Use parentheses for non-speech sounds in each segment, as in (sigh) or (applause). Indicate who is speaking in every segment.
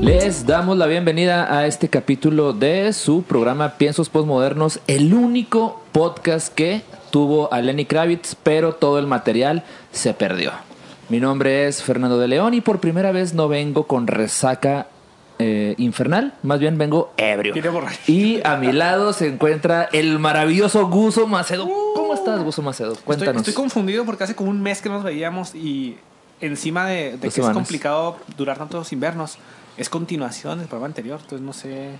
Speaker 1: Les damos la bienvenida a este capítulo de su programa Piensos Postmodernos, el único podcast que tuvo a Lenny Kravitz, pero todo el material se perdió. Mi nombre es Fernando de León y por primera vez no vengo con resaca eh, infernal, más bien vengo ebrio.
Speaker 2: Vine borracho.
Speaker 1: Y a mi lado se encuentra el maravilloso Guso Macedo. ¿Cómo estás, Guso Macedo?
Speaker 2: Estoy,
Speaker 1: Cuéntanos.
Speaker 2: estoy confundido porque hace como un mes que nos veíamos y encima de, de que
Speaker 1: Dos semanas.
Speaker 2: es complicado durar tantos invernos, es continuación del programa anterior, entonces no sé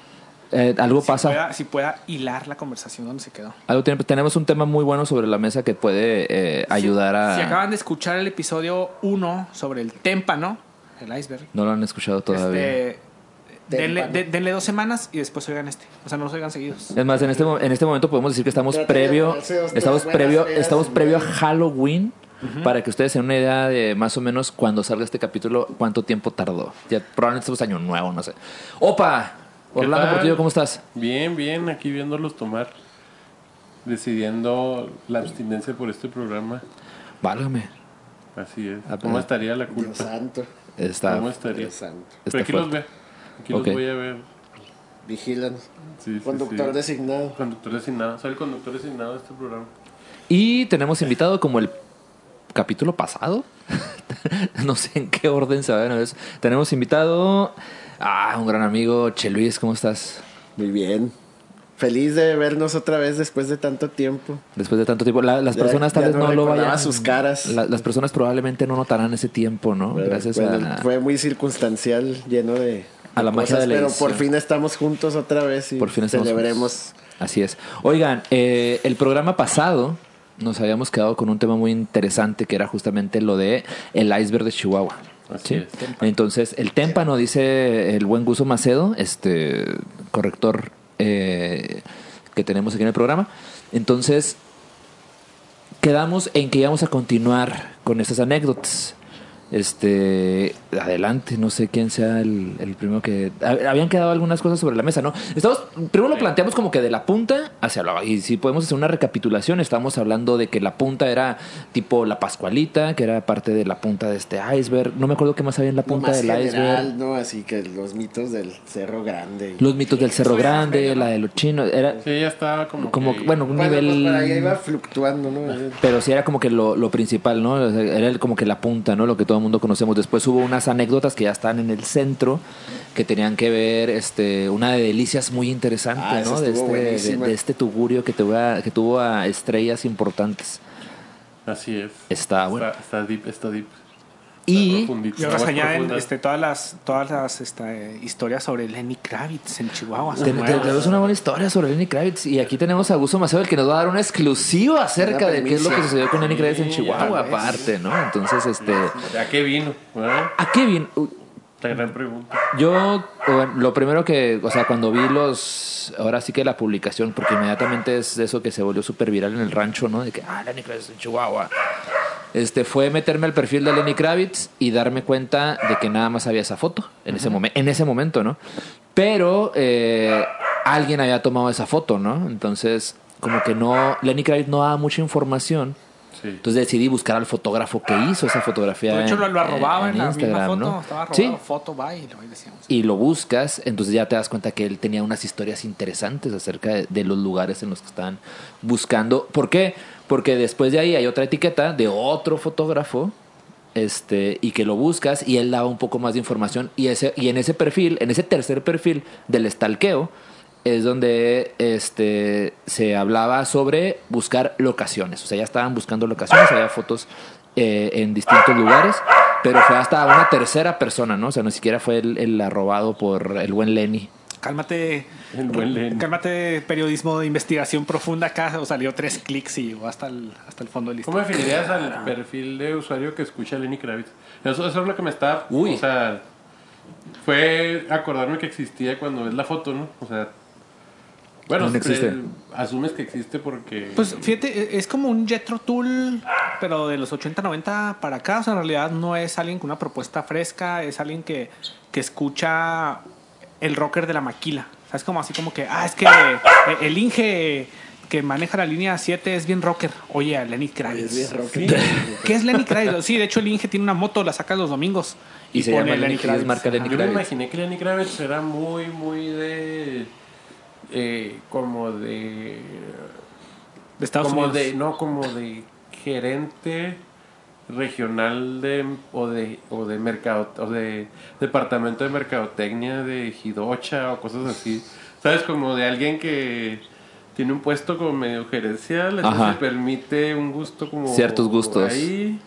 Speaker 1: Eh, algo pasa.
Speaker 2: si pueda, si pueda hilar la conversación donde se quedó.
Speaker 1: Algo tiene- tenemos un tema muy bueno sobre la mesa que puede eh, ayudar a.
Speaker 2: Si acaban de escuchar el episodio 1 sobre el témpano, el iceberg,
Speaker 1: No lo han escuchado todavía.
Speaker 2: este, denle,
Speaker 3: Témpano.
Speaker 2: de- denle dos semanas y después oigan este. O sea, no los oigan seguidos.
Speaker 1: Es más, en este, mo- en este momento podemos decir que estamos
Speaker 3: Trata de
Speaker 1: previo,
Speaker 3: ponerse dos, tres
Speaker 1: estamos
Speaker 3: buenas
Speaker 1: previo,
Speaker 3: pedas
Speaker 1: estamos
Speaker 3: y
Speaker 1: previo a
Speaker 3: luego-
Speaker 1: Halloween para que ustedes tengan una idea de más o menos cuando salga este capítulo cuánto tiempo tardó. Ya probablemente estamos año nuevo, no sé. Opa,
Speaker 4: ¿Qué
Speaker 1: Orlando
Speaker 4: tal?
Speaker 1: Portillo, ¿cómo estás?
Speaker 4: Bien, bien, aquí viéndolos tomar, decidiendo la abstinencia por este programa.
Speaker 1: Válgame.
Speaker 4: Así es.
Speaker 1: Ah,
Speaker 4: ¿Cómo
Speaker 1: pues,
Speaker 4: estaría la
Speaker 3: Dios
Speaker 4: culpa?
Speaker 3: santo,
Speaker 1: Está.
Speaker 4: ¿Cómo estaría?
Speaker 3: Dios santo.
Speaker 1: está
Speaker 4: Pero aquí los
Speaker 1: fuerte.
Speaker 4: ve. Aquí
Speaker 1: Ok.
Speaker 4: los voy a ver.
Speaker 3: Vigilan.
Speaker 4: Sí, sí,
Speaker 3: Conductor
Speaker 4: sí.
Speaker 3: designado.
Speaker 4: Conductor designado. Soy el conductor designado de este programa.
Speaker 1: Y tenemos invitado como el capítulo pasado. (laughs) no sé en qué orden se va a ver eso. Tenemos invitado a un gran amigo, Che Luis, ¿cómo estás?
Speaker 3: Muy bien. Feliz de vernos otra vez después de tanto tiempo.
Speaker 1: Después de tanto tiempo, La- las
Speaker 3: Ya-
Speaker 1: personas tal
Speaker 3: ya
Speaker 1: vez
Speaker 3: no
Speaker 1: no, lo
Speaker 3: recordaba
Speaker 1: vayan.
Speaker 3: sus caras.
Speaker 1: La- las personas probablemente no notarán ese tiempo, ¿no? Gracias
Speaker 3: Bueno,
Speaker 1: a.
Speaker 3: Fue muy circunstancial, lleno de.
Speaker 1: A la magia de la
Speaker 3: Pero
Speaker 1: edición.
Speaker 3: por fin estamos juntos otra vez y
Speaker 1: Por fin estamos
Speaker 3: celebremos.
Speaker 1: juntos. Así es. Oigan, eh, el programa pasado nos habíamos quedado con un tema muy interesante que era justamente lo de el iceberg de Chihuahua.
Speaker 4: Así
Speaker 1: ¿sí?
Speaker 4: es.
Speaker 1: Entonces, el témpano, dice el buen Guso Macedo, este corrector eh, que tenemos aquí en el programa. Entonces, quedamos en que íbamos a continuar con estas anécdotas. Este, adelante, no sé quién sea el, el primero que. ha- Habían quedado algunas cosas sobre la mesa, ¿no? Estamos, primero lo planteamos como que de la punta hacia abajo. Y si podemos hacer una recapitulación, estamos hablando de que la punta era tipo la Pascualita, que era parte de la punta de este iceberg. No me acuerdo qué más había en la
Speaker 3: No
Speaker 1: punta
Speaker 3: más
Speaker 1: del iceberg.
Speaker 3: general, ¿no? Así que los mitos del Cerro Grande.
Speaker 1: Los mitos del Cerro Grande, la de los chinos. Era
Speaker 4: Sí, ya estaba como.
Speaker 1: como,
Speaker 4: que-
Speaker 1: bueno, un
Speaker 3: Bueno, pues,
Speaker 1: nivel. Ah.
Speaker 3: para allá iba fluctuando, ¿no?
Speaker 1: Pero sí era como que lo, lo principal, ¿no? O sea, Era el- como que la punta, ¿no? Lo que todo el mundo conocemos. Después hubo unas anécdotas que ya están en el centro que tenían que ver, este, una de delicias muy interesante,
Speaker 3: Ah, esa
Speaker 1: ¿no? De
Speaker 3: estuvo
Speaker 1: este, de,
Speaker 3: buenísima.
Speaker 1: de este tugurio que tuvo, a, que tuvo a estrellas importantes.
Speaker 4: Así es.
Speaker 1: Está bueno.
Speaker 4: Está, está deep, está deep.
Speaker 1: Y
Speaker 2: Y ahora se añaden este, todas las, todas las este, historias sobre Lenny Kravitz en Chihuahua.
Speaker 1: te- te- tenemos una buena historia sobre Lenny Kravitz. Y aquí tenemos a Gusto Maceo, el que nos va a dar una exclusiva acerca
Speaker 3: Una
Speaker 1: de qué es lo que
Speaker 3: primicia.
Speaker 1: sucedió con Lenny Kravitz en
Speaker 4: Sí,
Speaker 1: Chihuahua,
Speaker 4: ya ves.
Speaker 1: aparte, ¿no? Entonces, este.
Speaker 4: ¿A qué vino? ¿Verdad?
Speaker 1: ¿A Kevin
Speaker 4: La gran pregunta.
Speaker 1: Yo, bueno, lo primero que, o sea, cuando vi los, ahora sí que la publicación, porque inmediatamente es de eso que se volvió súper viral en el rancho, ¿no? De que, ah, Lenny Kravitz en Chihuahua. Este, fue meterme al perfil de Lenny Kravitz y darme cuenta de que nada más había esa foto en, ese, momen- en ese momento, ¿no? Pero eh, alguien había tomado esa foto, ¿no? Entonces, como que no, Lenny Kravitz no daba mucha información.
Speaker 4: Sí.
Speaker 1: Entonces decidí buscar al fotógrafo que hizo esa fotografía.
Speaker 2: De hecho,
Speaker 1: en-
Speaker 2: lo, lo
Speaker 1: en-
Speaker 2: arrobaba en,
Speaker 1: Eh, en
Speaker 2: la misma
Speaker 1: Instagram,
Speaker 2: foto.
Speaker 1: ¿no?
Speaker 2: Estaba
Speaker 1: Sí,
Speaker 2: robado foto, va y lo ahí decíamos.
Speaker 1: y lo buscas, entonces ya te das cuenta que él tenía unas historias interesantes acerca de, de los lugares en los que estaban buscando. ¿Por qué? Porque después de ahí hay otra etiqueta de otro fotógrafo. Este, y que lo buscas y él daba un poco más de información y, ese, y en ese perfil, en ese tercer perfil del estalqueo, es donde este, se hablaba sobre buscar locaciones. O sea, ya estaban buscando locaciones, había fotos eh, en distintos lugares, pero fue hasta una tercera persona, ¿no? O sea, ni siquiera fue el, el arrobado por el buen Lenny.
Speaker 2: Cálmate.
Speaker 4: El buen Lenny.
Speaker 2: Cálmate, periodismo de investigación profunda. Acá o salió tres clics y llegó hasta el, hasta el fondo del
Speaker 4: ¿Cómo
Speaker 2: listado.
Speaker 4: definirías al perfil de usuario que escucha a Lenny Kravitz? Eso, eso es lo que me estaba...
Speaker 1: Uy.
Speaker 4: O sea, fue acordarme que existía cuando ves la foto, ¿no? O sea... Bueno,
Speaker 1: No existe.
Speaker 4: eh, asumes que existe porque...
Speaker 2: Pues fíjate, e- es como un Jetro Tool, pero de los 80, 90 para acá. O sea, en realidad no es alguien con una propuesta fresca, es alguien que, que escucha el rocker de la maquila. O sea, es como así como que, ah, es que eh, el Inge que maneja la línea 7 es bien rocker. Oye, a Lenny Kravitz.
Speaker 3: Es bien (laughs) rocker.
Speaker 2: Sí. ¿Qué es Lenny Kravitz? Sí, de hecho el Inge tiene una moto, la saca los domingos.
Speaker 1: Y, se llama
Speaker 2: pone
Speaker 1: Lenny Kravitz, marca Lenny
Speaker 4: Yo me
Speaker 1: Kravitz.
Speaker 4: imaginé que Lenny Kravitz era muy, muy de. eh, como de.
Speaker 2: De Estados
Speaker 4: como
Speaker 2: Unidos.
Speaker 4: de. No, como de gerente regional de o de o de mercado o de departamento de mercadotecnia de Hidocha o cosas así sabes como de alguien que tiene un puesto como medio gerencial entonces
Speaker 1: Ajá.
Speaker 4: le permite un gusto como
Speaker 1: Ciertos gustos.
Speaker 4: ahí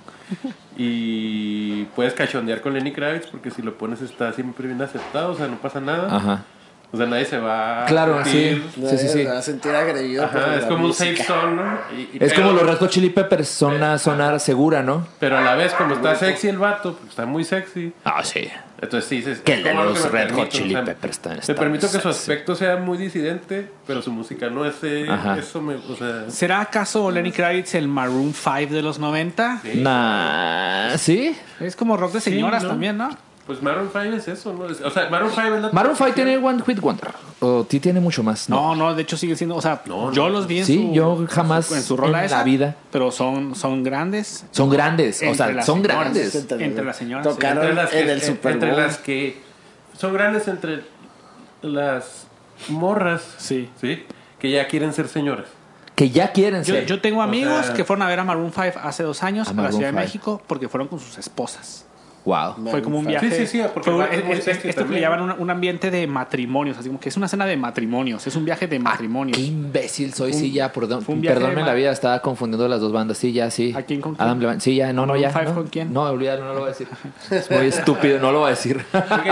Speaker 4: y puedes cachondear con Lenny Kravitz porque si lo pones está siempre bien aceptado o sea no pasa nada
Speaker 1: Ajá.
Speaker 4: o sea nadie se va a
Speaker 1: Claro,
Speaker 4: sentir-
Speaker 1: sí.
Speaker 3: Nadie se va eh, a sentir agredido. por
Speaker 4: Ajá, es
Speaker 3: la
Speaker 4: como un
Speaker 3: música.
Speaker 4: safe zone ¿no? Y- y
Speaker 1: Es como
Speaker 4: pero-
Speaker 1: los Red Hot Chili Peppers, zona, zona segura, ¿no?
Speaker 4: Pero a la vez, como está sexy el vato, porque está muy sexy,
Speaker 1: Ah, sí.
Speaker 4: entonces sí dices...
Speaker 1: Que el de
Speaker 4: ¿cómo lo
Speaker 1: los
Speaker 4: me
Speaker 1: Red
Speaker 4: permito?
Speaker 1: Hot Chili
Speaker 4: O sea,
Speaker 1: Peppers está- está
Speaker 4: Me permito que
Speaker 1: sexy.
Speaker 4: su aspecto sea muy disidente, pero su música no es... eh,
Speaker 1: Ajá.
Speaker 4: Eso me... O sea,
Speaker 2: ¿Será acaso Lenny Kravitz el Maroon 5 de los 90?
Speaker 4: Sí.
Speaker 1: Nah, ¿sí?
Speaker 2: Es como rock de señoras
Speaker 4: ¿no?
Speaker 2: también, ¿no?
Speaker 4: pues Maroon 5 es eso, ¿no? Es- O sea, Maroon 5 es la...
Speaker 1: Maroon 5 tiene One Hit Wonder. O ti tiene mucho más.
Speaker 2: No, no, de hecho sigue siendo, o sea,
Speaker 4: No,
Speaker 2: yo
Speaker 4: no.
Speaker 2: los vi en
Speaker 1: Sí,
Speaker 2: su-
Speaker 1: yo jamás
Speaker 2: en su rola
Speaker 1: en
Speaker 2: esa,
Speaker 1: la vida.
Speaker 2: pero son son grandes.
Speaker 1: Son grandes, o
Speaker 2: Entre
Speaker 1: sea,
Speaker 2: las
Speaker 1: son
Speaker 2: señoras.
Speaker 1: grandes.
Speaker 2: Entre las señoras,
Speaker 3: Tocaron
Speaker 4: entre las que,
Speaker 3: en el Super
Speaker 4: entre
Speaker 3: Bowl.
Speaker 4: las que son grandes entre las morras,
Speaker 2: Sí.
Speaker 4: ¿sí? Que ya quieren ser señoras.
Speaker 1: Que ya quieren
Speaker 2: Yo,
Speaker 1: ser.
Speaker 2: yo tengo
Speaker 4: O
Speaker 2: amigos
Speaker 4: sea-
Speaker 2: que fueron a ver a Maroon 5 hace dos años
Speaker 1: A
Speaker 2: a, la
Speaker 1: Maroon
Speaker 2: Ciudad de
Speaker 1: 5.
Speaker 2: México porque fueron con sus esposas.
Speaker 1: Wow.
Speaker 2: Fue como un
Speaker 3: Sí,
Speaker 2: viaje.
Speaker 4: sí, sí, porque
Speaker 2: fue un-
Speaker 4: va como
Speaker 2: es- es-
Speaker 4: sexy
Speaker 2: esto que le
Speaker 4: también.
Speaker 2: llaman un, un ambiente de matrimonios, así como que es una cena de matrimonios, es un viaje
Speaker 1: Ah,
Speaker 2: de matrimonios.
Speaker 1: Qué imbécil soy, sí, ya, perdón,
Speaker 2: Pues, fue un viaje
Speaker 1: perdónme
Speaker 2: de
Speaker 1: la
Speaker 2: ma-
Speaker 1: vida, estaba confundiendo las dos bandas, sí, ya, sí.
Speaker 2: ¿A quién con quién?
Speaker 1: Adam Levine, sí, ya, no, no, ya.
Speaker 2: Maroon five
Speaker 1: no,
Speaker 2: con quién?
Speaker 1: No, olvídalo, no lo voy a decir. Es muy estúpido, no lo voy a decir.
Speaker 4: Porque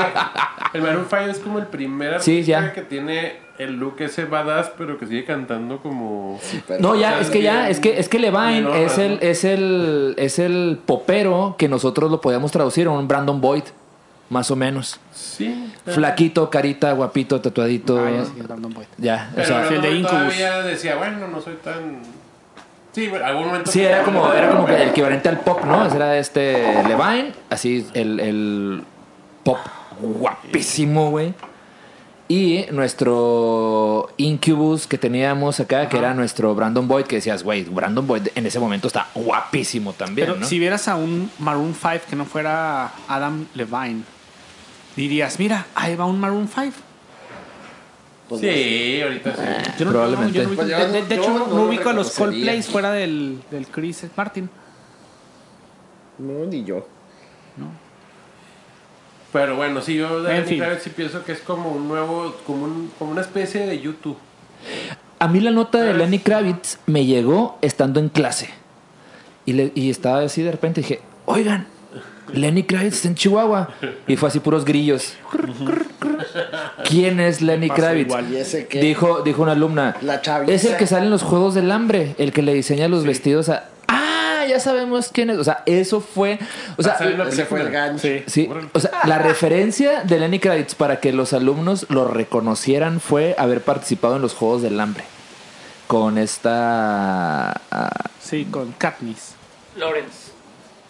Speaker 4: el Maroon 5 es como el primer
Speaker 1: Sí,
Speaker 4: artista
Speaker 1: ya.
Speaker 4: que tiene el look ese badass, pero que sigue cantando como...
Speaker 1: (laughs)
Speaker 3: pero-
Speaker 1: No,
Speaker 4: O
Speaker 1: ya,
Speaker 4: sea,
Speaker 1: es que ya,
Speaker 4: bien-
Speaker 1: es que, es que Levine es
Speaker 4: bien loca,
Speaker 1: el,
Speaker 4: ¿no?
Speaker 1: es el, es el popero que nosotros lo podíamos traducir a un Brandon Boyd, más o menos.
Speaker 4: Sí.
Speaker 1: Flaquito, carita, guapito, tatuadito.
Speaker 2: Ah, ya, sí, Brandon Boyd.
Speaker 1: ya, o
Speaker 4: Pero
Speaker 1: sea,
Speaker 2: sí, el de
Speaker 4: Brandon
Speaker 2: Incubus.
Speaker 4: todavía decía, bueno, no soy tan... Sí, bueno, algún momento...
Speaker 1: Sí, era como, era como que el equivalente al pop, ¿no? Ese Era este Levine, así el, el pop guapísimo, güey. Y nuestro Incubus que teníamos acá, que era nuestro Brandon Boyd, que decías, güey, Brandon Boyd en ese momento está guapísimo también,
Speaker 2: Pero
Speaker 1: ¿no?
Speaker 2: si vieras a un Maroon 5 que no fuera Adam Levine, dirías, mira, ahí va un Maroon 5.
Speaker 3: pues,
Speaker 4: Sí, ahorita sí.
Speaker 1: Ah.
Speaker 2: Yo no,
Speaker 1: Probablemente.
Speaker 2: yo no ubico-
Speaker 3: Pues yo-
Speaker 2: de, de
Speaker 3: yo
Speaker 2: hecho, no,
Speaker 3: no lo
Speaker 2: ubico a los
Speaker 3: reconocería.
Speaker 2: Coldplays fuera del, del Chris Martin.
Speaker 3: No, ni yo.
Speaker 4: Pero bueno, sí, yo de
Speaker 2: En
Speaker 4: Lenny
Speaker 2: fin.
Speaker 4: Kravitz sí pienso que es como un nuevo... Como, un, como una especie de YouTube.
Speaker 1: A mí la nota de Lenny Kravitz me llegó estando en clase. Y, le- y estaba así de repente dije, oigan, Lenny Kravitz está en Chihuahua. Y fue así puros grillos. ¿Quién es Lenny
Speaker 2: pasa
Speaker 1: Kravitz?
Speaker 2: igual.
Speaker 3: ¿Y ese qué?
Speaker 1: Dijo, dijo una alumna.
Speaker 3: La chaviza.
Speaker 1: Es el que sale en los Juegos del Hambre, el que le diseña los vestidos a... Ah, ya sabemos quién es. O sea, eso fue... O sea,
Speaker 4: Sale en la
Speaker 3: Ese fue el
Speaker 4: película.
Speaker 3: gancho.
Speaker 2: Sí.
Speaker 1: Sí, o sea, la referencia de Lenny Kravitz para que los alumnos lo reconocieran fue haber participado en los Juegos del Hambre. Con esta. ah,
Speaker 2: Sí, con Katniss.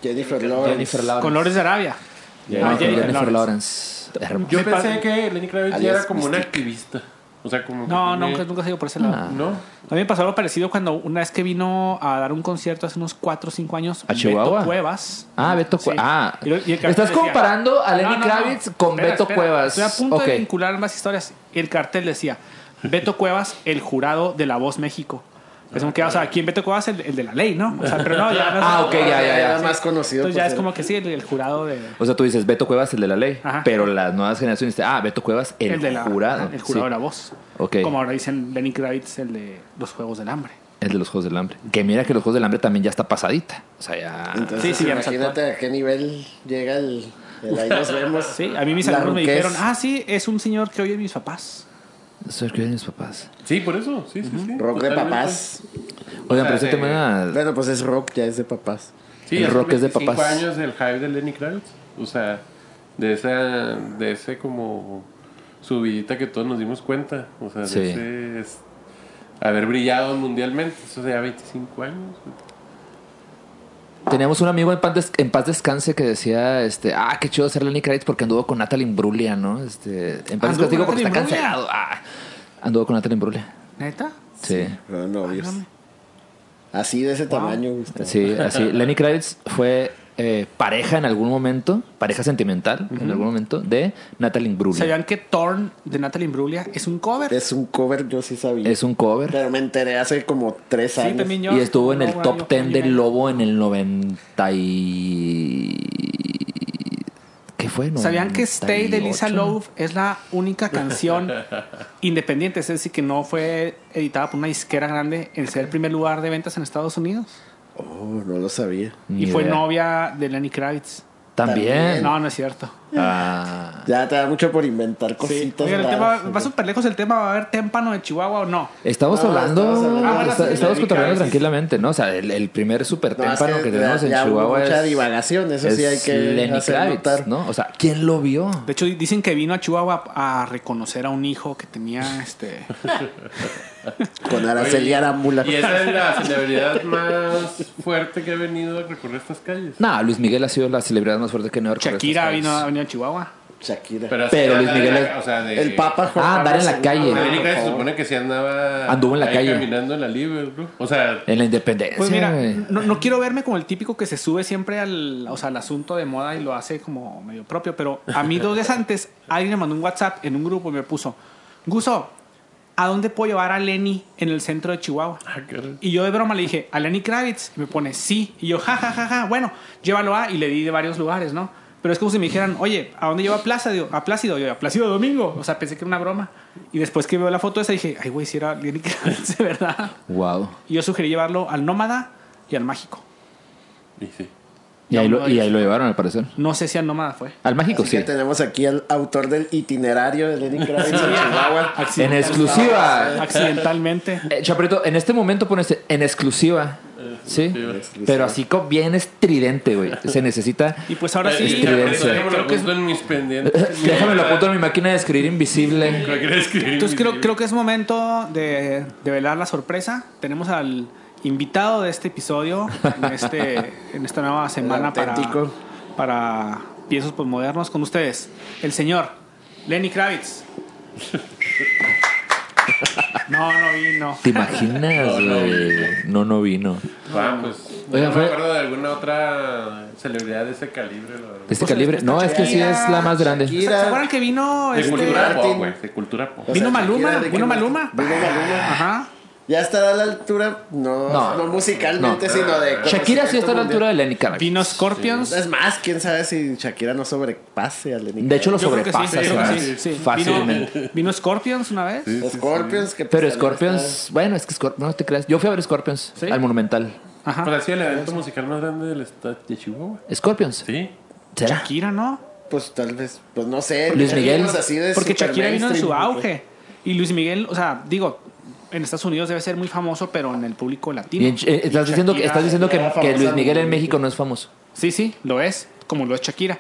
Speaker 3: Jennifer Lawrence.
Speaker 1: Jennifer Lawrence.
Speaker 2: Con Lores de Arabia.
Speaker 1: Ah,
Speaker 2: Ah,
Speaker 1: con
Speaker 2: Jennifer
Speaker 1: Jennifer
Speaker 2: Lawrence.
Speaker 1: Lawrence. Hermoso.
Speaker 4: Yo
Speaker 2: Me
Speaker 4: pensé
Speaker 2: parece-
Speaker 4: que Lenny Kravitz ya
Speaker 3: Alias
Speaker 4: era como un
Speaker 3: Mystique.
Speaker 4: activista. O sea, como... que
Speaker 2: No,
Speaker 4: tiene-
Speaker 2: nunca, nunca se dio por ese lado.
Speaker 1: Ah.
Speaker 4: ¿No?
Speaker 2: A mí me pasó algo parecido cuando una vez que vino a dar un concierto hace unos 4 o 5 años.
Speaker 1: ¿A Chihuahua?
Speaker 2: Beto Cuevas.
Speaker 1: Ah, Beto
Speaker 2: Sí.
Speaker 1: Cuevas. Ah,
Speaker 2: Y lo- y el cartel
Speaker 1: estás
Speaker 2: decía-
Speaker 1: comparando a Lenny
Speaker 2: No, no, no.
Speaker 1: Kravitz con
Speaker 2: Espera,
Speaker 1: Beto
Speaker 2: espera.
Speaker 1: Cuevas.
Speaker 2: Estoy a punto
Speaker 1: Ok.
Speaker 2: de vincular ambas historias. El cartel decía: Beto Cuevas, el jurado de La Voz México. Es como que, o sea, aquí en Beto Cuevas, el, el de la ley, ¿no? O sea, pero no, ya no
Speaker 1: Ah, ok, ya, ya, ya.
Speaker 3: Era más conocido.
Speaker 2: Entonces ya
Speaker 3: por
Speaker 2: es
Speaker 3: ser-
Speaker 2: como que sí, el, el jurado de.
Speaker 1: O sea, tú dices Beto Cuevas, el de la ley.
Speaker 2: Ajá.
Speaker 1: Pero las nuevas generaciones dicen, ah, Beto Cuevas, el,
Speaker 2: de la,
Speaker 1: jurado.
Speaker 2: ajá, El jurado
Speaker 1: Sí.
Speaker 2: de la voz.
Speaker 1: Ok.
Speaker 2: Como ahora dicen Lenny Kravitz, el de los Juegos del Hambre.
Speaker 1: El de los Juegos del Hambre. Que mira que los Juegos del Hambre también ya está pasadita. O sea, ya.
Speaker 3: Entonces,
Speaker 2: ah, Sí, sí, ya nos
Speaker 3: imagínate a qué nivel llega el. el ahí
Speaker 2: (laughs)
Speaker 3: nos vemos.
Speaker 2: Sí, a mí mis
Speaker 3: La
Speaker 2: alumnos me
Speaker 3: ruquez.
Speaker 2: dijeron, ah, sí, es un señor que oye mis papás.
Speaker 1: Soy el que oyen mis papás.
Speaker 4: Sí, por eso. Sí, sí, sí.
Speaker 3: Rock de
Speaker 4: Totalmente.
Speaker 3: papás.
Speaker 1: Oigan, pero
Speaker 4: O sea,
Speaker 1: ese tema
Speaker 4: de-
Speaker 1: era-
Speaker 3: Bueno, pues es rock, ya es de papás.
Speaker 4: Sí,
Speaker 1: El
Speaker 4: hace
Speaker 1: rock es de
Speaker 4: 25
Speaker 1: papás.
Speaker 4: años del hype de Lenny Kravitz. O sea, de esa, de ese como subidita que todos nos dimos cuenta. O sea, de
Speaker 1: Sí.
Speaker 4: ese es- haber brillado mundialmente. Eso sea 25 años.
Speaker 1: Teníamos un amigo en paz, des- en paz descanse que decía, este, ah, qué chido ser Lenny Kravitz porque anduvo con Natalie Imbruglia, ¿no? Este, en paz
Speaker 2: ¿Anduvo
Speaker 1: descanse digo
Speaker 2: con
Speaker 1: porque está
Speaker 2: Natalie Imbruglia?
Speaker 1: cancelado. Ah, anduvo con Natalie Imbruglia.
Speaker 2: ¿Neta?
Speaker 1: Sí.
Speaker 3: Fueron novios.
Speaker 2: Válgame.
Speaker 3: Así de ese tamaño, Gustavo.
Speaker 1: Sí, así. Lenny Kravitz fue eh, pareja en algún momento, pareja sentimental en algún momento, de Natalie Imbruglia.
Speaker 2: ¿Sabían que Torn de Natalie Imbruglia es un cover?
Speaker 3: Es un cover, yo sí sabía.
Speaker 1: Es un cover.
Speaker 3: Pero me enteré hace como tres
Speaker 2: Sí,
Speaker 3: años.
Speaker 2: también yo.
Speaker 1: Y estuvo en
Speaker 2: No,
Speaker 1: el
Speaker 2: bueno, yo-
Speaker 1: top 10
Speaker 2: yo-
Speaker 1: del Lobo en el 90 y... ¿Qué fue?
Speaker 2: ¿Sabían que Stay de Lisa
Speaker 1: 98?
Speaker 2: Love es la única canción independiente, es decir, que no fue editada por una disquera grande en ser el primer lugar de ventas en Estados Unidos?
Speaker 3: Oh, no lo sabía.
Speaker 1: Ni
Speaker 2: y fue
Speaker 1: idea.
Speaker 2: novia de Lenny Kravitz.
Speaker 1: También.
Speaker 2: No, no es cierto.
Speaker 1: Ah.
Speaker 3: Ya te da mucho por inventar
Speaker 2: Sí.
Speaker 3: cositas.
Speaker 2: Oigan, el tema
Speaker 3: raras.
Speaker 2: va, va súper lejos el tema, ¿va a haber témpano de Chihuahua o no?
Speaker 1: Estamos
Speaker 3: No,
Speaker 1: hablando,
Speaker 3: estamos hablando-
Speaker 2: Ah, bueno,
Speaker 1: está-
Speaker 2: sí,
Speaker 1: estamos
Speaker 4: sí,
Speaker 1: cotorreando
Speaker 4: sí.
Speaker 1: tranquilamente, ¿no? O sea, el, el primer super
Speaker 3: No, es
Speaker 1: témpano que,
Speaker 3: que
Speaker 1: tenemos
Speaker 3: ya-
Speaker 1: en
Speaker 3: ya hubo
Speaker 1: Chihuahua
Speaker 3: mucha
Speaker 1: es.
Speaker 3: divagación, eso sí
Speaker 1: es
Speaker 3: hay que
Speaker 1: Lenny
Speaker 3: hacer
Speaker 1: Kravitz,
Speaker 3: notar.
Speaker 1: ¿no? O sea, ¿quién lo vio?
Speaker 2: De hecho, dicen que vino a Chihuahua a reconocer a un hijo que tenía este.
Speaker 3: Con Araceli Arámbula.
Speaker 4: Y esa
Speaker 1: (laughs)
Speaker 4: es la celebridad más fuerte que ha venido a recorrer estas calles.
Speaker 1: Nah, Luis Miguel ha sido la celebridad más fuerte que Nueva York.
Speaker 2: Shakira vino, ha venido a Chihuahua.
Speaker 3: Shakira.
Speaker 4: Pero, así
Speaker 1: Pero
Speaker 4: anda
Speaker 1: Luis
Speaker 4: de
Speaker 1: Miguel
Speaker 4: la-
Speaker 1: es-
Speaker 4: o sea, de-
Speaker 3: el Papa Juan
Speaker 1: Ah, andar en
Speaker 3: Pablo
Speaker 1: la
Speaker 3: II,
Speaker 1: calle.
Speaker 3: por
Speaker 4: América se
Speaker 3: favor.
Speaker 4: supone que se andaba.
Speaker 1: Anduvo en la
Speaker 4: ahí
Speaker 1: calle. Eh.
Speaker 4: Caminando en la libre, bro. O sea,
Speaker 1: En la independencia.
Speaker 2: Pues mira,
Speaker 1: güey.
Speaker 2: no, no quiero verme como el típico que se sube siempre al, o sea, al asunto de moda y lo hace como medio propio, pero a mí dos días antes alguien me mandó un WhatsApp en un grupo y me puso, Guso, ¿a dónde puedo llevar a Lenny en el centro de Chihuahua?
Speaker 4: ah, caray.
Speaker 2: Y yo de broma le dije, a Lenny Kravitz, y me pone, sí, y yo, ja, ja, ja, ja, bueno, llévalo a, y le di de varios lugares, ¿no? Pero es como si me dijeran, oye, ¿a dónde lleva a Plaza? Digo, a Plácido, yo, a Plácido Domingo. O sea, pensé que era una broma. Y después que veo la foto esa dije, ay, güey, si era Lenny Kravitz, (laughs) de verdad.
Speaker 1: Wow.
Speaker 2: Y yo sugerí llevarlo al Nómada y al Mágico.
Speaker 4: Y sí.
Speaker 1: Y ahí,
Speaker 2: No,
Speaker 1: lo,
Speaker 2: no,
Speaker 1: y
Speaker 2: yo-
Speaker 1: ahí lo llevaron, al parecer.
Speaker 2: No sé si al Nómada fue.
Speaker 1: Al Mágico,
Speaker 3: Así que
Speaker 1: sí.
Speaker 3: tenemos aquí al autor del itinerario de Lenny Kravitz en Chihuahua.
Speaker 1: En exclusiva.
Speaker 2: Accidentalmente.
Speaker 1: Eh, Chaparrito, en este momento pones en exclusiva. Sí,
Speaker 3: exclusiva.
Speaker 1: pero así con bien estridente, güey. Se necesita.
Speaker 2: Y pues ahora sí.
Speaker 1: Es
Speaker 4: Ya,
Speaker 1: trivial,
Speaker 4: eso
Speaker 1: sí.
Speaker 4: déjame lo
Speaker 2: Creo que es-
Speaker 4: apunto en
Speaker 1: (laughs)
Speaker 4: mis pendientes.
Speaker 1: Déjame lo apunto en mi máquina de escribir invisible.
Speaker 4: Creo que era escribir
Speaker 2: Entonces
Speaker 4: mis
Speaker 2: creo,
Speaker 4: libros.
Speaker 2: creo que es momento de, de velar la sorpresa. Tenemos al invitado de este episodio en, este, en esta nueva semana para,
Speaker 3: auténtico.
Speaker 2: para piezas posmodernos con ustedes. El señor Lenny Kravitz. No, no vino.
Speaker 1: ¿Te imaginas,
Speaker 4: No, no
Speaker 1: güey? No, no vino.
Speaker 4: Ah, pues.
Speaker 1: Oigan,
Speaker 4: no
Speaker 1: fue-
Speaker 4: me acuerdo de alguna otra celebridad de ese calibre, la verdad.
Speaker 1: De este calibre. No, es que sí
Speaker 2: Shakira,
Speaker 1: es la más grande.
Speaker 2: ¿Se
Speaker 3: Shakira.
Speaker 2: se acuerdan que vino
Speaker 4: De
Speaker 2: este-
Speaker 4: cultura pop,
Speaker 3: Martin.
Speaker 4: güey. De cultura pop.
Speaker 3: O
Speaker 2: Vino Maluma,
Speaker 3: Shakira, de
Speaker 2: vino
Speaker 3: que-
Speaker 2: Maluma.
Speaker 3: Vino Maluma.
Speaker 2: Ajá.
Speaker 3: Ya estará a la altura, no,
Speaker 1: No.
Speaker 3: no, musicalmente,
Speaker 1: No.
Speaker 3: sino de.
Speaker 1: Shakira sí está a la
Speaker 3: conocimiento
Speaker 1: altura pues, de Lenny Kravitz.
Speaker 2: Vino Scorpions.
Speaker 3: mundial. Es más, quién sabe si Shakira no sobrepase a Lenny
Speaker 1: De hecho, lo
Speaker 2: Yo creo que sí,
Speaker 1: sobrepasa
Speaker 2: yo creo que
Speaker 1: sí,
Speaker 2: sí, sí.
Speaker 1: fácilmente.
Speaker 2: Vino, vino Scorpions una vez.
Speaker 3: Kravitz. Scorpions, que.
Speaker 1: Pero
Speaker 3: pues, también está-
Speaker 1: Scorpions, bueno, es que Scorpions, no te creas. Yo fui a ver Scorpions
Speaker 2: ¿Sí?
Speaker 1: al Monumental.
Speaker 4: Pues
Speaker 2: Ajá.
Speaker 4: así el evento musical más grande del estado de Chihuahua.
Speaker 1: ¿Scorpions?
Speaker 4: Sí.
Speaker 1: ¿Será?
Speaker 2: Shakira, ¿no?
Speaker 3: Pues tal vez, pues no sé.
Speaker 1: Luis Miguel.
Speaker 3: Shakira es así de pues.
Speaker 2: Porque
Speaker 3: super
Speaker 2: Shakira vino en su
Speaker 3: mainstream,
Speaker 2: auge. Y Luis Miguel, o sea, digo, en Estados Unidos debe ser muy famoso, pero en el público latino.
Speaker 1: Y en- eh, estás diciendo, que,
Speaker 2: Shakira
Speaker 1: estás diciendo que,
Speaker 3: era
Speaker 1: que
Speaker 3: famosa
Speaker 1: Luis Miguel en
Speaker 3: en-
Speaker 1: México no es famoso.
Speaker 2: Sí, sí, lo es, como lo es Shakira.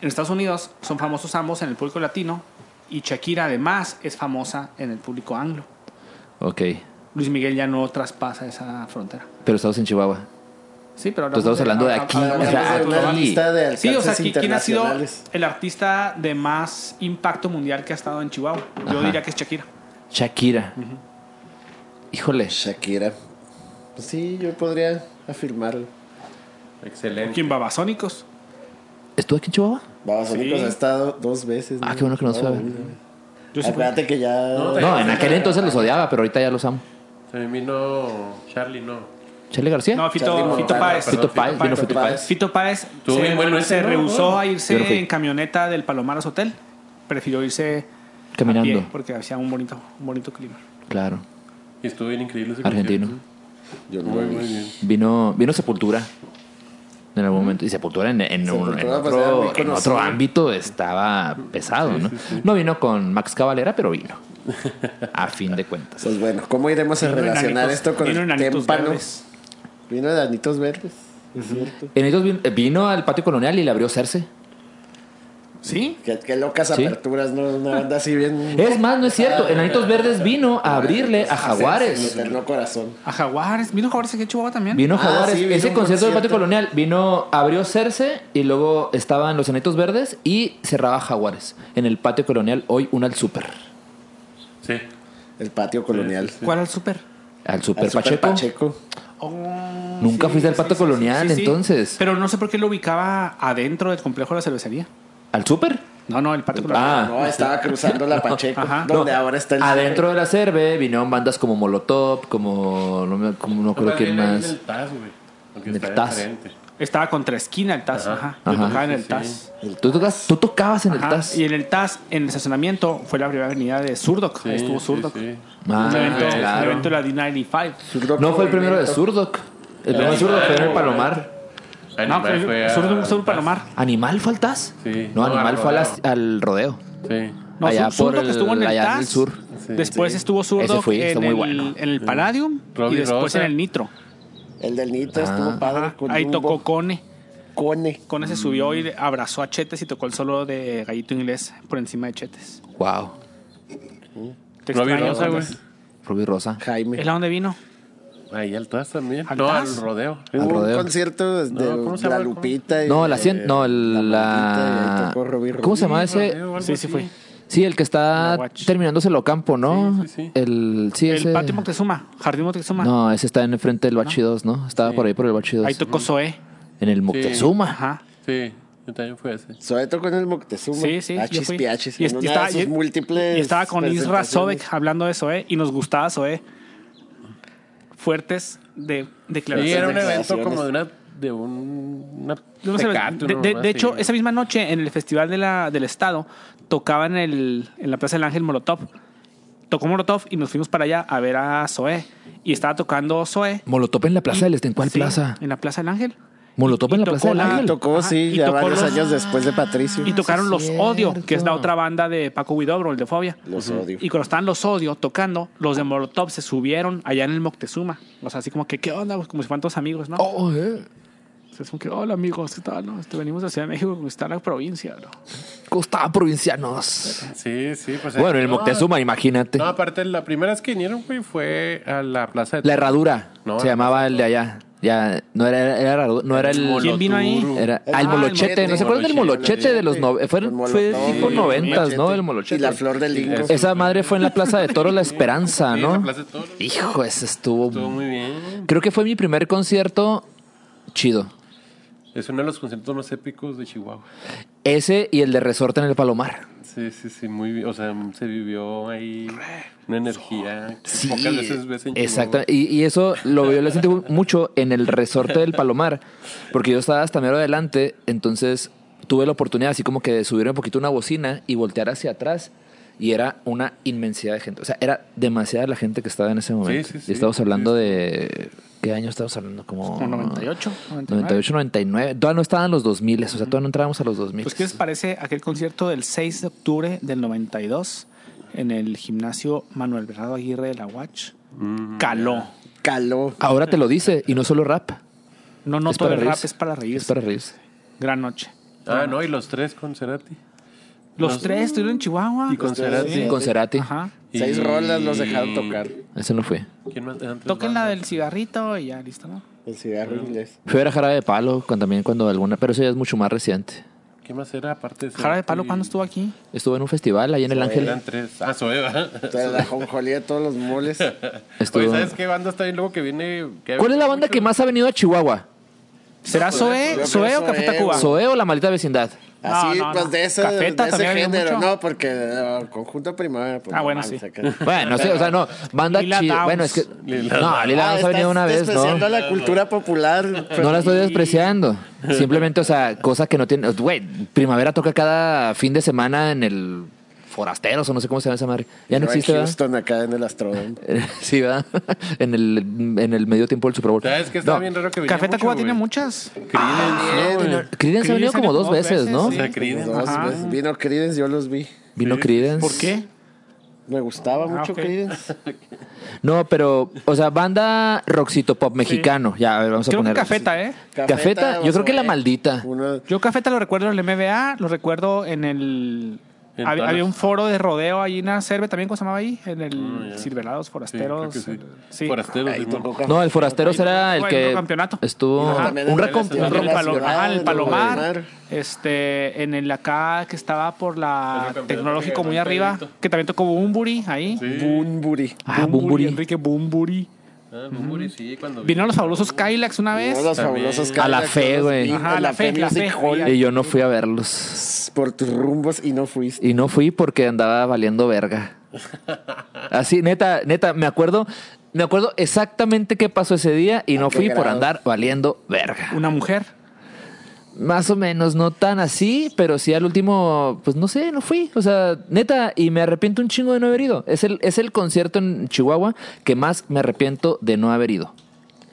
Speaker 2: En Estados Unidos son famosos ambos en el público latino y Shakira además es famosa en el público anglo.
Speaker 1: Ok.
Speaker 2: Luis Miguel ya no traspasa esa frontera.
Speaker 1: Pero estamos en Chihuahua.
Speaker 2: Sí, pero
Speaker 1: Entonces estamos hablando de aquí,
Speaker 3: Hablamos
Speaker 1: o sea,
Speaker 3: de
Speaker 1: aquí.
Speaker 3: una lista de alcances
Speaker 2: Sí, o sea, ¿qui- ¿quién ha sido
Speaker 3: internacionales.
Speaker 2: el artista de más impacto mundial que ha estado en Chihuahua? Yo
Speaker 1: Ajá.
Speaker 2: diría que es Shakira.
Speaker 1: Shakira. Híjole.
Speaker 3: Shakira. Pues sí, yo podría afirmarlo.
Speaker 4: Excelente.
Speaker 2: ¿Quién Babasónicos?
Speaker 1: ¿Estuvo aquí en Chihuahua?
Speaker 3: Babasónicos
Speaker 2: Sí.
Speaker 3: ha estado dos veces.
Speaker 1: Ah, qué bueno que no fue.
Speaker 3: una.
Speaker 2: Yo sí fui.
Speaker 3: Acuérdate que ya.
Speaker 4: No, te-
Speaker 1: No, en aquel entonces los odiaba, pero ahorita ya los amo.
Speaker 4: También vino Charlie, no.
Speaker 1: Charlie García.
Speaker 2: No, Fito,
Speaker 3: Charlie
Speaker 2: Fito
Speaker 3: Montana,
Speaker 2: Páez.
Speaker 4: perdón,
Speaker 1: Fito Páez, vino Fito Páez.
Speaker 2: Fito Páez
Speaker 4: Estuvo
Speaker 2: se,
Speaker 4: bien bueno ese,
Speaker 2: se
Speaker 4: ¿no?
Speaker 2: rehusó
Speaker 4: ¿No?
Speaker 2: a
Speaker 1: Yo no fui.
Speaker 2: irse en camioneta del Palomares Hotel. Prefirió irse a
Speaker 1: Caminando.
Speaker 2: pie porque hacía un bonito, un bonito clima.
Speaker 1: Claro.
Speaker 4: Y estuvo bien increíble ese
Speaker 1: Argentino.
Speaker 4: concierto.
Speaker 3: Yo no
Speaker 4: Muy,
Speaker 3: lo vi.
Speaker 4: muy bien.
Speaker 1: Vino, vino Sepultura. En algún momento. Y Sepultura en, en un- en
Speaker 3: Sepultura, pues, era muy
Speaker 1: otro, en
Speaker 3: conocido.
Speaker 1: otro ámbito estaba pesado, ¿no? No vino con Max Cavalera, pero vino. A fin de
Speaker 3: (laughs)
Speaker 1: cuentas.
Speaker 3: Pues bueno, ¿cómo iremos a
Speaker 2: Vino
Speaker 3: relacionar
Speaker 2: enanitos-
Speaker 3: esto con
Speaker 2: vino
Speaker 3: el
Speaker 2: enanitos
Speaker 3: témpano?
Speaker 2: verdes.
Speaker 3: Vino de Anitos Verdes. es cierto.
Speaker 1: En ellos vin- vino, al patio colonial y le abrió Cerce.
Speaker 2: ¿Sí?
Speaker 3: Qué, qué locas
Speaker 1: Sí.
Speaker 3: aperturas, ¿no? Una banda así bien.
Speaker 1: Es más, no es cierto. Enanitos Verdes vino a abrirle a
Speaker 3: Ah, Hacerse
Speaker 1: Jaguares.
Speaker 3: el eterno corazón.
Speaker 2: A Jaguares. ¿Vino Jaguares aquí en Chihuahua también?
Speaker 1: Vino
Speaker 3: Ah,
Speaker 1: Jaguares.
Speaker 3: sí, vino
Speaker 1: Ese
Speaker 3: un
Speaker 1: concierto del patio
Speaker 3: concierto.
Speaker 1: colonial vino, abrió Cerce y luego estaban los Enanitos Verdes y cerraba Jaguares. En el patio colonial, hoy una al super.
Speaker 4: Sí.
Speaker 3: El patio colonial.
Speaker 2: ¿Cuál al súper?
Speaker 1: Al Super,
Speaker 3: Al Super
Speaker 1: Pacheco.
Speaker 3: Pacheco.
Speaker 2: Oh,
Speaker 1: Nunca fuiste al Pato Colonial, entonces.
Speaker 2: Pero no sé por qué lo ubicaba adentro del complejo de la cervecería.
Speaker 1: ¿Al Super?
Speaker 2: No, no, el Pato Colonial.
Speaker 1: Ah.
Speaker 3: No, estaba
Speaker 1: (laughs)
Speaker 3: cruzando la Pacheco,
Speaker 2: Ajá.
Speaker 3: donde
Speaker 1: No,
Speaker 3: ahora está el
Speaker 1: Adentro de la Cerve vinieron bandas como Molotov, como. No, me- como no creo que
Speaker 4: más.
Speaker 1: más.
Speaker 4: Ah, El Taz, güey. Porque
Speaker 1: Del
Speaker 4: está
Speaker 1: Taz.
Speaker 4: diferente.
Speaker 2: Estaba contra esquina el Taz.
Speaker 4: Ajá.
Speaker 2: Ajá.
Speaker 1: Ajá.
Speaker 2: Yo tocaba en el
Speaker 4: Sí,
Speaker 2: Taz.
Speaker 4: sí.
Speaker 1: ¿Tú, tocas- tú tocabas en el
Speaker 2: Ajá,
Speaker 1: TAS.
Speaker 2: Y en el TAS, en el estacionamiento, fue la primera avenida de Surdoc. Ahí estuvo Surdoc.
Speaker 1: Ah,
Speaker 2: un, evento, un
Speaker 1: claro.
Speaker 2: evento de la D95.
Speaker 3: Surdoc
Speaker 1: No fue el primero de
Speaker 3: Movimiento.
Speaker 1: Surdoc. El primero de Surdoc fue en el Palomar.
Speaker 2: No,
Speaker 4: Animal fue
Speaker 2: fue
Speaker 4: a-
Speaker 2: Surdoc Sur
Speaker 4: Taz.
Speaker 2: Palomar.
Speaker 1: ¿Animal fue al TAS?
Speaker 4: Sí.
Speaker 1: No,
Speaker 4: No,
Speaker 1: Animal
Speaker 4: al
Speaker 1: fue a las-
Speaker 4: rodeo.
Speaker 1: al rodeo.
Speaker 4: Sí.
Speaker 2: No,
Speaker 1: Allá
Speaker 2: Sur- Surdoc
Speaker 1: por el-
Speaker 2: estuvo en el
Speaker 1: allá en
Speaker 2: TAS.
Speaker 1: el sur.
Speaker 4: Sí,
Speaker 2: después
Speaker 4: sí.
Speaker 2: estuvo Surdoc
Speaker 1: Ese fue,
Speaker 2: en,
Speaker 1: está muy
Speaker 2: el,
Speaker 1: bueno.
Speaker 2: en el Palladium. y
Speaker 4: Robbie
Speaker 2: después
Speaker 4: Rosa.
Speaker 2: en el Nitro.
Speaker 3: El del Nito
Speaker 1: Ah.
Speaker 3: estuvo padre.
Speaker 2: Ajá,
Speaker 3: con
Speaker 2: Ahí
Speaker 3: Dumbo.
Speaker 2: tocó Cone.
Speaker 3: Cone.
Speaker 2: Cone se subió
Speaker 4: Mm.
Speaker 2: y abrazó a Chetes y tocó el solo de Gallito Inglés por encima de Chetes.
Speaker 1: Wow.
Speaker 2: Te
Speaker 4: Robbie
Speaker 2: extraño,
Speaker 4: Rosa, güey.
Speaker 2: Juanes.
Speaker 1: Ruby Rosa.
Speaker 3: Jaime.
Speaker 2: ¿Es la donde vino?
Speaker 4: Ahí al Taz también.
Speaker 2: ¿Al
Speaker 4: No,
Speaker 2: Taz?
Speaker 4: al rodeo.
Speaker 1: Al
Speaker 3: Hubo un
Speaker 1: rodeo.
Speaker 3: concierto de
Speaker 4: No, ¿cómo se
Speaker 3: La
Speaker 4: llama?
Speaker 3: Lupita. y
Speaker 1: No, la
Speaker 3: de-
Speaker 1: cien, no, el-
Speaker 3: Lupita y ahí
Speaker 1: la...
Speaker 3: tocó Robbie
Speaker 1: ¿Cómo
Speaker 3: Robbie.
Speaker 1: se llama ese?
Speaker 4: Rodeo o algo
Speaker 2: Sí, sí
Speaker 4: así.
Speaker 2: fue.
Speaker 1: Sí, el que está
Speaker 2: La Watch.
Speaker 1: terminándose el Ocampo, ¿no?
Speaker 4: Sí, sí, sí.
Speaker 1: El sí
Speaker 2: El
Speaker 1: ese-
Speaker 2: Patio Moctezuma. Jardín Moctezuma.
Speaker 1: No, ese está en frente del Bachi 2, ¿no? Estaba por ahí por el Bachi 2.
Speaker 2: Ahí tocó Zoé.
Speaker 1: En el Moctezuma.
Speaker 2: Ajá.
Speaker 4: Sí, yo también fui a ese.
Speaker 3: Zoe tocó en el Moctezuma.
Speaker 2: Sí, sí. yo
Speaker 3: Achis
Speaker 2: fui.
Speaker 3: piachis.
Speaker 2: Y,
Speaker 3: en
Speaker 2: es- y
Speaker 3: una de
Speaker 2: estaba,
Speaker 3: sus
Speaker 2: y-
Speaker 3: múltiples
Speaker 2: y estaba con Isra
Speaker 3: presentaciones.
Speaker 2: Sobek hablando de Zoé y nos gustaba Zoé. Fuertes de
Speaker 4: Sí, era
Speaker 2: declaraciones.
Speaker 4: un evento
Speaker 3: declaraciones.
Speaker 4: como de una. De un. Una
Speaker 2: De unos eventos.
Speaker 4: Tecate,
Speaker 2: De-
Speaker 4: una
Speaker 2: de,
Speaker 4: mamá
Speaker 2: de
Speaker 4: así.
Speaker 2: hecho, esa misma noche en el Festival de la, del Estado tocaba en, el, en la Plaza del Ángel Molotov. Tocó Molotov y nos fuimos para allá a ver a Zoé. Y estaba tocando Zoé.
Speaker 1: Molotov en la Plaza del Este, ¿en cuál
Speaker 2: Sí,
Speaker 1: plaza?
Speaker 2: En la Plaza del Ángel.
Speaker 1: Molotov
Speaker 2: Y
Speaker 1: en la
Speaker 2: tocó
Speaker 1: Plaza del
Speaker 2: la-
Speaker 1: Ángel.
Speaker 3: Tocó,
Speaker 2: Ajá,
Speaker 3: sí,
Speaker 2: y
Speaker 3: ya
Speaker 2: tocó
Speaker 3: varios
Speaker 2: los-
Speaker 3: años después de Patricio.
Speaker 2: Y
Speaker 1: Ah,
Speaker 2: tocaron
Speaker 1: sí,
Speaker 2: Los
Speaker 1: cierto.
Speaker 2: Odio, que es la otra banda de Paco Huidobro, el de Fobia.
Speaker 3: Los odio.
Speaker 2: Y cuando estaban los odio tocando, los de Molotov se subieron allá en el Moctezuma. O sea, así como que, ¿qué onda? Pues, Como si fueran todos amigos, ¿no?
Speaker 1: Oh, eh.
Speaker 2: O sea, es como que, hola amigos, ¿qué tal? No? Este, venimos de Ciudad de México, como está la provincia, ¿no?
Speaker 1: Costaba provincianos.
Speaker 4: Sí, sí, pues.
Speaker 1: Bueno, en el
Speaker 4: no,
Speaker 1: Moctezuma, imagínate.
Speaker 4: No, aparte, la primera vez que vinieron, güey, fue a la plaza de.
Speaker 1: La herradura.
Speaker 4: No,
Speaker 1: se
Speaker 4: la
Speaker 1: llamaba el de allá. Ya, no era, era, herradura, no era el.
Speaker 2: ¿Quién vino ahí?
Speaker 4: Molotov.
Speaker 1: Era
Speaker 3: El-
Speaker 1: al
Speaker 3: ah,
Speaker 1: molochete.
Speaker 3: el
Speaker 1: ¿No se acuerdan del molochete de los no, fue,
Speaker 3: Con
Speaker 1: fue
Speaker 3: Molotov,
Speaker 1: tipo
Speaker 3: sí,
Speaker 1: noventas, ¿no?
Speaker 3: machete.
Speaker 1: El
Speaker 3: Y la
Speaker 1: molochete.
Speaker 3: flor del lingo.
Speaker 4: Es-
Speaker 1: Esa madre fue en la Plaza de Toros La Esperanza,
Speaker 4: Sí, en la
Speaker 1: ¿no?
Speaker 4: Plaza de Toros.
Speaker 1: Hijo, ese estuvo.
Speaker 4: Estuvo muy bien.
Speaker 1: Creo que fue mi primer concierto chido.
Speaker 4: Es uno de los conciertos más épicos de Chihuahua.
Speaker 1: Ese y el de Resorte en el Palomar.
Speaker 4: Sí, sí, sí, muy bien. O sea, se vivió ahí una energía que
Speaker 1: Sí,
Speaker 4: pocas veces ves en Chihuahua.
Speaker 1: exacto. Y, y eso lo vio la gente mucho en el resorte del Palomar, porque yo estaba hasta mero adelante, entonces tuve la oportunidad así como que de subir un poquito una bocina y voltear hacia atrás y era una inmensidad de gente. O sea, era demasiada la gente que estaba en ese momento.
Speaker 4: sí, sí,
Speaker 1: y estamos
Speaker 4: sí,
Speaker 1: hablando
Speaker 4: sí.
Speaker 1: de... ¿Qué año estamos hablando? Como...
Speaker 2: Como 98, 99.
Speaker 1: 98, 99. Todavía no estaban los 2000, o sea, todavía no entrábamos a los 2000.
Speaker 2: Pues, ¿qué les parece aquel concierto del 6 de octubre del 92 en el gimnasio Manuel Bernardo Aguirre de la Watch? Caló.
Speaker 3: Caló.
Speaker 1: Ahora te lo dice, y no solo rap,
Speaker 2: No no
Speaker 1: Es
Speaker 2: todo
Speaker 1: para
Speaker 2: el rap,
Speaker 1: reírse.
Speaker 2: es para reírse.
Speaker 1: es para reírse.
Speaker 2: Gran noche.
Speaker 4: Ah, no, y los tres con Cerati.
Speaker 2: Los,
Speaker 4: Los-
Speaker 2: tres estuvieron en Chihuahua.
Speaker 4: Y con
Speaker 3: tres,
Speaker 4: Cerati.
Speaker 3: sí.
Speaker 1: Con Cerati.
Speaker 2: Ajá.
Speaker 4: Y-
Speaker 3: Seis rolas los dejaron tocar.
Speaker 1: Ese no fue.
Speaker 4: ¿Quién más? Eran tres
Speaker 2: Toquen la
Speaker 4: bandas.
Speaker 2: del cigarrito y ya, listo, ¿no?
Speaker 3: El cigarro inglés.
Speaker 1: Fui a ver a Jarabe de Palo cuando, también cuando alguna, pero eso ya es mucho más reciente.
Speaker 4: ¿Quién más era aparte de Cerati?
Speaker 2: Jara de Palo, ¿cuándo estuvo aquí?
Speaker 1: Estuvo en un festival ahí en El Ángel.
Speaker 4: Eran tres. Ah, Soeva.
Speaker 3: Toda la jonjolía de todos
Speaker 2: (laughs)
Speaker 3: los moles.
Speaker 1: Estuvo-
Speaker 4: Oye, Pues, ¿sabes qué banda está bien luego que viene? que-
Speaker 1: ¿Cuál es la banda que más ha venido a Chihuahua?
Speaker 2: ¿Será
Speaker 3: yo
Speaker 2: Zoe,
Speaker 3: creo
Speaker 2: Zoe o
Speaker 3: Zoé,
Speaker 2: Café Tacuba?
Speaker 3: güey.
Speaker 1: ¿Zoe o La Maldita Vecindad?
Speaker 3: Así,
Speaker 2: No, no,
Speaker 3: pues
Speaker 2: no.
Speaker 3: de ese,
Speaker 2: Cafeta
Speaker 3: de ese
Speaker 2: también había
Speaker 3: género.
Speaker 2: mucho.
Speaker 3: No, porque eh, conjunto primavera. pues,
Speaker 2: Ah,
Speaker 3: no
Speaker 2: bueno,
Speaker 3: mames,
Speaker 2: sí.
Speaker 3: acá.
Speaker 1: Bueno, sí, o sea, no. Banda
Speaker 2: Lila
Speaker 1: chi-
Speaker 2: Downs.
Speaker 1: Bueno, es que.
Speaker 4: Lila
Speaker 1: No, Lila
Speaker 3: Ah,
Speaker 1: Downs ha venido
Speaker 3: estás
Speaker 1: una vez, ¿no?
Speaker 3: despreciando la cultura popular.
Speaker 1: No la estoy despreciando. Simplemente, o sea, cosa que no tiene. Güey, Primavera toca cada fin de semana en el Forasteros o no sé cómo se llama esa madre. Ya no
Speaker 3: Pero en
Speaker 1: existe, ¿verdad?
Speaker 3: Houston, acá en el Astrodome.
Speaker 1: (laughs) Sí, ¿verdad? En el, en el medio tiempo del Super Bowl.
Speaker 4: ¿Sabes qué está
Speaker 1: No.
Speaker 4: bien raro que viene?
Speaker 2: Café Tacuba tiene muchas.
Speaker 1: Creedence ha venido como dos veces, ¿no?
Speaker 4: O sea, Creedence.
Speaker 3: Dos
Speaker 2: Ajá.
Speaker 3: veces. Vino Creedence, yo los vi.
Speaker 1: Vino Creedence.
Speaker 2: ¿Por qué?
Speaker 3: Me gustaba
Speaker 2: Ah,
Speaker 3: mucho
Speaker 2: ok.
Speaker 3: Creedence.
Speaker 1: No, pero, o sea, banda roxito pop mexicano. Ya, a ver, vamos a
Speaker 2: Creo que
Speaker 1: poner.
Speaker 2: Cafeta, ¿eh?
Speaker 1: Cafeta, yo creo que la maldita.
Speaker 2: (laughs)
Speaker 3: Uno,
Speaker 2: Yo Cafeta lo recuerdo en el MBA, lo recuerdo en el
Speaker 4: En
Speaker 2: Había,
Speaker 4: todas
Speaker 2: había
Speaker 4: las-
Speaker 2: un foro de rodeo ahí en Cerve también, ¿cómo se llamaba ahí? En
Speaker 4: Mm,
Speaker 2: el
Speaker 4: ya.
Speaker 2: Silverados,
Speaker 4: Sí, creo
Speaker 2: Forasteros.
Speaker 4: que sí.
Speaker 2: el- sí.
Speaker 4: Forasteros.
Speaker 3: Ahí
Speaker 4: Simón.
Speaker 3: tocó
Speaker 1: No, el Forasteros era el
Speaker 2: Bueno,
Speaker 1: que
Speaker 2: campeonato.
Speaker 1: estuvo
Speaker 2: Ajá.
Speaker 1: un
Speaker 2: El
Speaker 1: recompensa.
Speaker 3: También en la
Speaker 2: Palomar,
Speaker 3: ciudad,
Speaker 2: ajá, el
Speaker 3: en
Speaker 2: Palomar,
Speaker 3: Palomar.
Speaker 2: este, en el acá que estaba por la
Speaker 4: Otro campeonato que
Speaker 2: tecnológico
Speaker 4: ganó
Speaker 2: muy
Speaker 4: un
Speaker 2: arriba,
Speaker 4: pedito.
Speaker 2: que también tocó Bumburi ahí.
Speaker 4: Sí.
Speaker 3: Bunbury.
Speaker 1: Ah,
Speaker 2: Bumburi,
Speaker 1: Bumburi.
Speaker 2: Enrique Bumburi.
Speaker 4: Ah, Bumburi, sí, cuando vi-
Speaker 2: Vinieron los fabulosos Kylax una vez.
Speaker 3: Uno de los
Speaker 4: También.
Speaker 3: fabulosos
Speaker 1: A la
Speaker 3: Cadillacs,
Speaker 1: fe,
Speaker 3: los
Speaker 1: güey.
Speaker 3: vi
Speaker 2: Pues, Ajá,
Speaker 3: en
Speaker 2: la fe, la
Speaker 3: Music
Speaker 2: fe.
Speaker 3: Hall.
Speaker 2: Ahí.
Speaker 1: Y yo no fui a verlos.
Speaker 3: Por tus rumbos y no fuiste.
Speaker 1: Y no fui porque andaba valiendo verga. Así, neta, neta, me acuerdo, me acuerdo exactamente qué pasó ese día y
Speaker 3: ¿A
Speaker 1: no
Speaker 3: qué
Speaker 1: fui por
Speaker 3: grado?
Speaker 1: andar valiendo verga.
Speaker 2: Una mujer.
Speaker 1: Más o menos, no tan así, pero sí al último, pues no sé, no fui. O sea, neta, y me arrepiento un chingo de no haber ido. Es el, es el concierto en Chihuahua que más me arrepiento de no haber ido.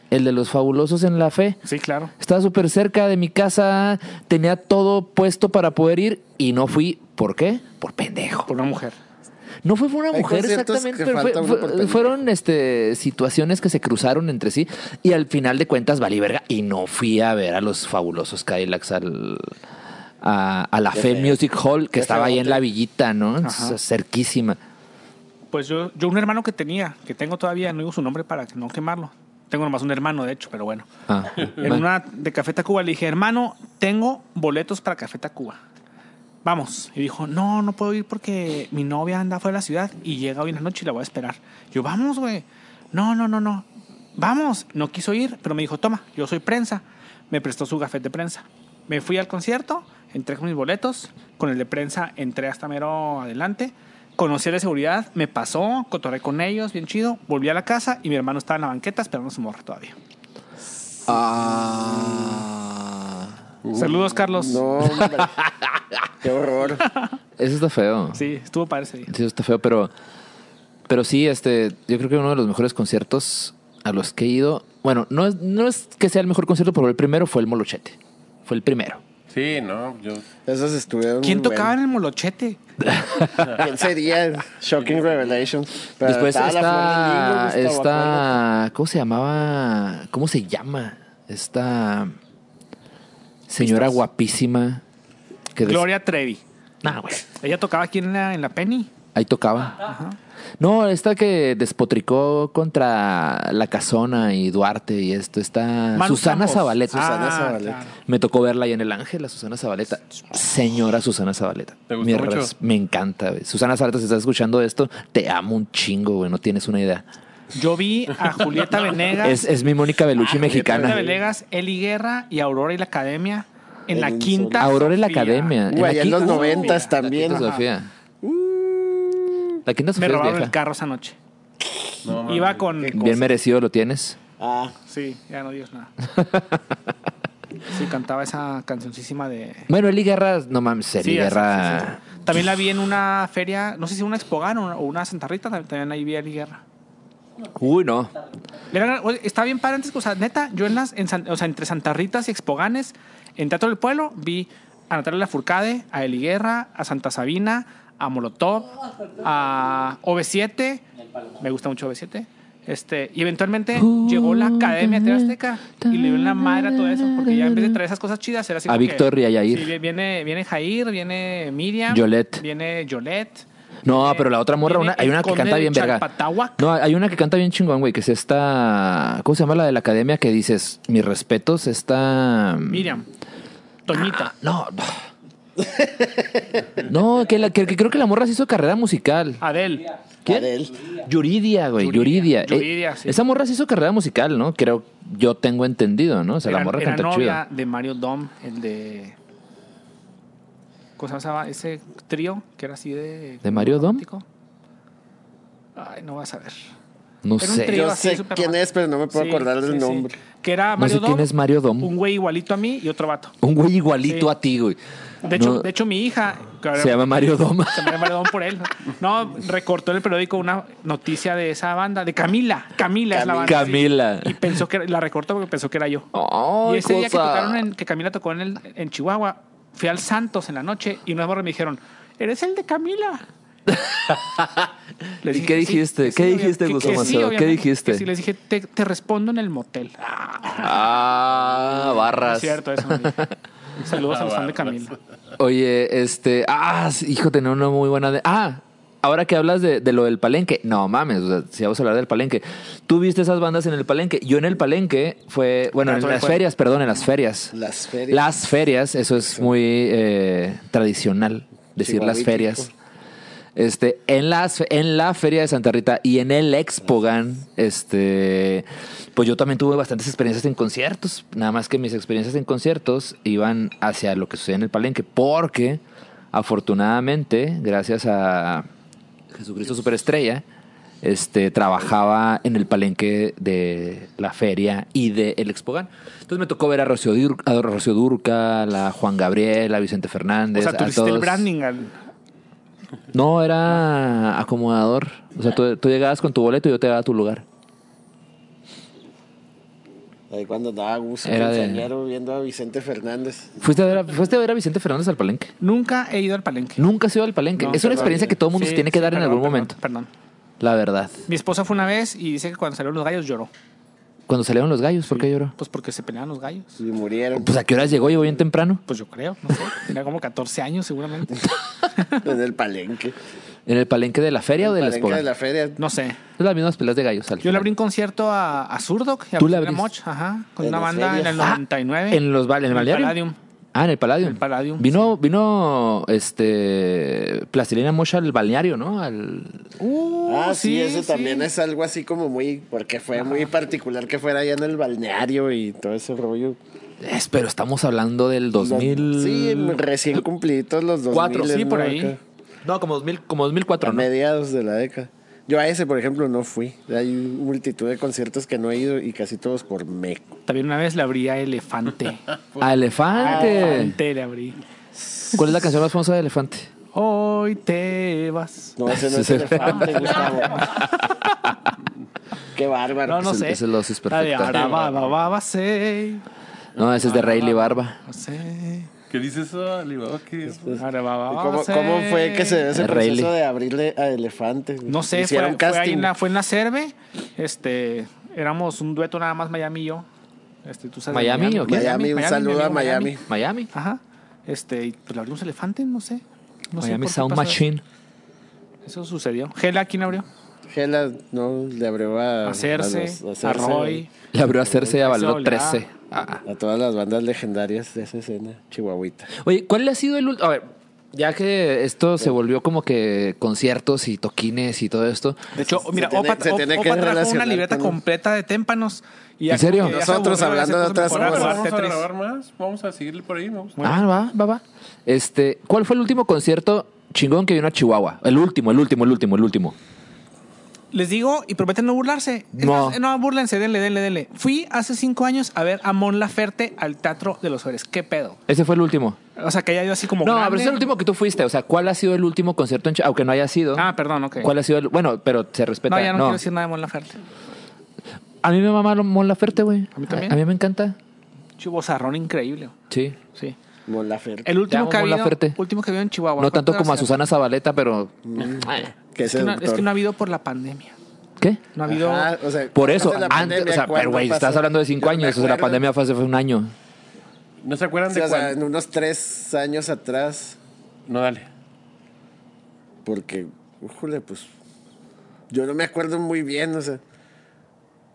Speaker 1: El de los fabulosos en la fe.
Speaker 2: Sí, claro.
Speaker 1: Estaba súper cerca de mi casa, tenía todo puesto para poder ir y no fui. ¿Por qué? Por pendejo.
Speaker 2: Por una mujer.
Speaker 1: No fue por una
Speaker 3: Hay
Speaker 1: mujer
Speaker 3: conciertos
Speaker 1: exactamente,
Speaker 3: que
Speaker 1: pero fue-
Speaker 3: falta uno
Speaker 1: fue-
Speaker 3: por pendejo.
Speaker 1: fueron este, situaciones que se cruzaron entre sí y al final de cuentas valí verga y no fui a ver a los fabulosos Cadillacs al, a, a la
Speaker 3: Qué
Speaker 1: Fe
Speaker 3: feo.
Speaker 1: Music Hall que
Speaker 3: Qué
Speaker 1: estaba ahí en
Speaker 3: feote.
Speaker 1: la villita, ¿no?
Speaker 2: Ajá.
Speaker 1: Cerquísima.
Speaker 2: Pues yo, yo un hermano que tenía, que tengo todavía, no digo su nombre para que no quemarlo. Tengo nomás un hermano, de hecho, pero bueno.
Speaker 1: Ah,
Speaker 2: En
Speaker 1: va.
Speaker 2: una de Café Tacuba le dije, hermano, tengo boletos para Café Tacuba. Vamos. Y dijo, no, no puedo ir porque mi novia anda fuera de la ciudad y llega hoy en la noche y la voy a esperar. Yo, vamos, güey. No, no, no, no. Vamos. No quiso ir, pero me dijo, toma, yo soy prensa. Me prestó su gafete de prensa. Me fui al concierto, entré con mis boletos, con el de prensa entré hasta mero adelante. Conocí al de seguridad, me pasó, cotorré con ellos, bien chido. Volví a la casa y mi hermano estaba en la banqueta esperando a su morra todavía.
Speaker 1: Ah.
Speaker 2: Saludos, Carlos.
Speaker 1: (laughs)
Speaker 3: No, hombre. Qué horror.
Speaker 1: Eso está feo.
Speaker 2: Sí, estuvo padre ese día.
Speaker 1: Sí, eso está feo, pero, pero sí, este, yo creo que uno de los mejores conciertos a los que he ido. Bueno, no es, no es que sea el mejor concierto, pero el primero fue el Molochete. Fue el primero.
Speaker 4: Sí, no, yo.
Speaker 3: Esos estuvieron.
Speaker 2: ¿Quién
Speaker 3: muy
Speaker 2: tocaba en
Speaker 3: buenos.
Speaker 2: el molochete?
Speaker 3: ¿Quién sería? Shocking Revelation. Pero
Speaker 1: Después
Speaker 3: estaba
Speaker 1: está,
Speaker 3: la Flor del Niño, Gustavo Acuerdo.
Speaker 1: esta, ¿cómo se llamaba? ¿Cómo se llama? Esta señora guapísima que des-
Speaker 2: Gloria Trevi.
Speaker 1: Nah, güey,
Speaker 2: Ella tocaba aquí en la, en la Penny.
Speaker 1: ahí tocaba. No, esta que despotricó contra la casona y Duarte y esto está
Speaker 2: Manu
Speaker 1: Ah, Susana
Speaker 2: Campos.
Speaker 1: Zabaleta.
Speaker 3: Susana
Speaker 2: Ah,
Speaker 3: Zabaleta.
Speaker 2: claro.
Speaker 1: Me tocó verla ahí en el Ángel, a Susana Zabaleta. Señora Susana Zabaleta.
Speaker 4: ¿Te gustó
Speaker 1: Mi
Speaker 4: mucho?
Speaker 1: res- Me encanta, güey. Susana Zabaleta, si estás escuchando esto, te amo un chingo, güey. No tienes una idea.
Speaker 2: Yo vi
Speaker 1: (laughs)
Speaker 2: a Julieta Venegas,
Speaker 1: Es, es mi Mónica Bellucci
Speaker 2: Julieta
Speaker 1: mexicana.
Speaker 2: Venegas, Eli Guerra y Aurora y la Academia en la
Speaker 3: En
Speaker 2: quinta.
Speaker 1: Aurora y la
Speaker 2: Sofía.
Speaker 1: Academia.
Speaker 3: Güey, en los noventas
Speaker 1: La
Speaker 3: también.
Speaker 1: Quinta Sofía. La Quinta
Speaker 2: Uh, Me
Speaker 1: Sofía es
Speaker 2: robaron
Speaker 1: vieja.
Speaker 2: el carro esa noche.
Speaker 4: No,
Speaker 2: Iba
Speaker 4: mames.
Speaker 2: con.
Speaker 1: Bien merecido lo tienes.
Speaker 3: Ah,
Speaker 2: Sí, ya no digas nada. (laughs) Sí, cantaba esa cancioncísima de.
Speaker 1: Bueno, Eli Guerra, no mames, Eli
Speaker 2: Sí, esa,
Speaker 1: Guerra.
Speaker 2: sí, sí, sí. También la vi en una feria, no sé si una Expogan o una- o una Santa Rita, también- también ahí vi a Eli Guerra.
Speaker 1: Uy, no.
Speaker 2: Era- oye, estaba bien padre antes, o sea, neta, yo en las, en San- o sea, entre Santa Ritas y Expoganes, en Teatro del Pueblo, vi a Natalia Lafourcade, a Eli Guerra, a Santa Sabina, a Molotov, a OV7, me gusta mucho OV7, este, y eventualmente llegó la Academia de TV Azteca y le dio en la madre a todo eso, porque ya en vez de traer esas cosas chidas, era así
Speaker 1: A
Speaker 2: como que-
Speaker 1: Víctor y a Yair.
Speaker 2: Sí, viene, viene Jair, viene Miriam.
Speaker 1: Yolette.
Speaker 2: Viene Yolette.
Speaker 1: No,
Speaker 2: viene-
Speaker 1: pero la otra morra,
Speaker 2: viene
Speaker 1: una- hay una
Speaker 2: el
Speaker 1: que
Speaker 2: conde
Speaker 1: canta
Speaker 2: de
Speaker 1: bien verga.
Speaker 2: Chalpatáhuac.
Speaker 1: No, hay una que canta bien chingón, güey, que es esta. ¿Cómo se llama la de la academia? Que dices, mis respetos, esta.
Speaker 2: Miriam. Toñita.
Speaker 1: No. (laughs) No, que, la, que, que creo que la morra se hizo carrera musical.
Speaker 2: Adel.
Speaker 1: ¿Quién?
Speaker 3: Adel.
Speaker 1: Yuridia, güey. Yuridia.
Speaker 2: Yuridia.
Speaker 1: Eh,
Speaker 2: Yuridia, sí.
Speaker 1: Esa morra se hizo carrera musical, ¿no? Creo, yo tengo entendido, ¿no? O sea,
Speaker 2: era,
Speaker 1: la morra
Speaker 2: era
Speaker 1: canta
Speaker 2: novia
Speaker 1: chido.
Speaker 2: de Mario Dom, el de. ¿Cómo se llamaba? Ese trío que era así de.
Speaker 1: ¿De Mario Dom?
Speaker 2: romántico. Ay, no vas a ver.
Speaker 1: No
Speaker 2: Era un
Speaker 1: sé.
Speaker 2: trío
Speaker 3: Yo
Speaker 2: así,
Speaker 3: sé
Speaker 2: súper
Speaker 3: quién
Speaker 2: romántico.
Speaker 3: es, pero no me puedo
Speaker 2: Sí,
Speaker 3: acordar del
Speaker 2: sí, sí.
Speaker 3: nombre.
Speaker 2: Que era
Speaker 1: No
Speaker 2: Mario
Speaker 1: sé quién
Speaker 2: Dom,
Speaker 1: es Mario Dom.
Speaker 2: Un güey igualito a mí y otro vato.
Speaker 1: Un güey igualito
Speaker 2: Sí.
Speaker 1: a ti, güey.
Speaker 2: De hecho,
Speaker 1: No,
Speaker 2: de hecho mi hija. que ahora-
Speaker 1: se llama Mario
Speaker 2: (laughs)
Speaker 1: Doma.
Speaker 2: se llama Mario Dom por él. No, recortó en el periódico una noticia de esa banda, de Camila. Camila es la banda. sí.
Speaker 1: Camila.
Speaker 2: Y pensó que la recortó porque pensó que era yo.
Speaker 1: Ay,
Speaker 2: y ese día que
Speaker 1: cosa.
Speaker 2: tocaron en, que Camila tocó en, el- en Chihuahua, fui al Santos en la noche y unas morras me dijeron, eres el
Speaker 1: (laughs)
Speaker 2: de Camila. Les
Speaker 1: ¿Y qué
Speaker 2: que sí,
Speaker 1: dijiste?
Speaker 2: que
Speaker 1: ¿Qué
Speaker 2: obvia-
Speaker 1: dijiste,
Speaker 2: que- que
Speaker 1: Gustavo
Speaker 2: sí,
Speaker 1: Maceo? ¿Qué
Speaker 2: obviamente,
Speaker 1: dijiste?
Speaker 2: que sí, les dije, te, te respondo en el motel. Ah,
Speaker 1: Ah,
Speaker 2: no
Speaker 1: barras. (laughs)
Speaker 2: es cierto eso. no dije. Saludos a los fans de Camila.
Speaker 1: Oye, este. Ah, sí, hijo, tenía una muy buena. De, ah, ahora que hablas de, de lo del palenque. No mames, o sea, si vamos a hablar del palenque. Tú viste esas bandas en el palenque. Yo en el palenque fue. Bueno,
Speaker 3: Ah,
Speaker 1: en
Speaker 3: todavía
Speaker 1: las
Speaker 3: fue.
Speaker 1: ferias, perdón, en las ferias.
Speaker 3: Las ferias.
Speaker 1: Las ferias, eso es muy eh, tradicional decir las
Speaker 3: Chihuahuítico.
Speaker 1: ferias. Este, en, las, en la Feria de Santa Rita y en el Expogan, este, pues yo también tuve bastantes experiencias en conciertos. Nada más que mis experiencias en conciertos iban hacia lo que sucede en el Palenque, porque afortunadamente, gracias a Jesucristo Superestrella, este, trabajaba en el palenque de la feria y de el Expogan. Entonces me tocó ver a Rocío, Dur- a Rocío Durca, a la Juan Gabriel, a Vicente
Speaker 2: O
Speaker 1: Fernández.
Speaker 2: sea, tú
Speaker 1: a
Speaker 2: hiciste el
Speaker 1: todos.
Speaker 2: branding al-
Speaker 1: No, era acomodador. O sea, tú, tú llegabas con tu boleto y yo te daba tu lugar.
Speaker 3: Ahí cuando andaba Gus
Speaker 1: Era de-
Speaker 3: Quinceañero viendo a Vicente Fernández.
Speaker 1: ¿Fuiste a ver a, fuiste a, ver a Vicente Fernández al palenque?
Speaker 2: Nunca he ido al palenque.
Speaker 1: Nunca has ido al palenque.
Speaker 2: No,
Speaker 1: es una
Speaker 2: perdón.
Speaker 1: experiencia que todo el mundo
Speaker 2: Sí,
Speaker 1: se tiene que
Speaker 2: sí,
Speaker 1: dar en
Speaker 2: perdón,
Speaker 1: algún
Speaker 2: perdón,
Speaker 1: momento.
Speaker 2: Perdón.
Speaker 1: La verdad.
Speaker 2: Mi esposa fue una vez y dice que cuando salieron los gallos lloró.
Speaker 1: Cuando salieron los gallos, ¿por qué lloró?
Speaker 2: Pues porque se peleaban los gallos.
Speaker 1: (laughs)
Speaker 3: Y murieron
Speaker 1: Pues a qué horas llegó, llegó bien temprano.
Speaker 2: Pues yo creo, no sé. Tenía como 14 años seguramente.
Speaker 3: en el palenque.
Speaker 1: ¿En el palenque de la feria o
Speaker 3: El
Speaker 1: del
Speaker 3: palenque
Speaker 1: Expogan?
Speaker 3: de la feria.
Speaker 2: No sé.
Speaker 1: Es las mismas pelas de gallos. al
Speaker 2: Yo le
Speaker 1: final.
Speaker 2: abrí un concierto a, a Zurdok y a
Speaker 1: Tú le
Speaker 2: Pedro
Speaker 1: abriste.
Speaker 2: Moch, ajá, con
Speaker 3: En
Speaker 2: una
Speaker 3: las
Speaker 2: banda en
Speaker 3: ferias.
Speaker 2: el
Speaker 1: Ah,
Speaker 2: 99.
Speaker 1: en los ba- en el balneario.
Speaker 2: Palladium.
Speaker 1: Ah, en el Palladium.
Speaker 2: En el Palladium,
Speaker 1: Vino, vino este Plastilina Mocha al balneario, ¿no? Al
Speaker 2: Uh,
Speaker 3: Ah, sí,
Speaker 2: sí,
Speaker 3: eso
Speaker 2: sí.
Speaker 3: también es algo así como muy. Porque fue muy particular que fuera allá en el balneario y todo ese rollo.
Speaker 1: Es, pero estamos hablando del 2000.
Speaker 3: Sí, recién cumplidos los 2000.
Speaker 1: Cuatro, sí,
Speaker 2: Sí, por
Speaker 3: ¿no?
Speaker 2: ahí.
Speaker 3: Acá,
Speaker 1: No, como 2000, como
Speaker 3: A
Speaker 1: 2004, ¿no?
Speaker 3: mediados de la década. Yo a ese, por ejemplo, no fui. Hay multitud de conciertos que no he ido y casi todos por meco.
Speaker 2: También una vez le abrí a
Speaker 1: (laughs)
Speaker 2: Elefante.
Speaker 1: A Elefante.
Speaker 2: Elefante le abrí.
Speaker 1: ¿Cuál es la canción más famosa de Elefante?
Speaker 2: Hoy te vas.
Speaker 3: No, ese no
Speaker 1: (laughs) Sí,
Speaker 3: es
Speaker 1: sí.
Speaker 3: elefante,
Speaker 1: (laughs)
Speaker 3: Gustavo. Qué bárbaro.
Speaker 2: No, no
Speaker 1: Ese-
Speaker 2: sé.
Speaker 1: ese lo haces
Speaker 2: La de
Speaker 1: perfecto.
Speaker 2: Araba, Baba, Basei.
Speaker 1: No, ese es de Rayleigh Barba.
Speaker 2: Basei.
Speaker 4: ¿Qué dice eso, Alibaba? ¿Qué es?
Speaker 3: Este,
Speaker 2: Araba,
Speaker 3: ¿Y
Speaker 2: Baba,
Speaker 3: ¿Cómo,
Speaker 2: Basei.
Speaker 3: cómo fue que se dio ese
Speaker 1: El Rayleigh.
Speaker 3: proceso de abrirle a elefante?
Speaker 2: No sé, fue,
Speaker 3: Hicieron
Speaker 2: fue ahí
Speaker 3: casting.
Speaker 2: en la, fue en la Cerve. Este, éramos un dueto nada más Miami y yo. Este, ¿tú sabes de
Speaker 1: ¿Miami o qué?
Speaker 3: Miami, un saludo
Speaker 2: mi
Speaker 3: a
Speaker 2: amigo
Speaker 3: Miami.
Speaker 1: Miami.
Speaker 2: Ajá. Este, y pues le abrimos elefante, no sé. No sé
Speaker 1: Miami
Speaker 2: por qué
Speaker 1: Sound
Speaker 2: pasó
Speaker 1: Machine.
Speaker 2: Eso, Eso sucedió. Gela, ¿quién abrió?
Speaker 3: Gela no le abrió a
Speaker 2: A Cerce,
Speaker 3: los-
Speaker 2: a,
Speaker 3: Cerce,
Speaker 2: Roy.
Speaker 1: Le abrió a hacerse a Valero
Speaker 2: Soledad.
Speaker 1: 13. Ah.
Speaker 3: A todas las bandas legendarias de esa escena, Chihuahuita.
Speaker 1: Oye, ¿cuál ha sido el último? A ver, ya que esto se volvió como que conciertos y toquines y todo esto.
Speaker 2: De hecho,
Speaker 3: Se
Speaker 2: mira,
Speaker 3: tiene-
Speaker 2: Opa,
Speaker 3: se
Speaker 2: Opa
Speaker 3: tiene que
Speaker 2: trajo una
Speaker 3: relacionar
Speaker 2: libreta
Speaker 3: con-
Speaker 2: completa de témpanos. Y
Speaker 1: ¿En serio?
Speaker 3: Nosotros hablando de otras
Speaker 4: Ah,
Speaker 2: cosas.
Speaker 4: pero
Speaker 3: Vamos a
Speaker 4: vamos a grabar más. Vamos a seguir por ahí. Vamos.
Speaker 1: ah, va, va, va. Este, ¿cuál fue el último concierto chingón que vino a Chihuahua? El último, el último, el último, el último.
Speaker 2: Les digo y prometen no burlarse. Es
Speaker 1: No.
Speaker 2: más, no, burlense, denle, denle, denle. Fui hace cinco años a ver a Mon Laferte al Teatro de los Ores. ¿Qué pedo?
Speaker 1: Ese fue el último.
Speaker 2: O sea, que haya ido así como.
Speaker 1: No,
Speaker 2: grande.
Speaker 1: pero es el último que tú fuiste. O sea, ¿cuál ha sido el último concierto en Chihuahua? Aunque no haya sido.
Speaker 2: Ah, perdón, ok.
Speaker 1: ¿Cuál ha sido el Bueno, pero se respeta.
Speaker 2: No, ya no, quiero decir nada de Mon Laferte.
Speaker 1: A mí me mama Mon Laferte, güey.
Speaker 2: A mí también.
Speaker 1: A, mí me encanta.
Speaker 2: Chubozarrón increíble.
Speaker 1: Sí.
Speaker 2: Sí.
Speaker 3: Mon Laferte.
Speaker 2: El último
Speaker 1: amo,
Speaker 2: que ha
Speaker 1: Mon
Speaker 2: habido,
Speaker 1: Laferte.
Speaker 2: último que ha habido en Chihuahua.
Speaker 1: No tanto
Speaker 2: ¿Cuál
Speaker 1: como a
Speaker 2: será?
Speaker 1: Susana Zabaleta, pero...
Speaker 3: Que
Speaker 2: Es que, no, es
Speaker 3: seductor.
Speaker 2: que no ha habido por la pandemia.
Speaker 1: ¿é?
Speaker 2: No ha habido.
Speaker 3: Ajá, o sea,
Speaker 1: Por eso,
Speaker 3: antes de la
Speaker 1: antes,
Speaker 3: pandemia,
Speaker 1: o sea, pero
Speaker 3: ¿cuándo
Speaker 1: güey,
Speaker 3: pasó?
Speaker 1: estás hablando de cinco
Speaker 3: Yo me
Speaker 1: años, o sea, la
Speaker 3: acuerdo.
Speaker 1: pandemia fue hace fue un año.
Speaker 4: ¿No se acuerdan
Speaker 3: Sí,
Speaker 4: de
Speaker 3: o sea,
Speaker 4: cuál?
Speaker 3: en unos tres años atrás,
Speaker 4: No, dale.
Speaker 3: porque, ujule, pues, yo no me acuerdo muy bien, o sea,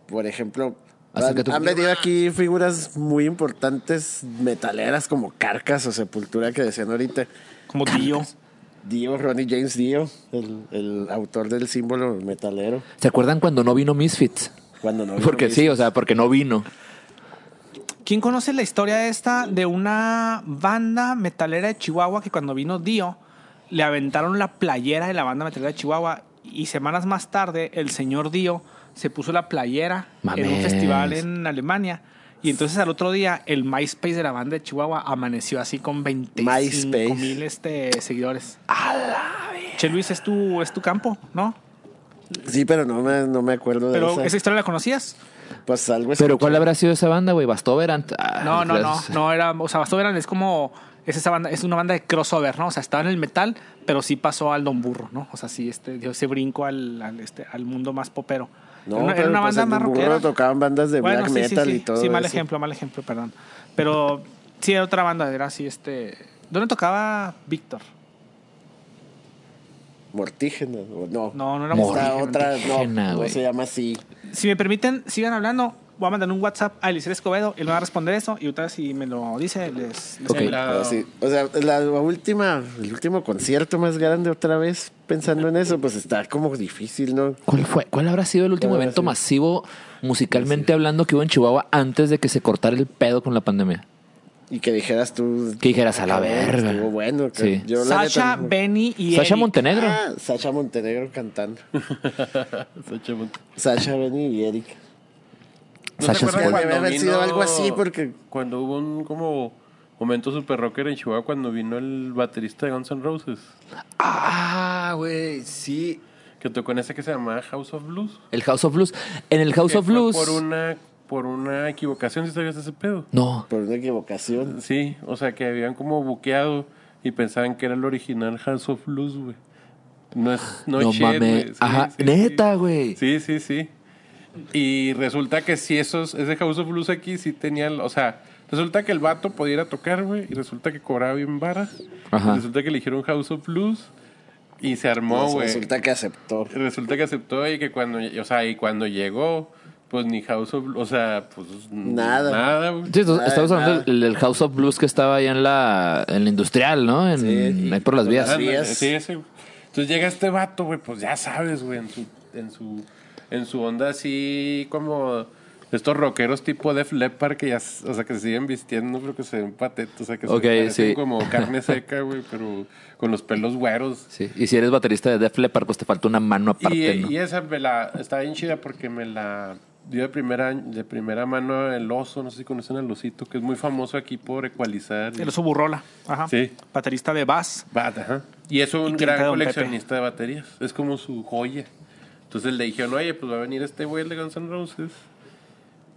Speaker 3: por ejemplo,
Speaker 1: Acércate
Speaker 3: han,
Speaker 1: un
Speaker 3: han venido aquí figuras muy importantes metaleras como Carcas o Sepultura que decían ahorita.
Speaker 2: como tío.
Speaker 3: Dio, Ronnie James Dio, el, el autor del símbolo metalero.
Speaker 1: ¿Se acuerdan cuando no vino Misfits?
Speaker 3: Cuando no
Speaker 1: Porque
Speaker 3: vino
Speaker 1: sí,
Speaker 3: Misfits.
Speaker 1: o sea, porque no vino.
Speaker 2: ¿Quién conoce la historia esta de una banda metalera de Chihuahua que cuando vino Dio le aventaron la playera de la banda metalera de Chihuahua y semanas más tarde el señor Dio se puso la playera en un
Speaker 1: Mames.
Speaker 2: festival en Alemania? Y entonces al otro día el MySpace de la banda de Chihuahua amaneció así con 25
Speaker 3: MySpace.
Speaker 2: mil este, seguidores. Che Luis, es tu, es tu campo, ¿no?
Speaker 3: Sí, pero no me, no me acuerdo de
Speaker 2: Pero
Speaker 3: esa.
Speaker 2: esa historia la conocías.
Speaker 3: Pues
Speaker 1: Pero
Speaker 3: algo escuché.
Speaker 1: ¿cuál habrá sido esa banda, güey? Ah, Bastoverant.
Speaker 3: Ah,
Speaker 2: No, no, no, no era, o sea, Bastoverand es como es esa banda, es una banda de crossover, ¿no? O sea, estaba en el metal, pero sí pasó al Don Burro, ¿no? O sea, sí este dio ese brinco al, al, este, al mundo más popero.
Speaker 3: No,
Speaker 2: era una, era
Speaker 3: pero,
Speaker 2: una
Speaker 3: pues,
Speaker 2: banda
Speaker 3: en
Speaker 2: más
Speaker 3: Burro
Speaker 2: rockera.
Speaker 3: tocaban bandas de
Speaker 2: sí,
Speaker 3: black
Speaker 2: sí,
Speaker 3: metal
Speaker 2: sí.
Speaker 3: y todo
Speaker 2: Sí, mal
Speaker 3: eso.
Speaker 2: ejemplo, mal ejemplo, perdón. Pero Sí, era otra banda, era así, este... ¿Dónde tocaba Víctor?
Speaker 3: Mortígena, o no.
Speaker 2: No, no era
Speaker 3: Esta
Speaker 2: Mortígena.
Speaker 3: otra,
Speaker 1: Mortígena,
Speaker 3: no, no
Speaker 1: güey.
Speaker 3: se llama así.
Speaker 2: Si me permiten, sigan hablando. Voy a mandar un WhatsApp a Eliseo Escobedo. Él me va a responder eso. Y ahorita, si me lo dice, les. les-
Speaker 1: Ok.
Speaker 4: En la-
Speaker 3: Ah, sí. O sea, la última, el último concierto más grande otra vez, pensando en eso, pues está como difícil, ¿no?
Speaker 1: ¿Cuál fue? ¿Cuál habrá sido el último
Speaker 3: ¿Cuál habrá
Speaker 1: evento
Speaker 3: sido?
Speaker 1: masivo musicalmente hablando que hubo en Chihuahua antes de que se cortara el pedo con la pandemia?
Speaker 3: Y que dijeras tú...
Speaker 1: Que dijeras, "A la verga".
Speaker 3: Estuvo bueno. que
Speaker 1: Sí.
Speaker 3: yo, la
Speaker 2: Sasha,
Speaker 3: neta,
Speaker 2: Benny y.
Speaker 1: Sasha
Speaker 2: Eric.
Speaker 1: Montenegro.
Speaker 3: Ah, Sasha Montenegro cantando.
Speaker 4: Sacha Monte-
Speaker 3: Sasha, Benny y Eric.
Speaker 4: ¿No
Speaker 1: Sacha
Speaker 4: se acuerdan
Speaker 1: Sponge.
Speaker 4: cuando
Speaker 3: Debe haber sido
Speaker 4: vino-
Speaker 3: algo así, porque-
Speaker 4: Cuando hubo un como momento super rocker en Chihuahua cuando vino el baterista de Guns N' Roses.
Speaker 1: Ah, güey, sí.
Speaker 4: Que tocó en ese que se llamaba House of Blues.
Speaker 1: El House of Blues. En el House
Speaker 4: que
Speaker 1: of
Speaker 4: fue
Speaker 1: Blues.
Speaker 4: Por una, por una equivocación, si sabías ese pedo.
Speaker 1: No.
Speaker 3: Por una equivocación.
Speaker 4: Sí, o sea que habían como buqueado y pensaban que era el original House of Blues, güey. No es, no,
Speaker 1: No
Speaker 4: es shit,
Speaker 1: mames.
Speaker 4: güey. Sí,
Speaker 1: Ajá,
Speaker 4: sí,
Speaker 1: neta,
Speaker 4: sí.
Speaker 1: güey.
Speaker 4: Sí, sí, sí. Y resulta que si esos, ese House of Blues aquí sí tenía, el- o sea, resulta que el vato podía ir a tocar, güey, y resulta que cobraba bien vara.
Speaker 1: Ajá.
Speaker 4: Y resulta que eligieron House of Blues y se armó,
Speaker 3: Pues
Speaker 4: güey.
Speaker 3: resulta que aceptó.
Speaker 4: Resulta que aceptó y que cuando, o sea, y cuando llegó, pues ni House of, o sea, pues
Speaker 3: Nada.
Speaker 4: nada güey.
Speaker 1: Sí, entonces,
Speaker 3: Nada,
Speaker 1: estamos hablando
Speaker 3: Ah, nada.
Speaker 1: del, del House of Blues que estaba allá en la, en la industrial, ¿no? En,
Speaker 3: Sí.
Speaker 1: ahí por las vías.
Speaker 4: Ándale,
Speaker 3: vías.
Speaker 4: Sí, ese, güey. Entonces llega este vato, güey, pues ya sabes, güey, en su, en su, en su onda así como estos rockeros tipo Def Leppard que ya, s- o sea, que se siguen vistiendo, pero que se ven patetos, o sea, que
Speaker 1: Ok,
Speaker 4: se parecen
Speaker 1: sí.
Speaker 4: como
Speaker 1: (laughs)
Speaker 4: carne seca, güey, pero con los pelos güeros.
Speaker 1: Sí. Y si eres baterista de Def Leppard, pues te falta una mano aparte,
Speaker 4: y, eh,
Speaker 1: ¿no?
Speaker 4: y esa me la, está bien chida porque me la dio de primera, de primera mano el oso, no sé si conocen al osito, que es muy famoso aquí por ecualizar. y-
Speaker 2: El oso burrola. Ajá.
Speaker 4: Sí.
Speaker 2: Baterista de Bass.
Speaker 4: Bat, ajá. Y es un
Speaker 2: Y
Speaker 4: gran
Speaker 2: Quintero,
Speaker 4: coleccionista de baterías. Es como su joya. Entonces le dijeron, oye, pues va a venir este güey el de Guns N' Roses.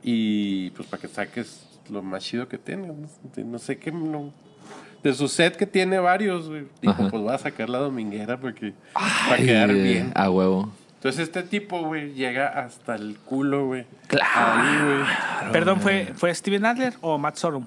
Speaker 4: Y pues para que saques lo más chido que tiene. No, De- no sé qué. no- de su set que tiene varios, güey. Dijo,
Speaker 1: Ajá.
Speaker 4: pues voy a sacar la dominguera porque. para quedar
Speaker 1: Ay, eh,
Speaker 4: bien.
Speaker 1: A huevo.
Speaker 4: Entonces este tipo, güey, llega hasta el culo, güey.
Speaker 1: Claro.
Speaker 4: Ahí, güey.
Speaker 2: Perdón, ¿fue, ¿fue Steven Adler o Matt Sorum?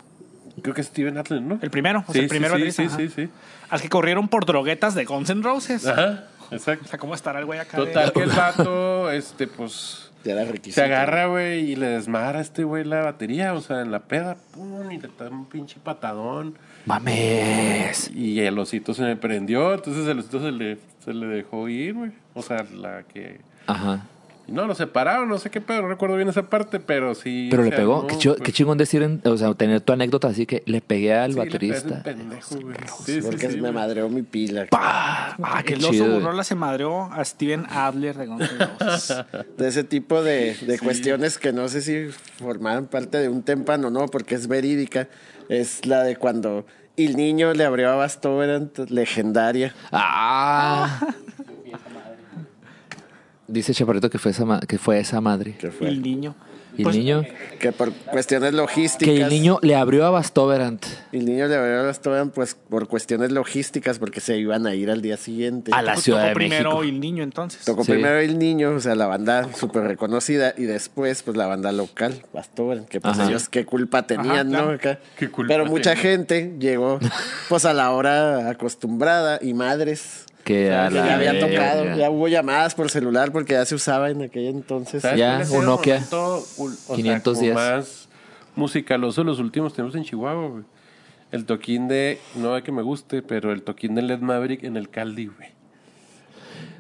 Speaker 4: Creo que es Steven Adler, ¿no?
Speaker 2: El primero, o sea, el primero
Speaker 4: sí,
Speaker 2: baterista,
Speaker 4: sí,
Speaker 2: ajá.
Speaker 4: sí, sí.
Speaker 2: Al que corrieron por droguetas de Guns N' Roses.
Speaker 4: Ajá, exacto.
Speaker 2: O sea, ¿cómo estará el güey acá? de-
Speaker 4: Ah. Total que el vato, este, pues.
Speaker 3: Ya era requisito.
Speaker 4: Se agarra, güey, y le desmadra a este güey la batería, o sea, en la peda, pum, y le da un pinche patadón.
Speaker 1: Mames.
Speaker 4: Y el osito se me prendió, entonces el osito se le, se le dejó ir, güey. O sea, la que.
Speaker 1: Ajá.
Speaker 4: y No, lo separaron, no sé qué pedo, no recuerdo bien esa parte, pero sí.
Speaker 1: Pero
Speaker 4: se
Speaker 1: le pegó.
Speaker 4: armó,
Speaker 1: qué, chi-
Speaker 4: pues.
Speaker 1: qué chingón decir, en- o sea, tener tu anécdota así que le pegué al
Speaker 4: Sí, le pegó ese
Speaker 1: baterista.
Speaker 4: pendejo, güey. Sí, sí,
Speaker 3: Porque
Speaker 4: sí,
Speaker 3: me
Speaker 4: güey.
Speaker 3: madreó mi pila.
Speaker 1: ¡Pah! Ah, qué
Speaker 2: el
Speaker 1: chido,
Speaker 2: oso
Speaker 1: güey.
Speaker 2: burrola se madreó a Steven Adler de Guns N' Roses.
Speaker 3: De ese tipo de, de cuestiones que no sé si formaban parte de un tempano o no, porque es verídica. Es la de cuando el niño le abrió a Bastó, era ent- legendaria.
Speaker 1: Ah. Dice Chaparrito que fue esa, ma- que fue esa madre.
Speaker 3: Que,
Speaker 2: Y
Speaker 3: fue,
Speaker 2: el niño.
Speaker 1: Y el
Speaker 2: Pues,
Speaker 1: niño,
Speaker 3: que por cuestiones logísticas.
Speaker 1: que el niño le abrió a Bastoverant
Speaker 3: el niño le abrió a Bastó, pues por cuestiones logísticas, porque se iban a ir al día siguiente.
Speaker 1: a la
Speaker 2: pues,
Speaker 1: Ciudad
Speaker 2: tocó
Speaker 1: de
Speaker 2: primero
Speaker 1: México.
Speaker 2: el niño entonces.
Speaker 3: Tocó
Speaker 1: Sí.
Speaker 3: primero el niño, o sea, la banda súper reconocida, y después, pues, la banda local, Bastón, que pues
Speaker 1: Ajá.
Speaker 3: ellos qué culpa tenían,
Speaker 2: claro.
Speaker 3: ¿no? Acá.
Speaker 4: ¿Qué culpa
Speaker 3: Pero mucha
Speaker 4: tenían?
Speaker 3: gente llegó, pues, a la hora acostumbrada, y madres,
Speaker 1: Que a
Speaker 3: que ya
Speaker 1: la
Speaker 3: habían
Speaker 1: verga.
Speaker 3: tocado, ya hubo llamadas por celular, porque ya se usaba en aquel entonces.
Speaker 4: ¿Sabes
Speaker 1: Ya,
Speaker 4: cuál ha sido
Speaker 1: un
Speaker 4: el
Speaker 1: Nokia.
Speaker 4: momento, ul- o sea,
Speaker 1: 510.
Speaker 4: como más musicaloso de los últimos tenemos en Chihuahua, güey. El toquín de, no es que me guste, pero el toquín de Led Maverick en el Caldi, güey.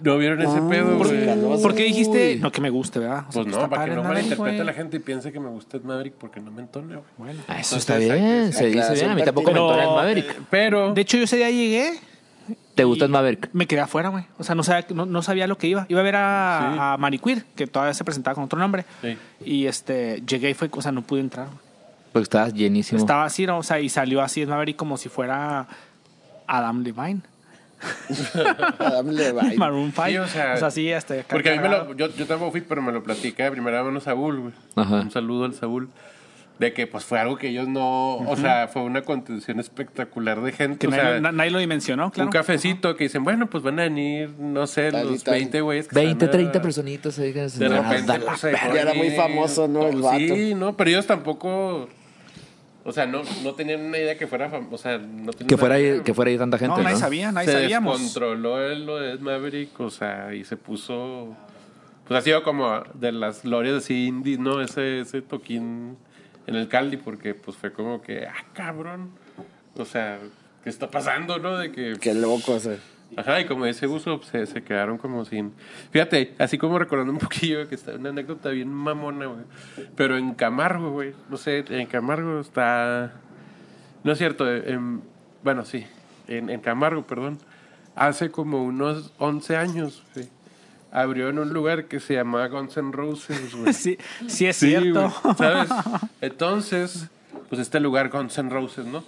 Speaker 4: ¿No vieron ese pedo,
Speaker 2: ¿Por,
Speaker 4: güey?
Speaker 3: Uy.
Speaker 2: por qué dijiste? No, que me guste, ¿verdad? O sea,
Speaker 4: Pues
Speaker 2: está
Speaker 4: no, para que
Speaker 2: padre
Speaker 4: no
Speaker 2: andar ahí,
Speaker 4: malinterprete
Speaker 2: güey.
Speaker 4: la gente y piense que me gusta Ed Maverick porque no me entone, güey.
Speaker 2: Bueno.
Speaker 1: Ah, eso
Speaker 4: Entonces,
Speaker 1: está
Speaker 4: hay que
Speaker 1: bien,
Speaker 4: decir,
Speaker 1: se dice
Speaker 3: aclaración
Speaker 1: bien. A mí tampoco me entona
Speaker 2: pertinente.
Speaker 1: el
Speaker 2: Pero-
Speaker 1: Maverick.
Speaker 4: Pero,
Speaker 2: De hecho, yo ese día llegué,
Speaker 1: ¿Te gusta el Maverick?
Speaker 2: me quedé afuera, güey. O sea, no sabía, no, no sabía lo que iba. Iba a ver a,
Speaker 4: Sí.
Speaker 2: a Mariquir, que todavía se presentaba con otro nombre.
Speaker 4: Sí.
Speaker 2: Y este, llegué y fue, o sea, no pude entrar. güey.
Speaker 1: Porque estabas llenísimo.
Speaker 2: Estaba así, ¿no? o sea, y salió así es Maverick como si fuera Adam Levine.
Speaker 3: Adam
Speaker 2: (laughs)
Speaker 3: Levine.
Speaker 2: Maroon 5.
Speaker 4: Sí,
Speaker 2: o
Speaker 4: o sea,
Speaker 2: sea, sí, este, hasta acá
Speaker 4: Porque a mí me
Speaker 2: cargado.
Speaker 4: lo, yo, yo tampoco fui, pero me lo platica de primera mano Saúl, güey.
Speaker 1: Ajá.
Speaker 4: Un saludo al Saúl. De que pues fue algo que ellos no, o sea, fue una contención espectacular de gente.
Speaker 2: Que
Speaker 4: o
Speaker 2: nadie,
Speaker 4: sea,
Speaker 2: na- nadie lo dimensionó, claro.
Speaker 4: un cafecito que dicen, bueno, pues van a venir, no sé,
Speaker 3: Tal y
Speaker 4: los
Speaker 3: tal.
Speaker 4: 20 güeyes. que
Speaker 1: 20,
Speaker 4: están a-
Speaker 1: 30 personitas. ahí que se
Speaker 4: De
Speaker 1: van a
Speaker 4: repente,
Speaker 1: dar Ah, la
Speaker 4: pues, se
Speaker 1: verga.
Speaker 4: dejó
Speaker 3: Ya era muy
Speaker 4: ir.
Speaker 3: famoso, ¿no? El
Speaker 4: Sí, no, pero ellos tampoco. O sea, no, no tenían una idea que fuera fam- O sea, no tenían
Speaker 1: Que fuera,
Speaker 4: una
Speaker 1: ahí,
Speaker 4: idea.
Speaker 1: que fuera ahí tanta gente.
Speaker 2: No,
Speaker 1: No,
Speaker 2: nadie sabía, nadie
Speaker 4: se
Speaker 2: sabíamos.
Speaker 4: descontroló el- lo de Ed Maverick, o sea, y se puso. Pues ha sido como de las glorias así indie, ¿no? Ese, ese toquín en el Cali, porque pues fue como que, ah, cabrón. O sea, ¿qué está pasando, no? De que.
Speaker 3: Qué loco, o sea.
Speaker 4: Ajá, y como dice Uso, pues, se, se quedaron como sin. Fíjate, así como recordando un poquillo que está una anécdota bien mamona, güey. Pero en Camargo, güey. No sé, en Camargo está. No es cierto, en- bueno, sí. En, en Camargo, perdón. Hace como unos 11 años, güey. Abrió en un lugar que se llamaba Guns N' Roses, güey.
Speaker 2: (laughs) Sí, sí es
Speaker 4: Sí,
Speaker 2: cierto.
Speaker 4: güey,
Speaker 1: (laughs)
Speaker 4: ¿Sabes? Entonces, pues este lugar Guns N' Roses, ¿no?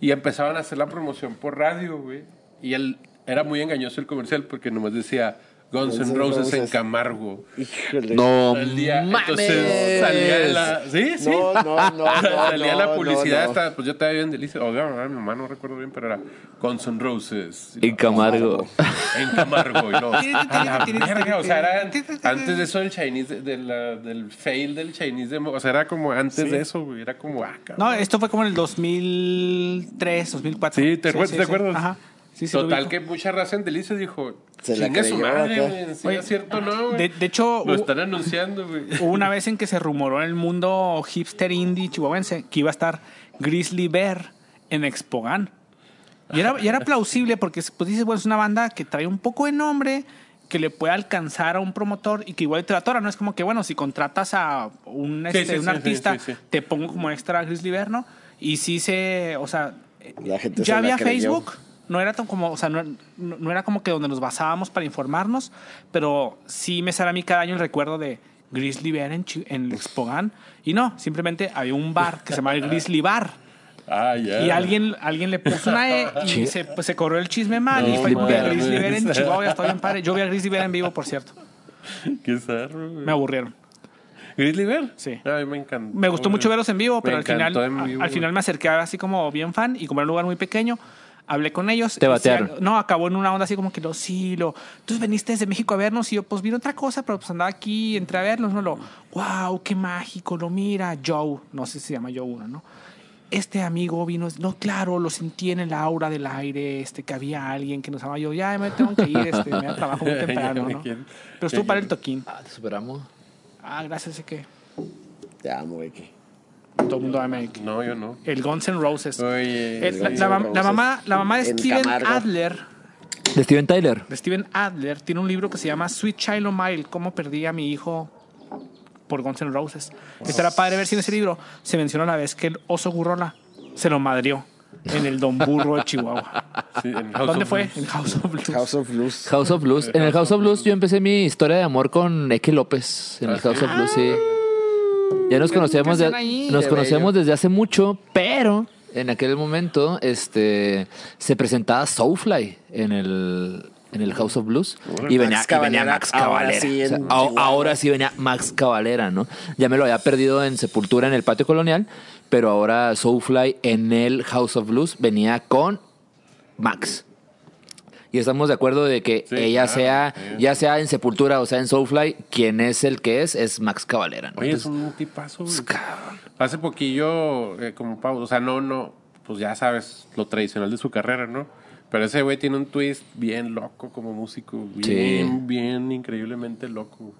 Speaker 4: Y empezaban a hacer la promoción por radio, güey. Y él era muy engañoso el comercial porque nomás decía Guns N' Roses, en Camargo.
Speaker 3: Híjole.
Speaker 1: no
Speaker 4: Todo el día.
Speaker 1: mames.
Speaker 4: Entonces salía de la. Sí, sí.
Speaker 3: No, no, no, no,
Speaker 4: (laughs) salía
Speaker 3: no,
Speaker 4: la
Speaker 3: no,
Speaker 4: publicidad,
Speaker 3: no.
Speaker 4: hasta- pues yo estaba bien delicia. O mi mamá no recuerdo bien, pero era Guns N' Roses.
Speaker 1: En Camargo.
Speaker 4: (laughs) En Camargo, y luego, a la verga, o sea, era antes de eso el Chinese, de- de la- del fail del Chinese, demo, o sea, era como antes de eso, güey, era como, ah, cabrón.
Speaker 2: (laughs) No, esto fue como en el 2003, 2004.
Speaker 4: Sí, ¿te acuerdas- te acuerdas?
Speaker 2: Ajá. Sí, sí, lo
Speaker 4: Total
Speaker 2: ubico.
Speaker 4: que mucha raza en Delicia dijo,
Speaker 3: Se la
Speaker 4: chingue su
Speaker 3: creyó
Speaker 4: madre,
Speaker 3: acá.
Speaker 4: güey, si
Speaker 2: Oye,
Speaker 4: es cierto, no, güey.
Speaker 2: de- de hecho,
Speaker 4: Lo
Speaker 2: hubo-
Speaker 4: están anunciando, güey.
Speaker 2: (laughs) Hubo una vez en que se rumoró en el mundo hipster indie chihuahuense que iba a estar Grizzly Bear en Expogan. Y era, y era plausible porque pues, dices, bueno, es una banda que trae un poco de nombre, que le puede alcanzar a un promotor y que igual te la atora, ¿no? Es como que, bueno, si contratas a un,
Speaker 4: Sí,
Speaker 2: este,
Speaker 4: sí,
Speaker 2: un
Speaker 4: sí, sí,
Speaker 2: artista,
Speaker 4: sí, sí.
Speaker 2: te pongo como extra a Grizzly Bear, ¿no? Y sí se, o sea,
Speaker 3: La gente se
Speaker 2: ya
Speaker 3: la
Speaker 2: había
Speaker 3: creyó.
Speaker 2: Facebook, no era tan como, o sea, no, no- no era como que donde nos basábamos para informarnos, pero sí me sale a mí cada año el recuerdo de Grizzly Bear en, Chi- en Expogan. Y no, simplemente había un bar que se llamaba el Grizzly Bar.
Speaker 4: Ah, ya.
Speaker 2: Y alguien, alguien le puso una E y
Speaker 1: Chi-
Speaker 2: se, pues, se corrió el chisme mal. y
Speaker 1: No
Speaker 2: fue como que
Speaker 1: mames.
Speaker 2: Grizzly Bear en Chihuahua ya está bien padre. Yo vi a Grizzly Bear en vivo, por cierto.
Speaker 4: Qué zarro, güey.
Speaker 2: Me aburrieron.
Speaker 4: ¿Grizzly Bear?
Speaker 2: Sí.
Speaker 4: A mí me encantó.
Speaker 2: Me gustó mucho
Speaker 4: güey.
Speaker 2: verlos en vivo,
Speaker 4: Me
Speaker 2: pero al final,
Speaker 4: encantó en vivo,
Speaker 2: a- al
Speaker 4: güey.
Speaker 2: final me acerqué así como bien fan y como era un lugar muy pequeño. Hablé con ellos.
Speaker 1: Te
Speaker 2: y
Speaker 1: batearon.
Speaker 2: se- no, acabó en una onda así como que lo, sí, lo. Tú veniste desde México a vernos y yo, pues vino otra cosa, pero pues andaba aquí, entré a verlos, ¿no? Lo, wow, qué mágico, lo mira, Joe, no sé si se llama Joe uno, ¿no? Este amigo vino, no, claro, lo sentí en el aura del aire, este, que había alguien que nos amaba. Yo, ya me tengo que ir, este, me da trabajo muy
Speaker 4: (laughs) Ya
Speaker 2: temprano,
Speaker 4: me
Speaker 2: ¿no?
Speaker 4: quiero-
Speaker 2: Pero estuvo
Speaker 4: ya
Speaker 2: para el
Speaker 4: quiero.
Speaker 2: toquín.
Speaker 1: Ah, te superamos.
Speaker 2: Ah, gracias, sé que
Speaker 3: Te amo, Becky.
Speaker 2: todo el mundo ama a
Speaker 4: No, yo no.
Speaker 2: El Guns N' Roses.
Speaker 4: Oye.
Speaker 2: Eh, em- la,
Speaker 3: Guns
Speaker 2: la
Speaker 3: N'
Speaker 2: mam- la
Speaker 3: Roses.
Speaker 2: mamá, la mamá de
Speaker 3: En
Speaker 2: Steven
Speaker 3: Camargo.
Speaker 2: Adler,
Speaker 1: De Steven Tyler.
Speaker 2: de Steven Adler, tiene un libro que se llama Sweet Child O' Mile, cómo perdí a mi hijo por Guns N' Roses. Estará padre ver si en ese libro se menciona la vez que el oso gurrola se lo madrió en el Don Burro de Chihuahua.
Speaker 4: Sí, en
Speaker 2: (laughs)
Speaker 4: House
Speaker 2: ¿Dónde
Speaker 4: of
Speaker 2: fue?
Speaker 4: Blues.
Speaker 2: En House of Blues.
Speaker 3: House of Blues. Eh,
Speaker 1: House of Blues. En el House of Blues yo empecé mi historia de amor con Eke López.
Speaker 3: Ah,
Speaker 1: En el House of Blues, sí. Ya nos conocíamos,
Speaker 2: nunca
Speaker 1: de-
Speaker 2: están ahí.
Speaker 1: nos
Speaker 3: Qué
Speaker 1: conocíamos desde hace mucho, pero en aquel momento este, se presentaba Soulfly en el, en el House of Blues. Y venía, y
Speaker 3: Max
Speaker 1: venía
Speaker 3: Cavalera,
Speaker 1: Max
Speaker 3: ahora
Speaker 1: Cavalera.
Speaker 3: sí en
Speaker 1: O sea, a-
Speaker 3: Chihuahua.
Speaker 1: ahora sí venía Max Cavalera, ¿no? Ya me lo había perdido en Sepultura en el Patio Colonial, pero ahora Soulfly en el House of Blues venía con Max. Y estamos de acuerdo de que
Speaker 4: Sí,
Speaker 1: ella
Speaker 4: claro,
Speaker 1: sea,
Speaker 4: sí.
Speaker 1: ya sea en Sepultura o sea en Soulfly, quien es el que es, es Max Cavalera. ¿no?
Speaker 4: Oye, es
Speaker 1: Entonces, pues,
Speaker 4: un tipazo, güey.
Speaker 1: cabrón.
Speaker 4: Hace poquillo, eh, como Pau, o sea, no, no, pues ya sabes lo tradicional de su carrera, ¿no? Pero ese güey tiene un twist bien loco como músico, bien,
Speaker 1: Sí.
Speaker 4: bien increíblemente loco.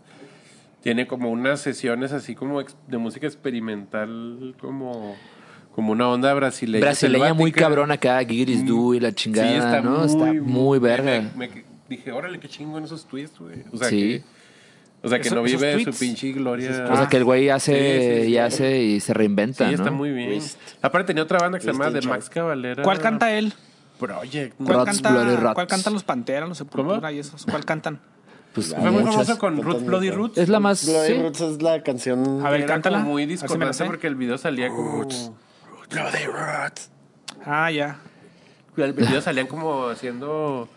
Speaker 4: Tiene como unas sesiones así como ex- de música experimental, como, como una onda brasileña.
Speaker 1: brasileña muy
Speaker 4: selvática. Mm.
Speaker 1: cabrón acá, Giris Du y la chingada,
Speaker 4: Sí, está
Speaker 1: ¿no?
Speaker 4: muy,
Speaker 1: está muy, verga.
Speaker 4: Me, me- dije, órale, qué chingo en esos twists, güey. O sea,
Speaker 1: Sí.
Speaker 4: que, o sea, que
Speaker 2: Eso-
Speaker 4: no
Speaker 2: esos
Speaker 4: vive de su
Speaker 2: tweets.
Speaker 4: pinche gloria.
Speaker 1: o sea que el güey hace
Speaker 4: Sí, sí, sí.
Speaker 1: y hace y se
Speaker 4: Sí,
Speaker 1: reinventa, ¿no?
Speaker 4: está muy bien. Aparte tenía otra banda que se
Speaker 3: Twist
Speaker 4: llamaba
Speaker 3: and
Speaker 4: The Max Cavalera.
Speaker 2: ¿Cuál canta él?
Speaker 4: Project.
Speaker 2: ¿Cuál
Speaker 1: Rats,
Speaker 2: canta,
Speaker 1: Bloody Rats.
Speaker 2: ¿Cuál cantan los Panteras, los Sepultura
Speaker 4: ¿Cómo?
Speaker 2: y esos? ¿Cuál cantan?
Speaker 1: Pues
Speaker 4: Fue muy
Speaker 1: muchas.
Speaker 4: famoso con Roots, Bloody Roots.
Speaker 1: Es la más
Speaker 3: Bloody
Speaker 1: sí.
Speaker 3: Roots es la canción.
Speaker 2: A ver,
Speaker 4: Era
Speaker 2: cántala.
Speaker 4: como muy
Speaker 2: Así me la sé.
Speaker 4: discordante porque el video salía
Speaker 1: Oh,
Speaker 4: como... Bloody Roots.
Speaker 2: Ah, ya.
Speaker 4: El video salían como haciendo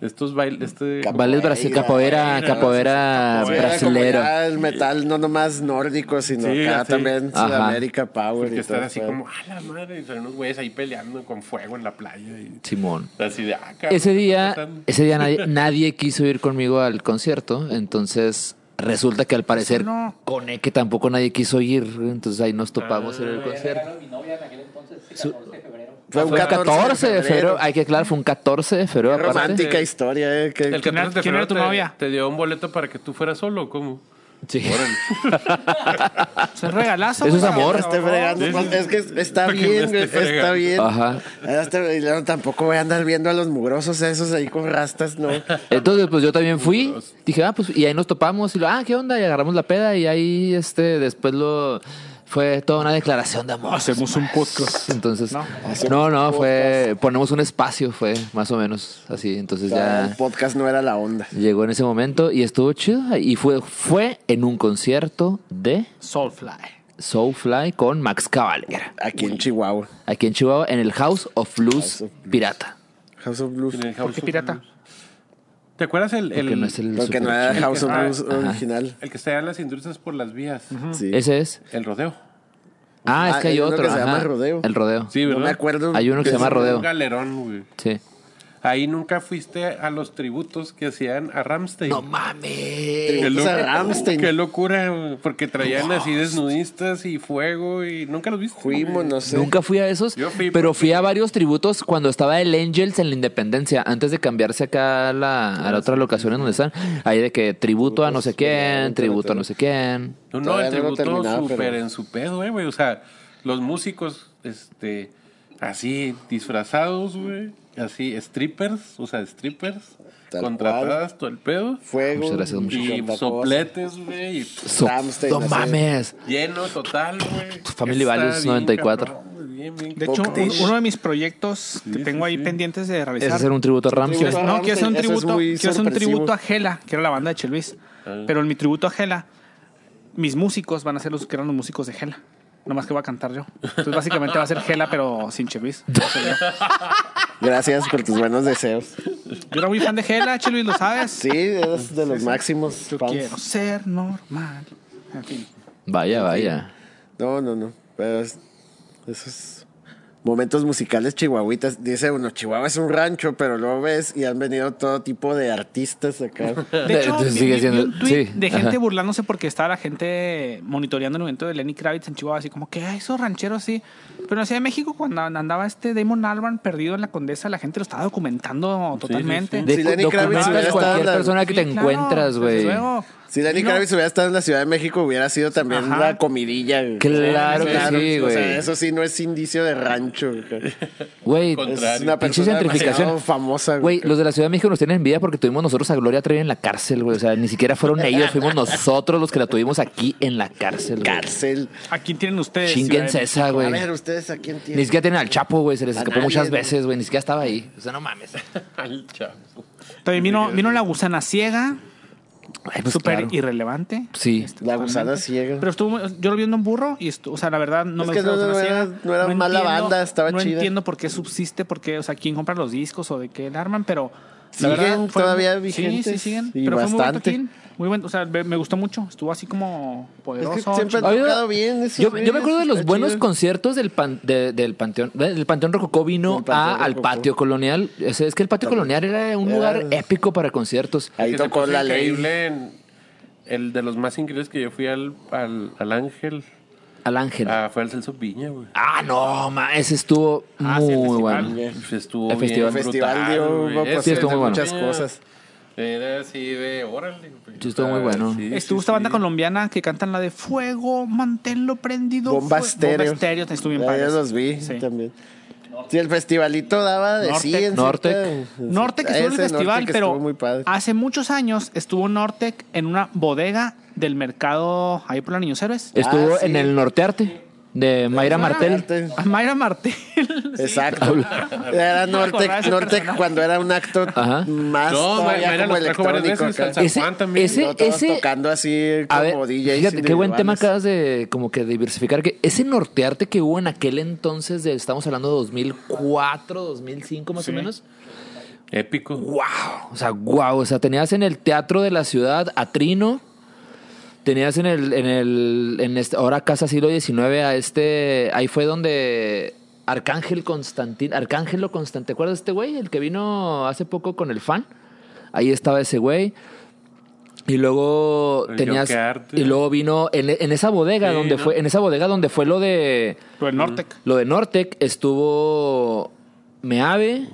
Speaker 4: estos bailes... Este,
Speaker 3: Capa-
Speaker 1: Vales Brasil, capoeira, capoera
Speaker 3: Era como
Speaker 1: Ah, brasilero.
Speaker 3: ya el metal no nomás nórdico, sino
Speaker 4: Sí,
Speaker 3: acá
Speaker 4: así.
Speaker 3: también
Speaker 1: Ajá.
Speaker 3: Sudamérica Power.
Speaker 4: que
Speaker 3: Y
Speaker 4: estar
Speaker 3: todo
Speaker 4: así
Speaker 3: eso.
Speaker 4: como, a la madre, y salen unos güeyes ahí peleando con fuego en la playa. Y,
Speaker 1: Simón.
Speaker 4: así de, ah, cabrón,
Speaker 1: Ese día,
Speaker 4: están-
Speaker 1: ese día
Speaker 3: (laughs)
Speaker 1: nadie, nadie quiso ir conmigo al concierto, entonces resulta que al parecer E,
Speaker 2: No.
Speaker 3: Ah,
Speaker 1: con que tampoco nadie quiso ir, entonces ahí nos topamos en el concierto. Su-
Speaker 3: Fue un 14, de febrero.
Speaker 1: Hay que aclarar, fue un 14 de febrero.
Speaker 3: Qué
Speaker 1: aparte.
Speaker 3: romántica historia, ¿eh? Qué-
Speaker 4: El
Speaker 2: ¿Quién era-
Speaker 4: 14 de
Speaker 2: quién era tu
Speaker 4: febrero te-
Speaker 2: novia?
Speaker 4: Te dio un boleto para que tú fueras solo, ¿o ¿cómo?
Speaker 1: Sí.
Speaker 2: Es un regalazo.
Speaker 1: Eso es
Speaker 2: güey.
Speaker 1: amor.
Speaker 3: Esté fregando.
Speaker 4: Sí, sí.
Speaker 3: Es que está
Speaker 4: Para que me
Speaker 3: bien,
Speaker 4: esté
Speaker 3: güey, está
Speaker 4: fregando.
Speaker 1: (laughs)
Speaker 3: bien.
Speaker 1: Ajá.
Speaker 3: Este- y luego tampoco voy a andar viendo a los mugrosos esos ahí con rastas,
Speaker 4: (laughs)
Speaker 3: no.
Speaker 1: Entonces, pues yo también fui. Dije, ah, pues, y ahí nos topamos. Y lo, ah, ¿qué onda? Y agarramos la peda. Y ahí, este, después lo. Fue toda una declaración de amor.
Speaker 2: Hacemos un podcast.
Speaker 1: Entonces,
Speaker 2: No.
Speaker 1: no, no, fue. Ponemos un espacio, fue más o menos así. Entonces
Speaker 3: El
Speaker 1: ya
Speaker 3: podcast no era la onda.
Speaker 1: llegó en ese momento y estuvo chido. Y fue, fue en un concierto de
Speaker 2: Soulfly.
Speaker 1: Soulfly con Max Cavalera
Speaker 3: Aquí en Chihuahua.
Speaker 1: aquí en Chihuahua, en el House of Blues
Speaker 3: House of
Speaker 1: Pirata.
Speaker 3: House of Blues.
Speaker 4: En el House
Speaker 2: qué
Speaker 4: of
Speaker 2: pirata?
Speaker 4: Blues. ¿Te acuerdas el,
Speaker 1: Porque
Speaker 4: el,
Speaker 1: no es el
Speaker 3: Porque
Speaker 1: super
Speaker 3: no era
Speaker 1: chido.
Speaker 3: House of
Speaker 4: Ah,
Speaker 3: Blues original.
Speaker 4: el que está en las industrias por las vías?
Speaker 3: Sí.
Speaker 1: Ese es.
Speaker 4: El rodeo.
Speaker 1: Ah, es
Speaker 3: Ah,
Speaker 1: que hay,
Speaker 3: hay uno
Speaker 1: otro.
Speaker 3: que se llama
Speaker 1: ajá.
Speaker 3: Rodeo.
Speaker 1: El rodeo.
Speaker 4: Sí,
Speaker 3: No
Speaker 4: ¿verdad?
Speaker 3: me acuerdo.
Speaker 1: Hay uno que se llama
Speaker 4: Es
Speaker 1: Rodeo.
Speaker 4: Un galerón, güey.
Speaker 1: Sí.
Speaker 4: Ahí nunca fuiste a los tributos que hacían a Ramstein.
Speaker 1: No mames.
Speaker 4: Qué,
Speaker 3: Tributos
Speaker 4: loc-
Speaker 3: a Rammstein.
Speaker 4: qué locura, güey, porque traían así desnudistas y fuego y nunca los viste.
Speaker 3: Fuimos, no sé.
Speaker 1: Nunca fui a esos,
Speaker 4: Yo fui
Speaker 1: pero
Speaker 4: porque-
Speaker 1: fui a varios tributos cuando estaba el Angels en la Independencia, antes de cambiarse acá a la, a la otra locación en donde están. Ahí de que tributo a no sé quién, tributo a no sé quién.
Speaker 4: No, no,
Speaker 3: Todavía
Speaker 4: el
Speaker 3: no lo
Speaker 4: tributo
Speaker 3: terminaba,
Speaker 4: súper
Speaker 3: pero-
Speaker 4: en su pedo, eh, güey. O sea, los músicos, este, así, disfrazados, güey. Así, strippers, o sea, strippers.
Speaker 3: Tal
Speaker 4: contratadas, todo el pedo.
Speaker 3: Fuego.
Speaker 1: Muchas gracias, muchas
Speaker 4: Y sopletes, güey. y
Speaker 1: So-
Speaker 3: Rammstein,
Speaker 1: no
Speaker 3: así.
Speaker 1: mames.
Speaker 4: Lleno, total, güey.
Speaker 1: Family
Speaker 4: Está
Speaker 1: Values
Speaker 4: bien,
Speaker 1: 94.
Speaker 4: cabrón, güey, bien, bien.
Speaker 2: De hecho,
Speaker 3: Boctish.
Speaker 2: un- uno de mis proyectos que
Speaker 4: sí,
Speaker 2: tengo ahí
Speaker 4: sí.
Speaker 2: pendientes de
Speaker 1: Es
Speaker 2: realizar.
Speaker 1: hacer un tributo a Ramsey.
Speaker 3: tributo.
Speaker 2: Quiero- no, quiero hacer un
Speaker 3: Eso es
Speaker 2: tributo,
Speaker 3: muy
Speaker 2: quiero hacer un
Speaker 3: sorpresivo.
Speaker 2: tributo a Gela, que era la banda de Chelvis.
Speaker 4: Ah.
Speaker 2: Pero en mi tributo a Gela, mis músicos van a ser los que eran los músicos de Gela. Nomás que voy a cantar yo. Entonces básicamente va a ser Gela, pero sin Chelvis.
Speaker 3: Gracias por tus buenos deseos.
Speaker 2: Yo era muy fan de Gela, Chelvis, lo sabes.
Speaker 3: Sí, es de los máximos.
Speaker 2: Yo
Speaker 3: fans.
Speaker 2: quiero ser normal. En fin.
Speaker 1: Vaya, vaya.
Speaker 3: No, no, no. Pero es- esos momentos musicales chihuahuitas. Dice uno, Chihuahua es un rancho, pero lo ves y han venido todo tipo de artistas acá.
Speaker 1: (laughs)
Speaker 2: De hecho,
Speaker 1: Entonces
Speaker 2: vi-
Speaker 1: sigue
Speaker 2: vi- vi
Speaker 1: siendo-
Speaker 2: un tuit
Speaker 1: sí,
Speaker 2: de gente
Speaker 1: ajá.
Speaker 2: burlándose porque estaba la gente monitoreando el evento de Lenny Kravitz en Chihuahua, así como que "Ay, esos rancheros sí. Pero en la Ciudad de México, cuando andaba este Damon Albarn perdido en la condesa, la gente lo estaba documentando totalmente.
Speaker 1: De,
Speaker 3: Si Lenny Kravitz
Speaker 1: documentas
Speaker 3: hubiera estado
Speaker 1: cualquier
Speaker 3: en la-
Speaker 1: persona que
Speaker 2: Sí,
Speaker 1: te
Speaker 2: claro,
Speaker 1: encuentras,
Speaker 2: desde
Speaker 1: güey.
Speaker 2: luego.
Speaker 3: Si Lenny
Speaker 2: Y no,
Speaker 3: Kravitz hubiera estado en la Ciudad de México, hubiera sido también
Speaker 2: Ajá.
Speaker 3: la comidilla. güey.
Speaker 1: Claro que sí,
Speaker 3: O
Speaker 1: güey.
Speaker 3: sea, eso sí no es indicio de rancho. güey.
Speaker 1: Güey,
Speaker 3: Es
Speaker 4: Contrario.
Speaker 3: una
Speaker 1: Pinche
Speaker 3: persona
Speaker 1: gentrificación.
Speaker 3: demasiado famosa.
Speaker 1: Güey, los de la Ciudad de México nos tienen envidia porque tuvimos nosotros a Gloria Trevi en la cárcel, güey. O sea, ni siquiera fueron ellos, fuimos nosotros los que la tuvimos aquí en la cárcel. güey.
Speaker 3: Cárcel.
Speaker 2: ¿A quién tienen ustedes?
Speaker 1: Chinguense esa,
Speaker 2: Ciudad
Speaker 3: A
Speaker 1: güey.
Speaker 3: ver, ¿ustedes a quién
Speaker 1: Ni
Speaker 3: tienen?
Speaker 1: siquiera tienen al Chapo, güey. Se les
Speaker 3: A
Speaker 1: escapó
Speaker 3: nadie,
Speaker 1: muchas
Speaker 3: güey.
Speaker 1: veces, güey. Ni siquiera estaba ahí. O sea, no mames.
Speaker 4: Al chavo.
Speaker 2: de- También vino, vino la gusana ciega,
Speaker 1: Ay, pues,
Speaker 2: súper
Speaker 1: claro.
Speaker 2: irrelevante.
Speaker 1: Sí.
Speaker 2: Este,
Speaker 3: La gusana
Speaker 2: totalmente.
Speaker 3: ciega.
Speaker 2: Pero estuvo, muy- yo lo vi en un burro y estu- o sea, la verdad no
Speaker 3: Es
Speaker 2: me
Speaker 3: que
Speaker 2: gusta
Speaker 3: no-
Speaker 2: la
Speaker 3: no
Speaker 2: zona
Speaker 3: era-
Speaker 2: ciega.
Speaker 3: no era mala banda, estaba
Speaker 2: no
Speaker 3: chida.
Speaker 2: entiendo por qué subsiste, por qué, o sea, quién compra los discos o de qué la arman, pero la
Speaker 3: Siguen
Speaker 2: fue-
Speaker 3: todavía
Speaker 2: Sí, sí
Speaker 3: vigentes
Speaker 2: siguen,
Speaker 3: y
Speaker 2: pero fue muy buen
Speaker 3: bastante.
Speaker 2: toquín, muy buen, o sea, me, me gustó mucho, estuvo así como
Speaker 3: Es
Speaker 2: poderoso.
Speaker 3: que siempre han
Speaker 1: Ha habido-
Speaker 3: tocado bien. esos
Speaker 1: Yo,
Speaker 3: güeyes,
Speaker 1: yo me acuerdo de los
Speaker 3: está
Speaker 1: buenos
Speaker 3: chido.
Speaker 1: conciertos del, pan- de- del Panteón. El Panteón Rococó vino
Speaker 3: Del Panteón
Speaker 1: a- al
Speaker 3: Rococó.
Speaker 1: Patio Colonial. O sea, es que el Patio Colonial era un
Speaker 3: Era-
Speaker 1: lugar épico para conciertos.
Speaker 3: Ahí
Speaker 4: Que se
Speaker 3: tocó
Speaker 2: pues,
Speaker 4: puso
Speaker 3: la ley.
Speaker 4: increíble en- el de los más increíbles que yo fui al, al, al Ángel
Speaker 1: Al Ángel.
Speaker 4: ah, fue al Celso Piña, güey.
Speaker 1: Ah, no, ma, ese estuvo
Speaker 4: Ah, sí, el
Speaker 1: muy
Speaker 4: festival.
Speaker 1: bueno.
Speaker 4: Estuvo
Speaker 1: El festival.
Speaker 4: bien
Speaker 3: El festival
Speaker 4: brutal,
Speaker 3: dio
Speaker 4: güey.
Speaker 3: pues,
Speaker 1: Sí,
Speaker 4: Ese
Speaker 1: estuvo muy bueno.
Speaker 3: muchas
Speaker 4: Piña
Speaker 3: cosas.
Speaker 4: Era así de, órale. güey.
Speaker 1: Sí, estuvo muy
Speaker 4: Ah,
Speaker 1: bueno.
Speaker 4: sí,
Speaker 2: Estuvo
Speaker 4: sí,
Speaker 2: esta banda
Speaker 4: sí.
Speaker 2: colombiana que cantan la de Fuego, manténlo prendido.
Speaker 3: Bomba
Speaker 2: fue-
Speaker 3: estéreo.
Speaker 2: Bomba estéreo, estuvo bien
Speaker 3: Ya
Speaker 2: padre.
Speaker 3: yo los vi
Speaker 2: Sí.
Speaker 3: también. Sí, el festivalito daba de sí
Speaker 2: Nortec.
Speaker 3: en
Speaker 1: Nortec.
Speaker 3: cierta-
Speaker 2: Norte que estuvo en el
Speaker 3: Ese Nortec
Speaker 2: festival,
Speaker 3: que
Speaker 2: pero ah,
Speaker 3: estuvo muy padre.
Speaker 2: hace muchos años estuvo Nortec en una bodega del mercado ahí por la Niños Héroes.
Speaker 1: Estuvo
Speaker 3: Ah, sí.
Speaker 1: en el Nortearte de Mayra Martel.
Speaker 3: Norte.
Speaker 2: A Mayra Martel. sí.
Speaker 3: Exacto. Era Nortec,
Speaker 2: acordaba de ese
Speaker 3: Nortec cuando era un acto
Speaker 1: Ajá.
Speaker 3: más
Speaker 4: No,
Speaker 3: todavía
Speaker 4: Mayra
Speaker 3: como
Speaker 4: los trajo varias
Speaker 3: electrónico.
Speaker 4: veces al
Speaker 3: acá.
Speaker 4: San
Speaker 1: Ese-
Speaker 4: Juan también.
Speaker 1: ese-
Speaker 3: No, todos
Speaker 1: ese-
Speaker 3: tocando así como
Speaker 1: A ver,
Speaker 3: DJs
Speaker 1: fíjate, qué buen tema
Speaker 3: individuales.
Speaker 1: acabas de como que diversificar. Que ese nortearte que hubo en aquel entonces, de, estamos hablando de 2004, 2005 más
Speaker 2: Sí.
Speaker 1: o menos.
Speaker 4: Épico.
Speaker 1: ¡Wow! O sea, wow. O sea, tenías en el teatro de la ciudad a Trino. Tenías en el, en el, en este, ahora Casa Siglo XIX a este, ahí fue donde Arcángel Constantín, Arcángelo Constante, ¿te acuerdas de este güey? El que vino hace poco con el fan. Ahí estaba ese güey. Y luego
Speaker 4: El
Speaker 1: tenías
Speaker 4: Yocarte.
Speaker 1: y luego vino en, en esa bodega
Speaker 4: Sí,
Speaker 1: donde
Speaker 4: ¿no?
Speaker 1: fue en esa bodega donde fue lo de
Speaker 2: Lo del Nortec.
Speaker 1: lo de Nortec estuvo Meave,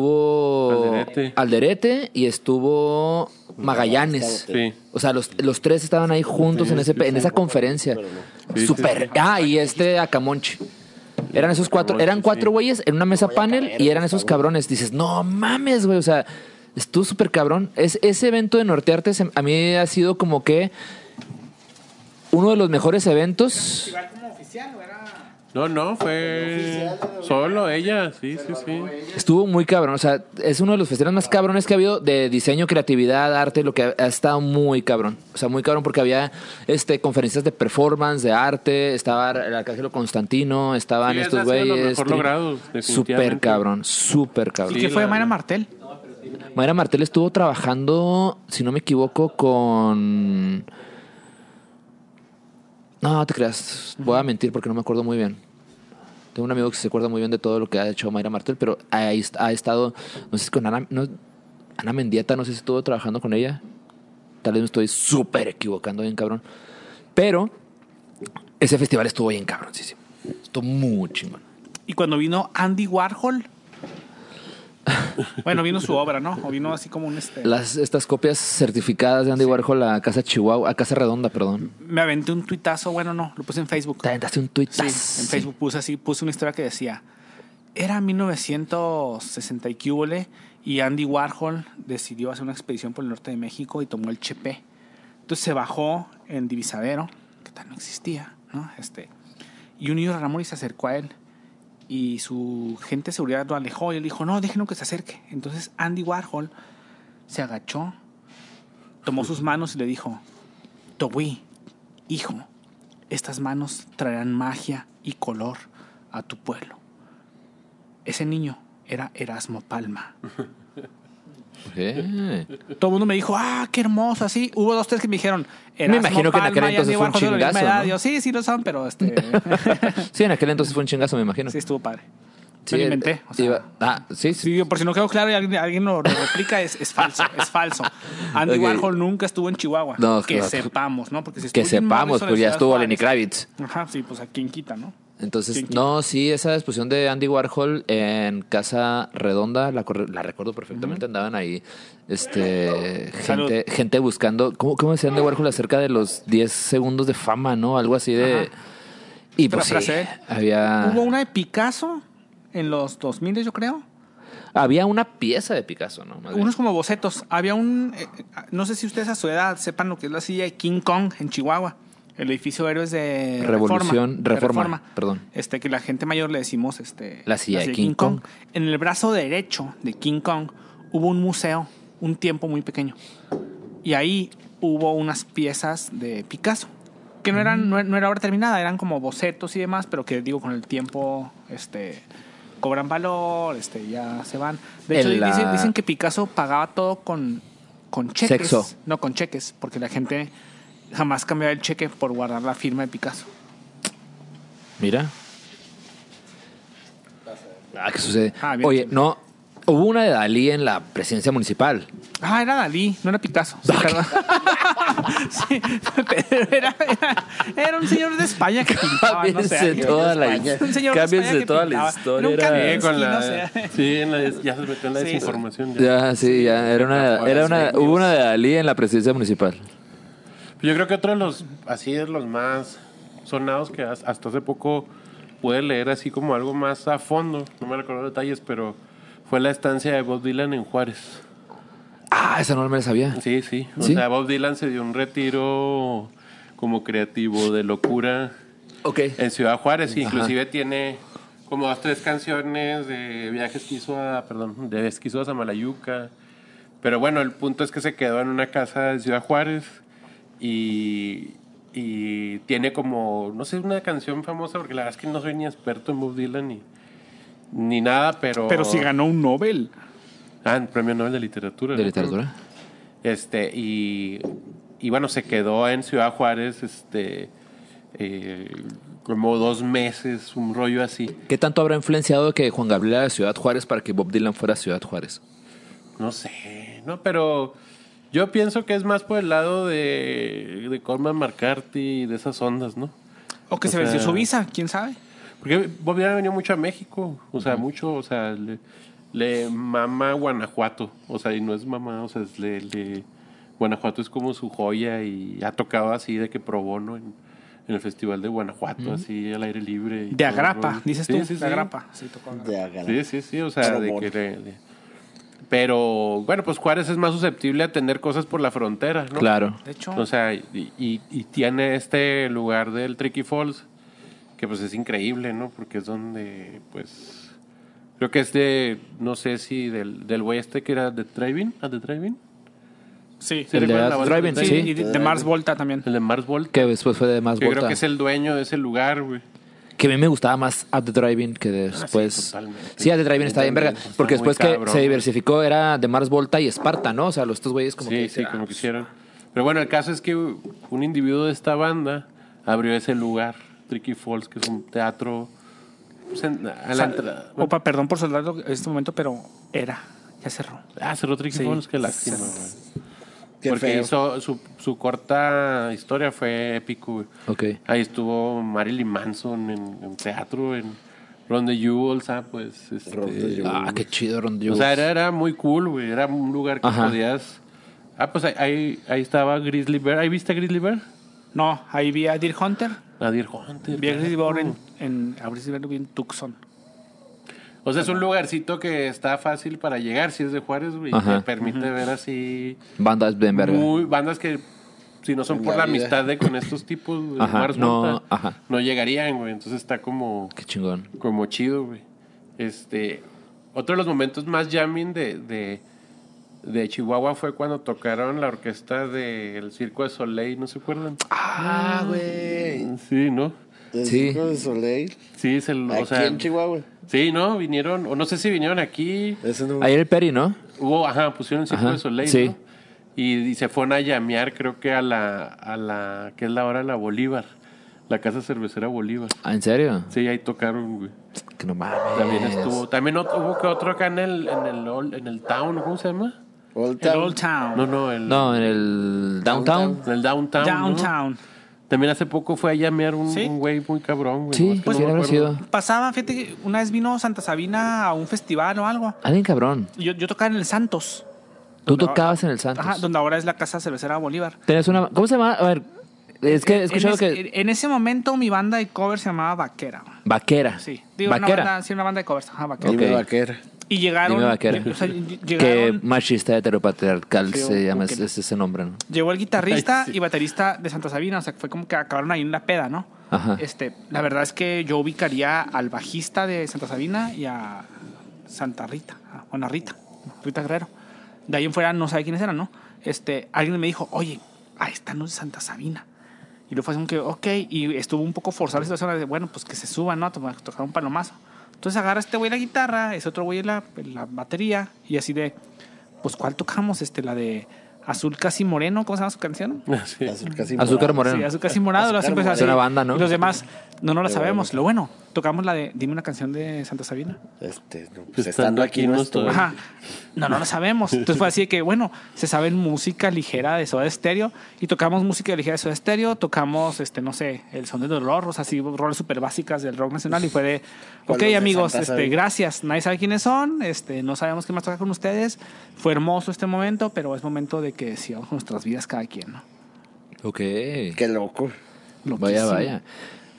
Speaker 1: estuvo
Speaker 4: Alderete.
Speaker 1: Alderete y estuvo Magallanes.
Speaker 4: Sí.
Speaker 1: O sea, los, los tres estaban ahí juntos en, ese, pe- en esa conferencia.
Speaker 4: Sí,
Speaker 1: Super. Ah, y este Acamonchi. Eran esos cuatro,
Speaker 4: Acamonchi,
Speaker 1: eran cuatro
Speaker 4: sí.
Speaker 1: güeyes en una mesa panel y eran esos cabrones. Dices, no mames, güey. O sea, estuvo súper cabrón. Es, ese evento de Nortearte se- a mí ha sido como que uno de los mejores eventos.
Speaker 2: Festival como oficial, ¿o era?
Speaker 4: No, no, fue solo ella, sí, sí, sí.
Speaker 1: Estuvo muy cabrón, o sea, es uno de los festivales más cabrones que ha habido de diseño, creatividad, arte, lo que ha, ha estado muy cabrón. O sea, muy cabrón porque había este conferencias de performance, de arte, estaba el Arcángelo Constantino, estaban
Speaker 4: Sí, ese
Speaker 1: estos
Speaker 4: ha sido lo
Speaker 1: güeyes.
Speaker 4: mejor
Speaker 1: tri-
Speaker 4: logrado, definitivamente.
Speaker 1: Súper cabrón, súper
Speaker 2: ¿Y
Speaker 1: cabrón.
Speaker 4: Sí,
Speaker 2: qué fue de
Speaker 4: la-
Speaker 2: Mayra Martel?
Speaker 1: Mayra Martel estuvo trabajando, si no me equivoco, con. No, no te creas. Voy a mentir porque no me acuerdo muy bien. Tengo un amigo que se acuerda muy bien de todo lo que ha hecho Mayra Martel, pero ha, ha estado. No sé si con Ana. no- Ana Mendieta, no sé si estuvo trabajando con ella. Tal vez me estoy súper equivocando bien, cabrón. Pero ese festival estuvo bien cabrón, sí, sí. Estuvo muy chingón.
Speaker 2: Y cuando vino
Speaker 1: (laughs)
Speaker 2: Andy Warhol. Bueno, vino su obra, ¿no? O vino así como un este.
Speaker 1: Las, estas copias certificadas de Andy Warhol a Casa Chihuahua, a Casa Redonda, perdón.
Speaker 2: Me aventé un tuitazo, bueno, no, lo puse en Facebook.
Speaker 1: Te aventaste un tweet.
Speaker 2: Sí, en Facebook puse así, puse una historia que decía, era 1960 y cúbole y Andy Warhol decidió hacer una expedición por el norte de México y tomó el Chepe. Entonces se bajó en Divisadero, que tal no existía, ¿no? Este, y un niño Ramón y se acercó a él y su gente de seguridad lo alejó y él dijo, no, déjenlo que se acerque. Entonces Andy Warhol se agachó, tomó sus manos y le dijo, Tobui, hijo, estas manos traerán magia y color a tu pueblo. Ese niño era Erasmo Palma.
Speaker 1: Eh.
Speaker 2: Todo el mundo me dijo, ah, qué hermoso, así. Hubo dos, tres que me dijeron, Erasmo
Speaker 1: imagino que en
Speaker 2: Palma
Speaker 1: aquel
Speaker 2: y Andy
Speaker 1: entonces fue un
Speaker 2: Warhol son de la misma
Speaker 1: chingazo,
Speaker 2: edad".
Speaker 1: ¿no?
Speaker 2: Yo, sí, sí lo son,
Speaker 1: (laughs)
Speaker 2: pero este,
Speaker 1: Sí, en aquel entonces fue un chingazo, me imagino.
Speaker 2: sí estuvo padre.
Speaker 1: Sí,
Speaker 2: me lo
Speaker 1: eh,
Speaker 2: inventé. o sea,
Speaker 1: iba- ah, sí, sí.
Speaker 2: sí, digo, por si no quedó claro y alguien, alguien lo, lo replica, es, es falso, es falso. Andy
Speaker 1: Ok.
Speaker 2: Warhol nunca estuvo en Chihuahua.
Speaker 1: No,
Speaker 2: que
Speaker 1: claro.
Speaker 2: sepamos, ¿no? Porque si
Speaker 1: Que
Speaker 2: estuvo en
Speaker 1: sepamos,
Speaker 2: Madison,
Speaker 1: pues
Speaker 2: en
Speaker 1: ya
Speaker 2: Ciudad
Speaker 1: estuvo
Speaker 2: Juárez.
Speaker 1: Lenny Kravitz.
Speaker 2: Ajá, sí, pues a quien quita, ¿no?
Speaker 1: Entonces,
Speaker 2: Kinky.
Speaker 1: no, sí, esa exposición de Andy Warhol en Casa Redonda, la, corre- la recuerdo perfectamente, andaban ahí este
Speaker 2: Salud.
Speaker 1: gente, gente buscando, ¿cómo, ¿cómo decía Andy Warhol acerca de los 10 segundos de fama, no? Algo así de... Y pues sí,
Speaker 2: Parafraseé.
Speaker 1: había,
Speaker 2: Hubo una de Picasso en los 2000, yo creo.
Speaker 1: había una pieza de Picasso, ¿no? Más bien.
Speaker 2: Unos como bocetos. Había un. eh, eh, no sé si ustedes a su edad sepan lo que es la silla de King Kong en Chihuahua. El edificio de héroes de
Speaker 1: Revolución,
Speaker 2: de
Speaker 1: Reforma, perdón.
Speaker 2: Este, que la gente mayor le decimos este,
Speaker 1: La silla de King Kong.
Speaker 2: En el brazo derecho de King Kong hubo un museo, un tiempo muy pequeño. Y ahí hubo unas piezas de Picasso. Que no
Speaker 1: Mm.
Speaker 2: eran, no, no era obra terminada, eran como bocetos y demás, pero que digo, con el tiempo, este cobran valor, este, ya se van. De hecho,
Speaker 1: El,
Speaker 2: dicen,
Speaker 1: ah,
Speaker 2: dicen que Picasso pagaba todo con, con cheques.
Speaker 1: Sexo.
Speaker 2: No, con cheques, porque la gente jamás cambiaba el cheque por guardar la firma de Picasso.
Speaker 1: Mira. Ah, ¿qué sucede?
Speaker 2: Ah, bien.
Speaker 1: Oye, no, hubo una de Dalí en la presidencia municipal.
Speaker 2: Ah, era Dalí, no era Picasso. Sí, perdón. (laughs) Sí, pero era, era, era un señor de España que pintaba, no
Speaker 1: Cámbiense
Speaker 2: sé. alguien.
Speaker 1: toda la,
Speaker 3: España.
Speaker 2: Un señor de España
Speaker 1: cámbiense
Speaker 2: que
Speaker 1: toda
Speaker 2: pintaba.
Speaker 1: la historia.
Speaker 2: Era
Speaker 1: Era,
Speaker 2: un
Speaker 4: Sí,
Speaker 2: cambio.
Speaker 4: con
Speaker 2: Sí,
Speaker 4: la,
Speaker 2: no sé.
Speaker 4: (laughs) sí, en la des- ya se metió en la
Speaker 2: Sí.
Speaker 4: desinformación. ya.
Speaker 1: ya, sí, ya. Era una, era una, hubo una de Dalí en la presidencia municipal.
Speaker 4: Yo creo que otro de los, así de los más sonados que has- hasta hace poco pude leer así como algo más a fondo, no me recuerdo detalles, pero fue la estancia de Bob Dylan en Juárez.
Speaker 1: Ah, esa no me la sabía.
Speaker 4: Sí, sí. O
Speaker 1: ¿Sí?
Speaker 4: sea, Bob Dylan se dio un retiro como creativo de locura
Speaker 1: Ok.
Speaker 4: en Ciudad Juárez. Inclusive tiene como dos, tres canciones de viajes que hizo a, perdón, de viajes que hizo a Samalayuca. Pero bueno, el punto es que se quedó en una casa de Ciudad Juárez y, y tiene como, no sé, una canción famosa, porque la verdad es que no soy ni experto en Bob Dylan ni, ni nada, pero...
Speaker 2: Pero si ganó un Nobel.
Speaker 4: Ah, en Premio Nobel de Literatura.
Speaker 1: De
Speaker 4: ¿no?
Speaker 1: literatura.
Speaker 4: Este, y, y bueno, se quedó en Ciudad Juárez, este, eh, como dos meses, un rollo así.
Speaker 1: ¿Qué tanto habrá influenciado que Juan Gabriel era de Ciudad Juárez para que Bob Dylan fuera Ciudad Juárez?
Speaker 4: No sé, no, pero Yo pienso que es más por el lado de, de Colman McCarthy y de esas ondas, ¿no?
Speaker 2: O que
Speaker 4: O
Speaker 2: se venció
Speaker 4: sea-
Speaker 2: su visa, quién sabe.
Speaker 4: Porque Bobby Lara venía mucho a México, o sea, mucho, o sea, le, le mama Guanajuato, o sea, y no es mamá, o sea, es le, le- Guanajuato es como su joya y ha tocado así de que pro bono en, en el Festival de Guanajuato, así al aire libre. y
Speaker 2: De
Speaker 4: todo el
Speaker 2: agrapa,
Speaker 4: rollo.
Speaker 2: dices
Speaker 4: Sí,
Speaker 2: tú.
Speaker 4: sí,
Speaker 2: de
Speaker 4: sí.
Speaker 2: agrapa. Sí, tocó agrapa.
Speaker 3: De agarrar.
Speaker 4: Sí, sí, sí, o sea,
Speaker 3: Pro
Speaker 4: de
Speaker 3: bono.
Speaker 4: que le- le- Pero bueno, pues Juárez es más susceptible a tener cosas por la frontera, ¿no?
Speaker 1: Claro.
Speaker 2: De hecho,
Speaker 4: O sea, y, y- y tiene este lugar del Tricky Falls, que pues es increíble, ¿no? Porque es donde, pues, creo que es de, no sé si del, del güey este que era de Driving, ¿a The Driving?
Speaker 1: El
Speaker 2: sí.
Speaker 1: de
Speaker 4: recuerdan la
Speaker 1: As
Speaker 4: banda
Speaker 1: Driving,
Speaker 4: de
Speaker 2: Sí,
Speaker 1: sí.
Speaker 2: y de, de Mars Volta también.
Speaker 4: El de Mars Volta,
Speaker 1: Que después fue de más
Speaker 4: que creo
Speaker 1: Volta.
Speaker 4: que es el dueño de ese lugar, güey.
Speaker 1: Que a mí me gustaba más At the Driving que después. sí,
Speaker 4: Ah, totalmente.
Speaker 1: At the Driving está bien verga.
Speaker 4: Está
Speaker 1: Porque
Speaker 4: muy
Speaker 1: después que
Speaker 4: cabrón,
Speaker 1: se
Speaker 4: güey.
Speaker 1: diversificó era de Mars Volta y Esparta, ¿no? O sea, los estos güeyes como
Speaker 4: sí,
Speaker 1: que. "Ah,
Speaker 4: sí, como quisieron. Pero bueno, el caso es que un individuo de esta banda abrió ese lugar, Tricky Falls, que es un teatro... pues, en- a la
Speaker 2: O sea,
Speaker 4: entrada-
Speaker 2: Opa, perdón por saltarlo en este momento, pero era. Ya cerró.
Speaker 4: Ah, cerró Tricky
Speaker 2: Sí.
Speaker 4: Falls, qué lástima, güey.
Speaker 3: Qué
Speaker 4: porque
Speaker 3: feo.
Speaker 4: hizo su, su corta historia fue épico. güey.
Speaker 1: Ok.
Speaker 4: Ahí estuvo Marilyn Manson en, en teatro, en Ron the Jewels, ah, pues. este,
Speaker 3: Ron the Jewels.
Speaker 1: Ah, qué chido, Ron
Speaker 4: o sea,
Speaker 1: Jewis.
Speaker 4: era, era muy cool, güey. Era un lugar que
Speaker 1: Ajá.
Speaker 4: podías. Ah, pues ahí- ahí, ahí estaba Grizzly Bear. ¿Ahí viste a Grizzly Bear?
Speaker 2: No, ahí vi a Deer Hunter.
Speaker 4: Nadir Hunter.
Speaker 2: Vi a Grizzly
Speaker 4: claro.
Speaker 2: Bear en, en, a Grizzly Bear vi en Tucson.
Speaker 4: O sea, es un lugarcito que está fácil para llegar si es de Juárez, güey. y
Speaker 1: Ajá.
Speaker 4: Te permite ver así.
Speaker 1: Bandas bien verga.
Speaker 4: Muy, bandas que si no son
Speaker 3: En
Speaker 4: por
Speaker 3: la
Speaker 4: la,
Speaker 3: vida.
Speaker 4: amistad de con estos tipos, güey,
Speaker 1: Ajá,
Speaker 4: Mars
Speaker 1: no,
Speaker 4: Volta,
Speaker 1: ajá.
Speaker 4: no llegarían, güey. Entonces está como,
Speaker 1: Qué chingón.
Speaker 4: como chido, güey. Este, otro de los momentos más jamming de, de, de Chihuahua fue cuando tocaron la orquesta del Circo de Soleil, ¿no se acuerdan?
Speaker 3: Ah, güey.
Speaker 4: Sí, ¿no?
Speaker 3: El
Speaker 1: Sí.
Speaker 3: Circo de Soleil.
Speaker 4: Sí, se lo- o
Speaker 3: Aquí
Speaker 4: sea,
Speaker 3: en Chihuahua.
Speaker 4: sí, ¿no? Vinieron, o no sé si vinieron aquí,
Speaker 3: Eso no.
Speaker 1: Ayer el Peri, ¿no?
Speaker 4: Hubo, ajá, pusieron el Circo
Speaker 1: Ajá,
Speaker 4: de Soleil,
Speaker 1: sí.
Speaker 4: ¿no? Y, y se fueron a llamear, creo que a la, a la, que es la hora de la Bolívar, la Casa Cervecera Bolívar.
Speaker 1: Ah, ¿En serio?
Speaker 4: Sí, ahí tocaron, güey.
Speaker 1: Que no mames.
Speaker 4: También estuvo, también ot- hubo que otro acá en el, en el, ol- en el Town, ¿cómo se llama?
Speaker 3: Old
Speaker 2: El
Speaker 3: Town.
Speaker 2: Old Town.
Speaker 4: No, no, el,
Speaker 1: No, en el Downtown.
Speaker 4: en el Downtown. ¿no?
Speaker 2: Downtown.
Speaker 4: También hace poco fue a llamear un,
Speaker 2: Sí.
Speaker 4: un güey muy cabrón, güey. nomás
Speaker 1: Sí,
Speaker 4: que
Speaker 1: pues
Speaker 4: no me
Speaker 1: habrá
Speaker 4: acuerdo.
Speaker 1: sido.
Speaker 2: Pasaban, fíjate que una vez vino Santa Sabina a un festival o algo.
Speaker 1: Alguien Ah, cabrón.
Speaker 2: Yo, yo tocaba en el Santos.
Speaker 1: Tú
Speaker 2: Donde-
Speaker 1: tocabas en el Santos.
Speaker 2: Ajá, donde ahora es la casa cervecera Bolívar.
Speaker 1: Tenés una. ¿Cómo se llama? A ver. Es que he escuchado
Speaker 2: en,
Speaker 1: que.
Speaker 2: es- en ese momento mi banda de cover se llamaba Vaquera.
Speaker 1: Vaquera.
Speaker 2: Sí, digo,
Speaker 1: Vaquera.
Speaker 2: Una banda, sí, una banda de covers. Ajá, Vaquera.
Speaker 3: Dime
Speaker 1: Ok.
Speaker 3: vaquera.
Speaker 2: Y llegaron.
Speaker 1: Dime vaquera.
Speaker 2: lle- o sea, lle-
Speaker 1: Que
Speaker 2: llegaron-
Speaker 1: machista heteropatriarcal
Speaker 2: Sí,
Speaker 1: se
Speaker 2: o-
Speaker 1: llama,
Speaker 2: o
Speaker 1: es,
Speaker 2: que-
Speaker 1: es ese nombre, ¿no?
Speaker 2: Llegó el guitarrista
Speaker 4: Ay, sí.
Speaker 2: y baterista de Santa Sabina, o sea, que fue como que acabaron ahí en la peda, ¿no?
Speaker 1: Ajá.
Speaker 2: Este, la verdad es que yo ubicaría al bajista de Santa Sabina y a Santa Rita, a- bueno, a Rita, Rita Guerrero. De ahí en fuera no sabe quiénes eran, ¿no? Este, alguien me dijo, oye, ah, ahí están los de Santa Sabina. Y luego fue así como que, ok, y estuvo un poco forzada la situación de, bueno, pues que se suban, ¿no? A to- a tocar un palomazo. Entonces agarra este güey la guitarra, ese otro güey la, la batería, y así de, pues, ¿cuál tocamos? Este, la de Azul Casi Moreno, ¿cómo se llama su canción?
Speaker 4: (laughs) Sí.
Speaker 3: Azúcar sin
Speaker 1: Azúcar
Speaker 3: morado.
Speaker 1: moreno.
Speaker 2: Sí, Azúcar sin morado, lo
Speaker 3: Azúcar
Speaker 2: hacen pues
Speaker 3: morado.
Speaker 2: así.
Speaker 1: Es una banda, ¿no?
Speaker 2: Y los demás, no, no la
Speaker 3: Qué
Speaker 2: sabemos. Lo bueno, tocamos la de Dime una canción de Santa Sabina.
Speaker 3: Este, no, pues estando aquí no estoy.
Speaker 2: Ajá. No, no la sabemos. Entonces fue así de que, bueno, se sabe música ligera de Soda Stereo y tocamos música ligera de Soda Stereo, tocamos, este, no sé, el son de dolor, o sea, así, roles súper básicas del rock nacional y fue de,
Speaker 3: Con
Speaker 2: ok,
Speaker 3: los de
Speaker 2: amigos,
Speaker 3: Santa
Speaker 2: este,
Speaker 3: Sabina.
Speaker 2: gracias, nadie sabe quiénes son, este, no sabemos qué más toca con ustedes, fue hermoso este momento, pero es momento de que sigamos con nuestras vidas cada quien, ¿no?
Speaker 1: Ok.
Speaker 3: Qué loco.
Speaker 1: Vaya,
Speaker 2: Loquísimo.
Speaker 1: vaya.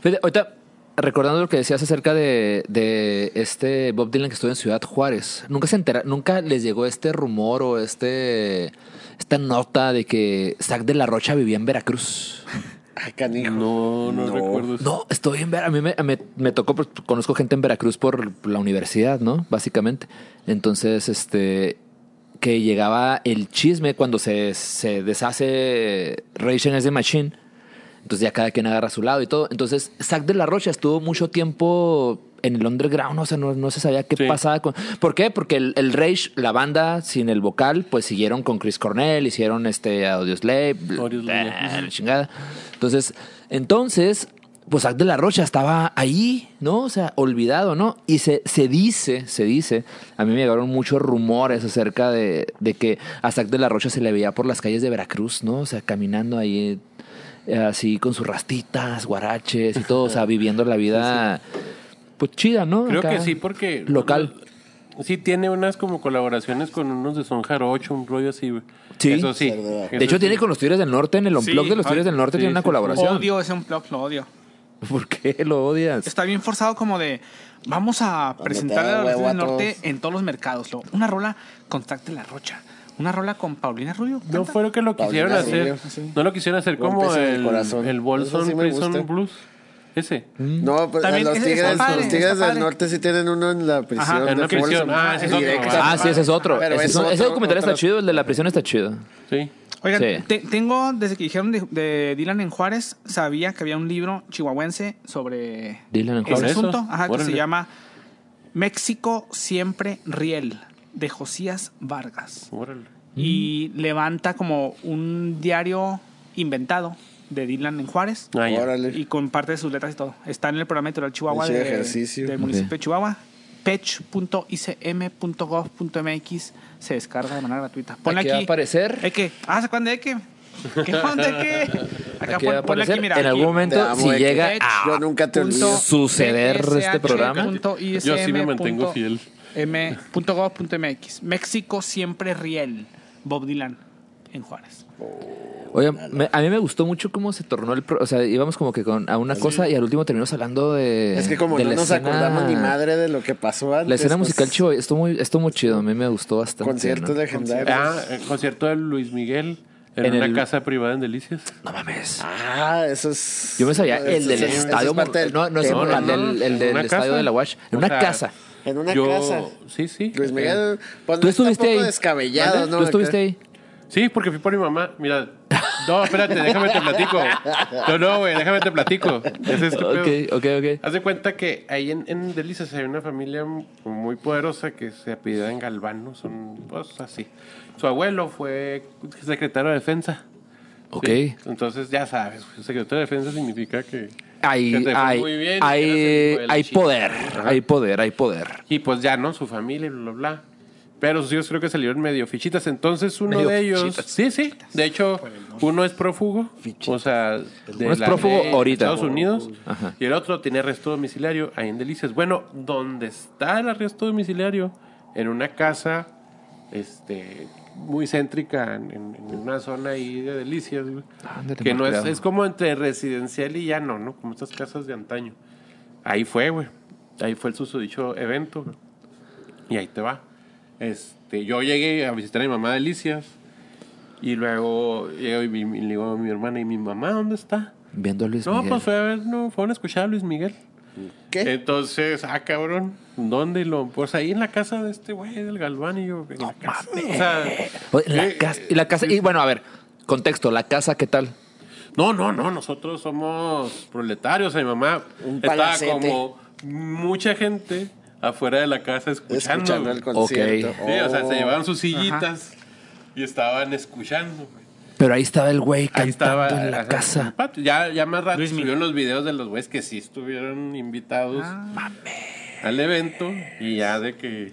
Speaker 1: Fíjate, ahorita, recordando lo que decías acerca de, de este Bob Dylan que estuvo en Ciudad Juárez, nunca se entera, nunca les llegó este rumor o este esta nota de que Zack de la Rocha vivía en Veracruz.
Speaker 3: Ay, canijo.
Speaker 4: No, no, recuerdo eso.
Speaker 1: No, estoy en Veracruz. A mí me, me- me tocó, pues, conozco gente en Veracruz por la universidad, ¿no? Básicamente. Entonces, este, que llegaba el chisme cuando se, se deshace Rage Against the Machine. Entonces ya cada quien agarra a su lado y todo. Entonces, Zack de la Rocha estuvo mucho tiempo en el underground, o sea, no, no se sabía qué
Speaker 4: Sí.
Speaker 1: pasaba con... ¿Por qué? Porque el, el Rage, la banda sin el vocal, pues siguieron con Chris Cornell, hicieron este Audioslave,
Speaker 4: Audioslave,
Speaker 1: bla, la chingada. Entonces, entonces pues Zac de la Rocha estaba ahí, ¿no? O sea, olvidado, ¿no? Y se, se dice, se dice, a mí me llegaron muchos rumores acerca de, de que a Zac de la Rocha se le veía por las calles de Veracruz, ¿no? O sea, caminando ahí eh, así con sus rastitas, guaraches y todo,
Speaker 4: (laughs)
Speaker 1: o sea, viviendo la vida pues chida, ¿no?
Speaker 4: Creo
Speaker 1: Acá,
Speaker 4: que sí, porque.
Speaker 1: Local.
Speaker 4: Sí, tiene unas como colaboraciones con unos de Son Jarocho, un rollo así, güey.
Speaker 1: Sí.
Speaker 4: Eso sí.
Speaker 3: Verdad.
Speaker 4: Eso
Speaker 1: De hecho,
Speaker 4: sí.
Speaker 1: tiene con los Tigres del Norte, en el
Speaker 2: Sí,
Speaker 1: unplug de los
Speaker 2: ay,
Speaker 1: Tigres del Norte
Speaker 4: sí,
Speaker 1: tiene una
Speaker 4: sí, sí.
Speaker 1: colaboración.
Speaker 2: Odio ese unplug, lo odio.
Speaker 1: (laughs) ¿Por qué lo odias?
Speaker 2: Está bien forzado como de vamos a presentarle
Speaker 3: meter
Speaker 2: a
Speaker 3: a
Speaker 2: los
Speaker 3: huevo
Speaker 2: del
Speaker 3: a todos.
Speaker 2: norte en todos los mercados. Luego, una rola con Zac de la Rocha. Una rola con Paulina Rubio.
Speaker 4: No
Speaker 2: Canta.
Speaker 4: fue lo que lo
Speaker 3: Paulina
Speaker 4: quisieron hacer.
Speaker 3: Rubio, sí.
Speaker 4: No lo quisieron hacer como
Speaker 3: Golpes en el
Speaker 4: el,
Speaker 3: corazón.
Speaker 4: el
Speaker 3: Eso
Speaker 4: Bolson
Speaker 3: sí me
Speaker 4: Prison
Speaker 3: gusta.
Speaker 4: Blues. Ese.
Speaker 3: No, pues a
Speaker 2: También
Speaker 3: los
Speaker 2: ese
Speaker 3: tigres,
Speaker 2: está padre,
Speaker 3: los tigres
Speaker 2: está
Speaker 3: del
Speaker 2: padre.
Speaker 3: norte sí tienen uno en la prisión.
Speaker 2: Ajá,
Speaker 3: de
Speaker 4: en la prisión.
Speaker 3: Folsom,
Speaker 4: Ah, ese es otro,
Speaker 3: directo.
Speaker 4: ah,
Speaker 1: Ah, sí, ese es otro.
Speaker 3: Pero
Speaker 1: Ese,
Speaker 3: es
Speaker 1: es un- ese
Speaker 3: otro-
Speaker 1: documental está
Speaker 3: otro-
Speaker 1: chido, el de la prisión está chido.
Speaker 4: Sí.
Speaker 2: Oigan,
Speaker 1: Sí.
Speaker 2: te- tengo, desde que dijeron de, de Dylan en Juárez, sabía que había un libro chihuahuense sobre
Speaker 1: Dylan en
Speaker 2: ese
Speaker 1: Juárez.
Speaker 2: asunto,
Speaker 4: Eso,
Speaker 2: ajá, que
Speaker 4: órale.
Speaker 2: se llama México siempre riel, de Josías Vargas.
Speaker 4: Órale.
Speaker 1: Mm.
Speaker 2: Y levanta como un diario inventado de Dylan en Juárez
Speaker 4: Ah, ya.
Speaker 3: Órale.
Speaker 2: y con parte de sus letras y todo. Está en el programa editorial Chihuahua
Speaker 3: Pinche
Speaker 2: de,
Speaker 3: ejercicio.
Speaker 2: del
Speaker 1: Ok.
Speaker 2: municipio de Chihuahua. pech.icm.gov.mx se descarga de manera gratuita. Ponle
Speaker 1: Aquí
Speaker 2: aquí.
Speaker 1: va a aparecer.
Speaker 2: Eke. Ah, ¿se acuerdan de Eke?
Speaker 1: (laughs)
Speaker 2: ¿Qué onda Eke? Acá
Speaker 1: Aquí
Speaker 2: pon-
Speaker 1: va a
Speaker 2: ponle
Speaker 1: aparecer. en algún
Speaker 3: Te
Speaker 1: momento,
Speaker 3: amo,
Speaker 1: si
Speaker 3: Eke.
Speaker 1: llega
Speaker 2: Ech,
Speaker 1: a
Speaker 3: Yo nunca te
Speaker 2: punto
Speaker 3: olvido.
Speaker 1: suceder de este programa.
Speaker 2: TSH.ism.
Speaker 4: Yo sí me mantengo fiel.
Speaker 2: M. punto gov punto MX. México siempre riel. Bob Dylan en Juárez.
Speaker 1: Oye, me- a mí me gustó mucho cómo se tornó el... pro- o sea, íbamos como que con, a una cosa y al último terminamos hablando de...
Speaker 3: Es que como
Speaker 1: de
Speaker 3: no
Speaker 1: la
Speaker 3: nos
Speaker 1: escena-
Speaker 3: acordamos ni madre de lo que pasó antes.
Speaker 1: La escena
Speaker 3: pues,
Speaker 1: musical chivo, estuvo muy, estuvo muy chido, a mí me gustó bastante.
Speaker 3: Conciertos
Speaker 1: ¿no?
Speaker 3: legendarios.
Speaker 4: Ah, el concierto de Luis Miguel en,
Speaker 1: En
Speaker 4: una
Speaker 1: el-
Speaker 4: casa privada en Delicias.
Speaker 1: No mames.
Speaker 3: Ah, eso es.
Speaker 1: Yo me sabía
Speaker 3: eso
Speaker 1: el del
Speaker 3: es- eso es
Speaker 1: estadio...
Speaker 3: parte del
Speaker 1: no, no es
Speaker 3: tema,
Speaker 1: el,
Speaker 3: ¿no?
Speaker 1: del- el del
Speaker 4: Una
Speaker 1: estadio
Speaker 4: casa.
Speaker 1: de la Wash. En
Speaker 4: O
Speaker 1: una
Speaker 4: sea,
Speaker 1: casa.
Speaker 3: En una
Speaker 4: Yo-
Speaker 3: casa.
Speaker 4: Sí, sí.
Speaker 3: Luis Miguel. Pues,
Speaker 1: ¿Tú
Speaker 3: no está
Speaker 1: estuviste
Speaker 3: poco
Speaker 1: ahí?
Speaker 3: descabellado,
Speaker 1: ¿Mande?
Speaker 3: ¿no?
Speaker 1: ¿Tú estuviste
Speaker 3: Acá.
Speaker 1: ahí?
Speaker 4: Eh, Sí, porque fui por mi mamá. Mira, no, espérate, déjame te platico. No, no, güey, déjame te platico. Ese es tu pedo.
Speaker 1: Ok, ok, ok.
Speaker 4: Haz de cuenta que ahí en, en Delicias hay una familia muy poderosa que se apellida en Galvano, son pues, así. Su abuelo fue secretario de defensa.
Speaker 1: Ok.
Speaker 4: Sí. Entonces, ya sabes, pues, secretario de defensa significa que...
Speaker 1: Hay,
Speaker 4: que te fue
Speaker 1: hay,
Speaker 4: muy bien y que eres el
Speaker 1: hay,
Speaker 4: hijo de
Speaker 1: hay
Speaker 4: la chingada.
Speaker 1: poder,
Speaker 4: Ajá.
Speaker 1: hay poder, hay poder.
Speaker 4: Y pues ya, ¿no? Su familia, y bla, bla, bla. Pero sus hijos creo que salieron medio fichitas. Entonces uno
Speaker 1: Medio
Speaker 4: de ellos.
Speaker 1: fichitas.
Speaker 4: Sí, sí. De hecho, uno es prófugo. O sea, de
Speaker 1: Uno es
Speaker 4: la
Speaker 1: prófugo
Speaker 4: ley,
Speaker 1: ahorita.
Speaker 4: Estados Unidos.
Speaker 1: Ajá.
Speaker 4: Y el otro tiene arresto domiciliario ahí en Delicias. Bueno, ¿dónde está el arresto domiciliario? En una casa este muy céntrica, en, en- en una zona ahí de Delicias. güey.
Speaker 1: Ándale,
Speaker 4: que
Speaker 1: mal
Speaker 4: no es,
Speaker 1: creado.
Speaker 4: es como entre residencial y llano, ¿no? Como estas casas de antaño. Ahí fue, güey. Ahí fue el susodicho evento, güey. Y ahí te va. Este, yo llegué a visitar a mi mamá de Delicias. Y luego llego y mi- mi- le digo a mi hermana y mi mamá, ¿dónde está?
Speaker 1: Viendo a Luis
Speaker 4: no,
Speaker 1: Miguel.
Speaker 4: pues fue a ver, no, fueron a escuchar a Luis Miguel.
Speaker 3: ¿Qué?
Speaker 4: Entonces, ah, cabrón, ¿dónde lo? Pues ahí en la casa de este güey del Galván y yo. en la casa. O sea,
Speaker 1: Oye, la
Speaker 4: eh,
Speaker 1: casa, y la casa, y bueno, a ver, contexto, la casa, ¿qué tal?
Speaker 4: No, no, no, nosotros somos proletarios. Mi mamá
Speaker 3: Un
Speaker 4: estaba
Speaker 3: palacete.
Speaker 4: como mucha gente afuera de la casa escuchando.
Speaker 3: Escuchando
Speaker 4: güey.
Speaker 3: el concierto.
Speaker 1: Ok.
Speaker 4: Sí, o sea,
Speaker 3: Oh.
Speaker 4: se llevaban sus sillitas y estaban escuchando. güey.
Speaker 1: Pero ahí estaba el güey
Speaker 4: Ahí
Speaker 1: cantando
Speaker 4: estaba
Speaker 1: en la
Speaker 4: ajá, en el
Speaker 1: casa.
Speaker 4: patio. Ya, ya más rato
Speaker 2: Luis Miguel.
Speaker 4: subieron los videos de los güeyes que sí estuvieron invitados
Speaker 2: Ah,
Speaker 4: al evento y ya de que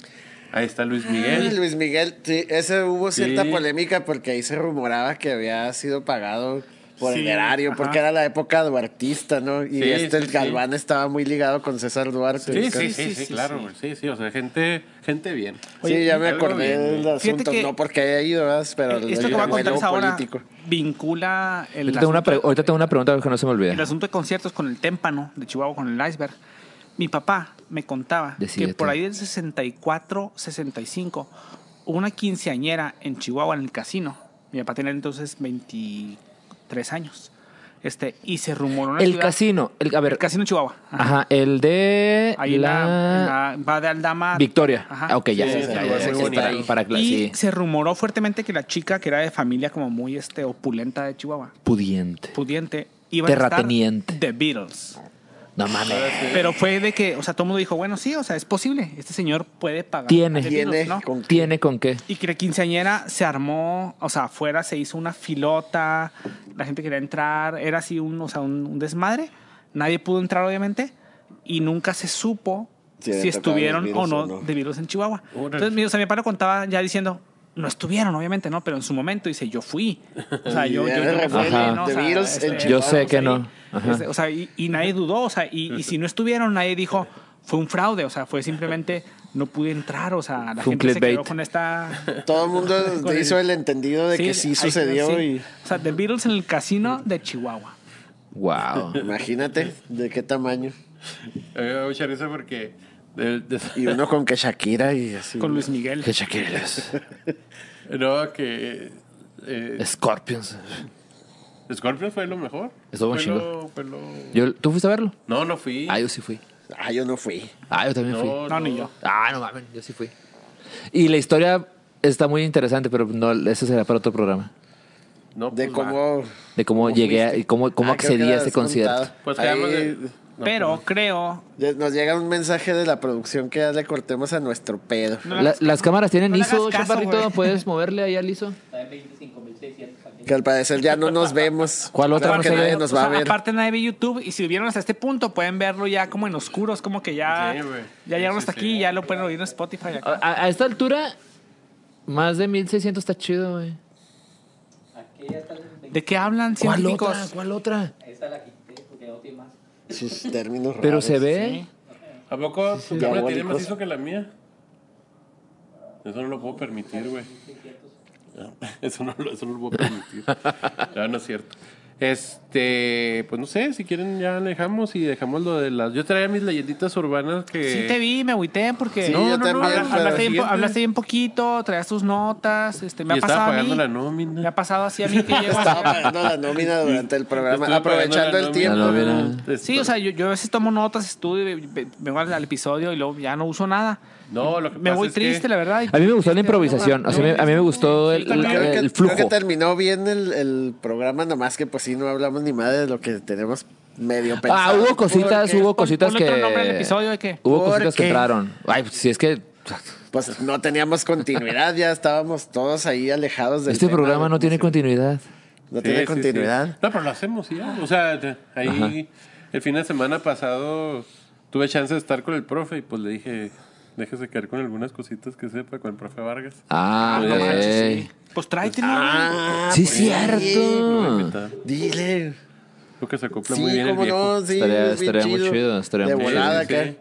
Speaker 4: ahí está Luis
Speaker 3: Ah,
Speaker 4: Miguel.
Speaker 3: Luis Miguel, sí, ese hubo cierta
Speaker 4: Sí.
Speaker 3: polémica porque ahí se rumoraba que había sido pagado por
Speaker 2: Sí,
Speaker 3: el erario,
Speaker 2: ajá.
Speaker 3: porque era la época duartista, ¿no? Y
Speaker 4: Sí,
Speaker 3: este el
Speaker 4: sí,
Speaker 3: Galván estaba muy ligado con César Duarte.
Speaker 4: Sí, sí,
Speaker 3: Acá.
Speaker 4: sí,
Speaker 2: sí,
Speaker 4: sí,
Speaker 2: sí,
Speaker 4: claro,
Speaker 2: sí.
Speaker 4: güey. Sí, sí, o sea, gente, gente bien.
Speaker 3: sí, ya me
Speaker 4: algo
Speaker 3: acordé
Speaker 4: bien, eh. güey.
Speaker 3: del
Speaker 2: Fíjate
Speaker 3: asunto,
Speaker 2: que-
Speaker 3: no porque haya ido, ¿verdad? pero el-
Speaker 2: Esto
Speaker 3: el
Speaker 2: que va a contar
Speaker 3: revuelo
Speaker 2: ahora
Speaker 3: político.
Speaker 2: vincula el
Speaker 1: Ahorita tengo, una pre-
Speaker 2: asunto-
Speaker 1: ahorita tengo una pregunta que no se me
Speaker 2: El
Speaker 1: olvide.
Speaker 2: asunto de conciertos con el témpano de Chihuahua, con el iceberg. Mi papá me contaba
Speaker 1: Decídete.
Speaker 2: que por ahí del 64, 65, hubo una quinceañera en Chihuahua, en el casino. Mi papá tenía entonces 23 años. Este, y se rumoró en la
Speaker 1: El
Speaker 2: ciudad-
Speaker 1: casino, el, a ver,
Speaker 2: El casino Chihuahua. Ajá.
Speaker 1: ajá, el de
Speaker 2: Ahí en
Speaker 1: la,
Speaker 2: la, en la- va de Aldama.
Speaker 1: Victoria.
Speaker 2: Ajá.
Speaker 1: Ah, ok, ya, ya,
Speaker 4: Sí, sí,
Speaker 1: ya,
Speaker 4: sí,
Speaker 1: ya,
Speaker 4: muy
Speaker 1: ya,
Speaker 4: bonito.
Speaker 1: está ahí para cla-
Speaker 2: Y
Speaker 1: sí.
Speaker 2: se rumoró fuertemente que la chica, que era de familia como muy este, opulenta de Chihuahua,
Speaker 1: pudiente.
Speaker 2: pudiente, iba a estar
Speaker 1: Terrateniente.
Speaker 2: The Beatles.
Speaker 1: No mames.
Speaker 2: Pero fue de que, o sea, todo el mundo dijo, bueno, sí, o sea, es posible. Este señor puede pagar.
Speaker 1: Tiene.
Speaker 2: The Beatles,
Speaker 3: Tiene
Speaker 2: ¿no?
Speaker 3: con
Speaker 1: ¿Tiene con qué?
Speaker 2: Y que la quinceañera se armó, o sea, afuera se hizo una filota, la gente quería entrar, era así un, o sea, un, un desmadre. nadie pudo entrar, obviamente, y nunca se supo
Speaker 3: Si
Speaker 2: si,
Speaker 3: habían tocado
Speaker 2: estuvieron
Speaker 3: el
Speaker 2: o
Speaker 3: virus
Speaker 2: no,
Speaker 3: o no.
Speaker 2: de virus en Chihuahua.
Speaker 4: Órale.
Speaker 2: Entonces, mi, o sea, mi papá lo contaba ya diciendo, no estuvieron, obviamente, ¿no? Pero en su momento dice, yo fui. O
Speaker 3: (laughs)
Speaker 2: sea, yo, yo, yo me fui,
Speaker 1: Ajá.
Speaker 2: ¿no? O
Speaker 3: De
Speaker 2: sea, este,
Speaker 3: virus en
Speaker 1: Yo sé que
Speaker 2: sí.
Speaker 1: no. Ajá.
Speaker 2: Este, o sea, y, y nadie dudó, o sea, y, y si no estuvieron, nadie dijo, fue un fraude, o sea, fue simplemente, no pude entrar, o sea, la
Speaker 1: Fue un
Speaker 2: gente se quedó
Speaker 1: clickbait.
Speaker 2: con esta...
Speaker 3: Todo el mundo
Speaker 2: Con el-
Speaker 3: hizo el entendido de que sí
Speaker 2: ahí-
Speaker 3: sucedió
Speaker 2: sí. O sea, The Beatles en el casino de Chihuahua.
Speaker 4: (laughs)
Speaker 1: Wow.
Speaker 3: y imagínate de qué tamaño.
Speaker 4: A mí me da mucha risa porque. de- (laughs) de-
Speaker 3: Y uno con que Shakira y así.
Speaker 2: Con Luis Miguel.
Speaker 1: Que Shakira es-
Speaker 4: no, que. eh,
Speaker 1: Scorpions.
Speaker 4: Scorpion fue lo mejor.
Speaker 1: Estuvo
Speaker 4: Fue
Speaker 1: chido.
Speaker 4: lo- fue lo-
Speaker 1: Yo- ¿Tú fuiste a verlo?
Speaker 4: No, no fui.
Speaker 1: Ah, yo sí fui.
Speaker 3: Ah, yo no fui.
Speaker 1: Ah, yo también fui.
Speaker 4: no,
Speaker 2: No, ni yo.
Speaker 1: Ah, no mames, yo sí fui. Y la historia está muy interesante, pero no, eso será para otro programa.
Speaker 4: No,
Speaker 3: De
Speaker 4: pues, va.
Speaker 3: cómo.
Speaker 1: De cómo, llegué a- y cómo, cómo
Speaker 3: Ah, creo que
Speaker 1: accedí a
Speaker 3: la
Speaker 1: ese
Speaker 3: has
Speaker 1: concierto.
Speaker 3: contado.
Speaker 4: Pues
Speaker 3: Ahí
Speaker 4: quedamos de- no,
Speaker 2: Pero creo...
Speaker 3: de- Nos llega un mensaje de la producción que ya le cortemos a nuestro pedo.
Speaker 2: no le
Speaker 1: La-
Speaker 2: hagas
Speaker 1: las cámaras tienen
Speaker 2: no le
Speaker 1: ISO,
Speaker 2: hagas caso,
Speaker 1: chaparrito.
Speaker 2: güey.
Speaker 1: ¿Puedes moverle ahí al ISO?
Speaker 3: Que al parecer ya no nos vemos.
Speaker 1: ¿Cuál otra
Speaker 3: Claro
Speaker 1: no
Speaker 3: que
Speaker 1: se ve?
Speaker 3: nadie nos
Speaker 2: O
Speaker 3: va a
Speaker 2: sea,
Speaker 3: ver.
Speaker 2: Aparte nadie ve YouTube y si vieron hasta este punto pueden verlo ya como en oscuros, como que ya,
Speaker 4: Sí, güey.
Speaker 2: ya llegaron
Speaker 4: Sí,
Speaker 2: hasta
Speaker 4: sí,
Speaker 2: aquí
Speaker 4: sí.
Speaker 2: y ya lo pueden oír en Spotify. acá.
Speaker 1: A, a- a esta altura, más de 1600 está chido, güey.
Speaker 2: ¿De qué hablan
Speaker 1: ¿Cuál
Speaker 2: científicos?
Speaker 1: otra? ¿Cuál otra?
Speaker 3: Eh,
Speaker 5: Esa la quité porque no tiene más.
Speaker 3: Sus términos
Speaker 1: Pero
Speaker 3: raros.
Speaker 1: se ve.
Speaker 4: ¿A poco tu cámara tiene
Speaker 3: Diabólicos.
Speaker 4: más ISO que la mía? Eso no lo puedo permitir, güey. (laughs) Eso no, lo- eso no lo puedo permitir. no, no es cierto. Este, pues no sé, si quieren ya dejamos y dejamos lo de las. Yo traía mis leyenditas urbanas que.
Speaker 2: Sí te vi, me agüité porque
Speaker 3: Sí,
Speaker 2: No, no,
Speaker 3: yo
Speaker 2: no,
Speaker 3: también,
Speaker 2: habla-
Speaker 3: pero
Speaker 2: hablaste, bien, po-
Speaker 4: siguiente.
Speaker 2: hablaste bien poquito, traías tus notas, este, me
Speaker 4: y
Speaker 2: ha
Speaker 4: estaba
Speaker 2: pasado a
Speaker 4: pagando
Speaker 2: mí,
Speaker 4: la
Speaker 2: me ha
Speaker 4: nómina.
Speaker 2: pasado así a
Speaker 4: (laughs)
Speaker 2: mí que llego
Speaker 3: Estaba
Speaker 2: a-
Speaker 3: pagando la nómina durante el programa,
Speaker 4: Estaba pagando
Speaker 3: aprovechando
Speaker 4: la
Speaker 3: el tiempo.
Speaker 1: La nómina.
Speaker 2: Sí, o sea, yo, yo a veces tomo notas, estudio, y ve- vengo al, al episodio y luego ya no uso nada.
Speaker 4: No, lo que
Speaker 2: Me
Speaker 4: pasa
Speaker 2: voy
Speaker 4: es
Speaker 2: triste,
Speaker 4: que-
Speaker 2: la verdad. y- este,
Speaker 1: A mí me gustó la improvisación. O sea, a mí- a mí me gustó el, el-
Speaker 3: Creo que,
Speaker 1: el
Speaker 3: creo que
Speaker 1: flujo.
Speaker 3: terminó bien el, el programa, nomás que pues sí, no hablamos ni madre de lo que tenemos medio
Speaker 1: Ah,
Speaker 3: pensado.
Speaker 1: hubo cositas,
Speaker 3: Porque,
Speaker 1: hubo cositas
Speaker 2: ponle
Speaker 1: que.
Speaker 2: otro nombre al episodio, ¿de qué?
Speaker 1: Hubo
Speaker 3: ¿Por
Speaker 1: cositas que
Speaker 3: qué?
Speaker 1: entraron. Ay, pues, si es que.
Speaker 3: Pues no teníamos continuidad, ya estábamos todos ahí alejados del
Speaker 1: Este
Speaker 3: tema.
Speaker 1: programa no tiene continuidad.
Speaker 3: No
Speaker 4: Sí,
Speaker 3: tiene
Speaker 4: sí,
Speaker 3: continuidad.
Speaker 4: sí. No, pero lo hacemos ya. O sea, de- ahí el fin de semana pasado tuve chance de estar con el profe y pues le dije, déjese caer con algunas cositas que sepa con el profe Vargas.
Speaker 1: Ah,
Speaker 4: no
Speaker 1: güey.
Speaker 4: manches,
Speaker 2: Sí. Pues tráetelo.
Speaker 3: Ah,
Speaker 1: Sí,
Speaker 3: pues,
Speaker 1: cierto.
Speaker 4: Lo voy a invitar.
Speaker 3: Dile.
Speaker 4: Creo que se acopla
Speaker 3: Sí,
Speaker 4: muy bien el
Speaker 3: cómo
Speaker 4: viejo.
Speaker 3: no, sí.
Speaker 1: Estaría-
Speaker 3: es bien
Speaker 1: estaría muy chido, estaría
Speaker 3: de
Speaker 1: muy chido.
Speaker 3: volada
Speaker 4: Sí, sí,
Speaker 3: acá.
Speaker 4: sí.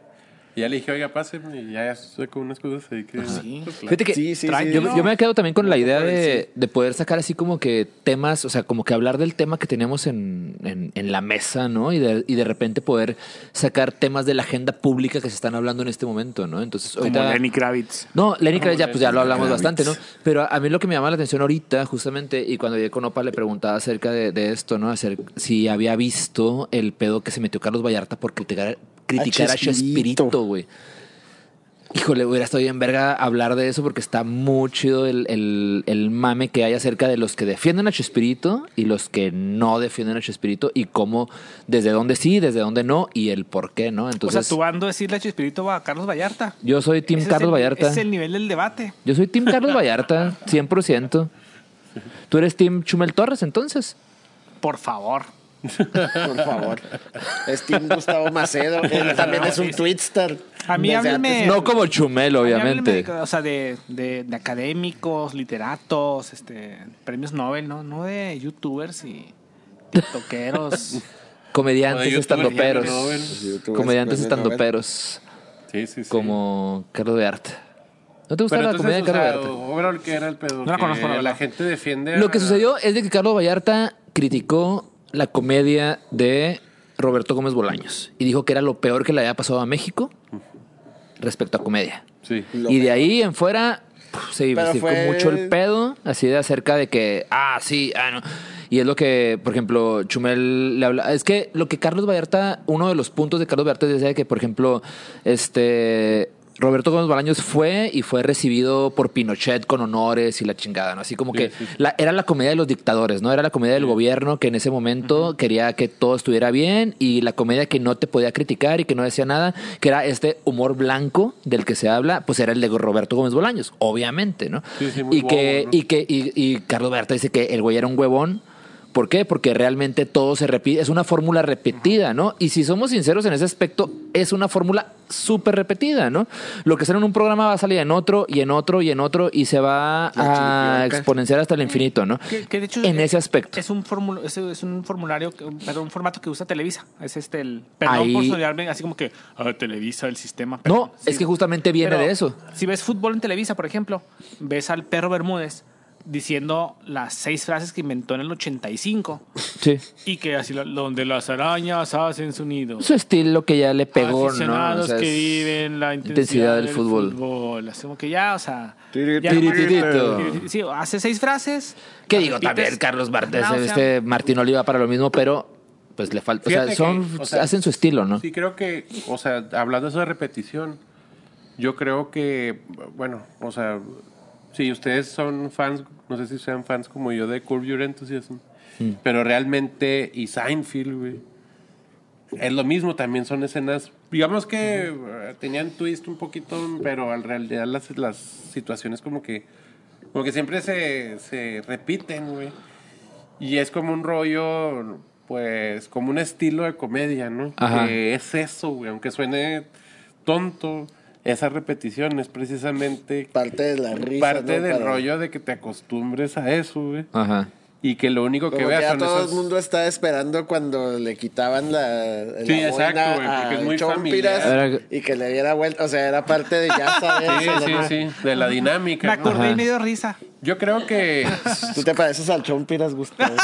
Speaker 4: Y ya le dije, oiga, pase, y ya saco unas cosas ahí que... Pues, claro.
Speaker 1: Fíjate que
Speaker 3: Ah, Sí, sí,
Speaker 1: yo,
Speaker 3: sí.
Speaker 1: yo me quedo también con la idea
Speaker 4: puede
Speaker 1: de, de poder sacar así como que temas, o sea, como que hablar del tema que tenemos en, en- en la mesa, ¿no? Y de, y de repente poder sacar temas de la agenda pública que se están hablando en este momento, ¿no? Entonces, ahorita...
Speaker 2: Kravitz.
Speaker 1: No, Lenny Kravitz ya,
Speaker 4: Lenny
Speaker 1: pues ya lo hablamos
Speaker 3: Kravitz.
Speaker 1: bastante, ¿no? Pero a- a mí lo que me llama la atención ahorita, justamente, y cuando llegué con Opa le preguntaba acerca de, de esto, ¿no? Acer- si había visto el pedo que se metió Carlos Vallarta por criticar, criticar a
Speaker 3: Chespirito.
Speaker 1: Chespirito, güey. Híjole, hubiera estado bien verga hablar de eso porque está muy chido el, el- el mame que hay acerca de los que defienden a Chespirito y los que no defienden a Chespirito y cómo, desde dónde sí, desde dónde no y el por qué, ¿no?
Speaker 2: O
Speaker 1: Entonces,
Speaker 2: sea, tú ando a decirle a Chespirito a Carlos Vallarta.
Speaker 1: yo soy Team
Speaker 2: Ese es
Speaker 1: Carlos
Speaker 2: el-
Speaker 1: Vallarta.
Speaker 2: ese Es el nivel del debate.
Speaker 1: Yo soy Team Carlos Vallarta, 100%. ¿Tú eres Team Chumel Torres entonces?
Speaker 2: Por favor.
Speaker 3: Por favor. Es Team Gustavo Macedo. Él también
Speaker 4: (laughs)
Speaker 3: es un twitstar.
Speaker 2: A mí
Speaker 3: Desde
Speaker 2: háblenme-
Speaker 3: antes.
Speaker 2: Eh,
Speaker 1: no como Chumel, obviamente.
Speaker 2: Háblenme de- O sea, de, de- de académicos, literatos, este, premios Nobel, ¿no? No de youtubers y
Speaker 1: (laughs)
Speaker 2: tiktokeros.
Speaker 4: O de
Speaker 1: Comediantes,
Speaker 4: YouTube,
Speaker 1: estandoperos.
Speaker 4: ya, Nobel.
Speaker 3: youtubers,
Speaker 1: Comediantes,
Speaker 3: premio Nobel.
Speaker 1: estandoperos.
Speaker 4: Sí, sí, sí.
Speaker 1: Como Carlos Vallarta. ¿No te gusta
Speaker 4: Pero
Speaker 1: la comedia de
Speaker 4: entonces, o sea,
Speaker 1: Carlos Vallarta?
Speaker 4: overall, ¿qué era el pedo?
Speaker 2: No la
Speaker 4: Que
Speaker 2: conozco, la verdad.
Speaker 4: la gente defiende
Speaker 1: Lo que
Speaker 4: a-
Speaker 1: sucedió es de que Carlos Vallarta criticó la comedia de Roberto Gómez Bolaños y dijo que era lo peor que le había pasado a México respecto a comedia.
Speaker 4: Sí.
Speaker 3: Lo
Speaker 1: y de ahí en fuera puf, se diversificó
Speaker 3: fue-
Speaker 1: mucho el pedo, así de acerca de que, ah, sí, ah, no. Y es lo que, por ejemplo, Chumel le habla. Es que lo que Carlos Vallarta, uno de los puntos de Carlos Vallarta es decía que, por ejemplo, este. Roberto Gómez Bolaños fue y fue recibido por Pinochet con honores y la chingada, ¿no? Así como que la- era la comedia de los dictadores, ¿no? Era la comedia del gobierno que en ese momento quería que todo estuviera bien y la comedia que no te podía criticar y que no decía nada, que era este humor blanco del que se habla, pues era el de Roberto Gómez Bolaños, obviamente, ¿no?
Speaker 4: Sí, sí, muy
Speaker 1: y,
Speaker 4: bobo,
Speaker 1: que,
Speaker 4: ¿no?
Speaker 1: y que y, y Carlos Berta dice que el güey era un huevón ¿Por qué? Porque realmente todo se repite, es una fórmula repetida, ¿no? Y si somos sinceros en ese aspecto, es una fórmula súper repetida, ¿no? Lo que sale en un programa va a salir en otro y en otro y en otro y se va a
Speaker 3: La chiripiorca.
Speaker 1: exponenciar hasta el infinito, ¿no?
Speaker 2: Que- que de hecho
Speaker 1: en
Speaker 2: es-
Speaker 1: ese aspecto.
Speaker 2: Es un, fórmula- es, es un formulario, que- perdón, un formato que usa Televisa. Es este el. Perdón
Speaker 1: Ahí-
Speaker 2: por soñarme así como que. "Ah, Televisa, el sistema.
Speaker 1: No,
Speaker 2: perdón".
Speaker 1: es que justamente viene
Speaker 2: Pero
Speaker 1: de eso.
Speaker 2: Si ves fútbol en Televisa, por ejemplo, ves al perro Bermúdez diciendo las seis frases que inventó en el 85
Speaker 1: Sí.
Speaker 2: y que así lo- donde las arañas hacen su nido.
Speaker 1: Su estilo que ya le pegó, ¿no?
Speaker 2: Aficionados
Speaker 1: O sea,
Speaker 2: que
Speaker 1: es-
Speaker 2: viven la intensidad,
Speaker 1: intensidad del
Speaker 2: del
Speaker 1: fútbol.
Speaker 2: fútbol. Así como que ya, o sea.
Speaker 3: Tiri,
Speaker 2: ya
Speaker 1: tiri,
Speaker 2: nomás-
Speaker 1: tirito.
Speaker 2: Sí, hace seis frases.
Speaker 1: ¿Qué
Speaker 2: las
Speaker 1: digo
Speaker 2: repites.
Speaker 1: también, Carlos Martínez,
Speaker 2: No, o sea,
Speaker 1: este Martín Oliva para lo mismo, pero pues le falta, o sea,
Speaker 4: Fíjate
Speaker 1: son,
Speaker 4: que, o sea,
Speaker 1: hacen su estilo, ¿no?
Speaker 4: Sí, creo que, o sea, hablando de eso de repetición, yo creo que, bueno, o sea, si ustedes son fans, no sé si sean fans como yo de Curb Your Enthusiasm, pero realmente, y Seinfeld, güey, es lo mismo, también son escenas, digamos que eh, tenían twist un poquito, pero en realidad las, las situaciones como que, como que siempre se, se repiten, güey. Y es como un rollo, pues, como un estilo de comedia, ¿no?
Speaker 1: Ajá.
Speaker 4: Que es eso, güey. Aunque suene tonto, esa repetición es precisamente
Speaker 3: Parte de la risa.
Speaker 4: parte
Speaker 3: ¿no?
Speaker 4: del
Speaker 3: Para-
Speaker 4: rollo de que te acostumbres a eso, güey.
Speaker 1: Ajá.
Speaker 4: Y que lo único
Speaker 3: Como
Speaker 4: que
Speaker 3: que
Speaker 4: veas
Speaker 3: ya
Speaker 4: son
Speaker 3: todo
Speaker 4: esas...
Speaker 3: el mundo está esperando cuando le quitaban la, la
Speaker 4: Sí, exacto,
Speaker 3: boina
Speaker 4: güey, porque
Speaker 3: a
Speaker 4: es muy
Speaker 3: Chompiras
Speaker 1: familiar.
Speaker 3: y que le diera vuelta, o sea, era parte de ya saber.
Speaker 4: Sí,
Speaker 3: eso,
Speaker 4: sí,
Speaker 3: ¿no?
Speaker 4: sí, de la
Speaker 2: Me
Speaker 4: dinámica. ¿no?
Speaker 2: acordé
Speaker 1: Ajá.
Speaker 2: y me dio risa.
Speaker 4: Yo creo que
Speaker 3: Tú te pareces al Chompiras, Gustavo.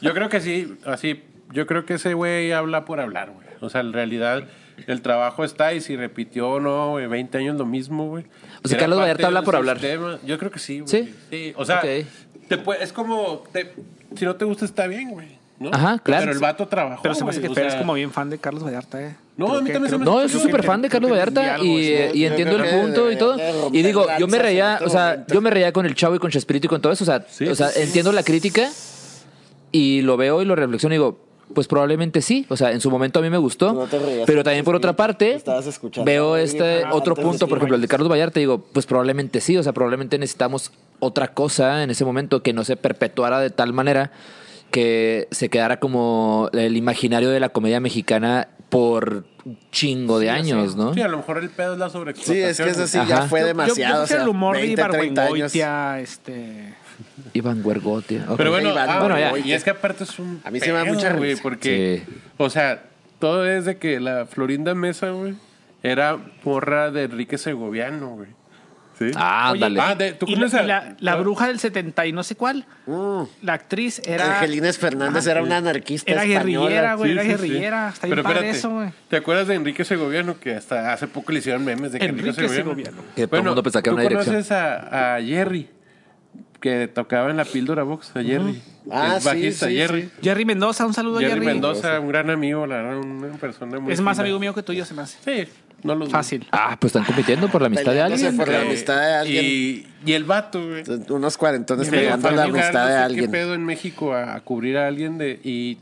Speaker 4: Yo creo que sí, así. Yo creo que ese güey habla por hablar, güey. O sea, en realidad el trabajo está y si repitió o no, güey, 20 años lo mismo, güey.
Speaker 1: O sea,
Speaker 4: Era
Speaker 1: Carlos
Speaker 4: parte
Speaker 1: Vallarta habla
Speaker 4: del
Speaker 1: por hablar.
Speaker 4: sistema. Yo creo que sí, güey.
Speaker 1: ¿Sí?
Speaker 4: O sea,
Speaker 1: Ok.
Speaker 4: te pue- es como, te- si no te gusta está bien, güey. ¿no?
Speaker 1: Ajá, claro.
Speaker 4: Pero el vato trabajó.
Speaker 2: Pero se me hace
Speaker 4: güey,
Speaker 2: que
Speaker 4: o
Speaker 2: Fer es
Speaker 4: sea,
Speaker 2: como bien fan de Carlos Vallarta, ¿eh?
Speaker 4: No, a mí también se me-
Speaker 1: No, yo soy
Speaker 4: Creo
Speaker 1: súper fan de Carlos Vallarta y, eh, y
Speaker 3: Yo
Speaker 1: entiendo el
Speaker 3: creo que
Speaker 1: punto y
Speaker 3: deberían
Speaker 1: todo.
Speaker 3: de romper
Speaker 1: Y digo, yo me
Speaker 3: lanzas en
Speaker 1: reía,
Speaker 3: este
Speaker 1: o sea,
Speaker 3: momento.
Speaker 1: yo me reía con el Chavo y con Chespirito y con todo eso, o sea,
Speaker 4: Sí,
Speaker 1: o sea,
Speaker 4: sí, sí.
Speaker 1: entiendo la crítica y lo veo y lo reflexiono y digo, pues probablemente sí, o sea, en su momento a mí me gustó,
Speaker 3: No te reías,
Speaker 1: pero también por otra parte
Speaker 3: estabas escuchando
Speaker 1: veo
Speaker 3: a alguien,
Speaker 1: este
Speaker 3: ah,
Speaker 1: otro
Speaker 3: antes de
Speaker 1: punto, por
Speaker 3: ti,
Speaker 1: ejemplo, el
Speaker 3: güey.
Speaker 1: de Carlos Vallarta, digo, pues probablemente sí, o sea, probablemente necesitamos otra cosa en ese momento que no se perpetuara de tal manera que se quedara como el imaginario de la comedia mexicana por un chingo de años, ¿no?
Speaker 4: Sí, a lo mejor el pedo es la
Speaker 3: Sí,
Speaker 4: sobreexplotación.
Speaker 3: es que eso sí
Speaker 1: Ajá.
Speaker 3: ya fue
Speaker 2: Yo- yo-
Speaker 3: demasiado.
Speaker 2: Yo, creo que el humor
Speaker 3: o sea,
Speaker 2: de
Speaker 3: 20, 30 años.
Speaker 2: Ibargüengoitia, este...
Speaker 1: Iván Huergotia. ok.
Speaker 4: Pero bueno,
Speaker 3: Iván,
Speaker 4: ah,
Speaker 1: bueno, ya.
Speaker 4: y es que aparte es un.
Speaker 3: A mí se me da
Speaker 4: pedo,
Speaker 3: mucha
Speaker 4: güey,
Speaker 3: risa.
Speaker 4: Porque,
Speaker 1: Sí.
Speaker 4: o sea, todo es de que la Florinda Mesa, güey, era porra de Enrique Segoviano, güey. ¿Sí?
Speaker 1: Ah,
Speaker 2: Oye,
Speaker 1: ándale.
Speaker 4: Ah, de- ¿tú
Speaker 2: y la,
Speaker 4: conoces a-
Speaker 2: y la- la bruja del 70 y no sé cuál,
Speaker 1: Mm.
Speaker 2: la actriz era...
Speaker 3: Angelines Fernández era una anarquista
Speaker 2: Era
Speaker 3: española.
Speaker 2: guerrillera, güey,
Speaker 4: Sí,
Speaker 2: era
Speaker 4: sí, sí.
Speaker 2: guerrillera. Está bien
Speaker 4: Pero
Speaker 2: padre
Speaker 4: espérate,
Speaker 2: eso, güey.
Speaker 4: ¿Te acuerdas de Enrique Segoviano? Que hasta hace poco le hicieron memes de que Enrique,
Speaker 2: Enrique
Speaker 4: Segoviano.
Speaker 2: Segoviano.
Speaker 1: Que todo el mundo pensaba que era
Speaker 4: ¿tú
Speaker 1: una dirección.
Speaker 4: conoces a, a Jerry? Que tocaba en la píldora box a Jerry.
Speaker 3: Ah,
Speaker 4: el
Speaker 3: sí,
Speaker 4: bajista
Speaker 3: sí,
Speaker 4: Jerry.
Speaker 3: sí.
Speaker 2: Jerry Mendoza, un saludo,
Speaker 4: Jerry,
Speaker 2: Jerry.
Speaker 4: Mendoza, un gran amigo, la verdad, una persona muy.
Speaker 2: Es más
Speaker 4: fina.
Speaker 2: amigo mío que tuyo, se me hace.
Speaker 4: Sí, no lo dudo.
Speaker 2: Fácil.
Speaker 1: Ah, pues están compitiendo por la amistad de
Speaker 3: Peleándose
Speaker 1: alguien.
Speaker 3: por la
Speaker 4: Eh,
Speaker 3: amistad de alguien.
Speaker 4: Y, y el vato, güey.
Speaker 3: Unos cuarentones
Speaker 4: Me
Speaker 3: peleando la
Speaker 4: fue a llegar,
Speaker 3: amistad
Speaker 4: no
Speaker 3: de
Speaker 4: sé
Speaker 3: alguien.
Speaker 4: qué pedo en México a, a cubrir a alguien de y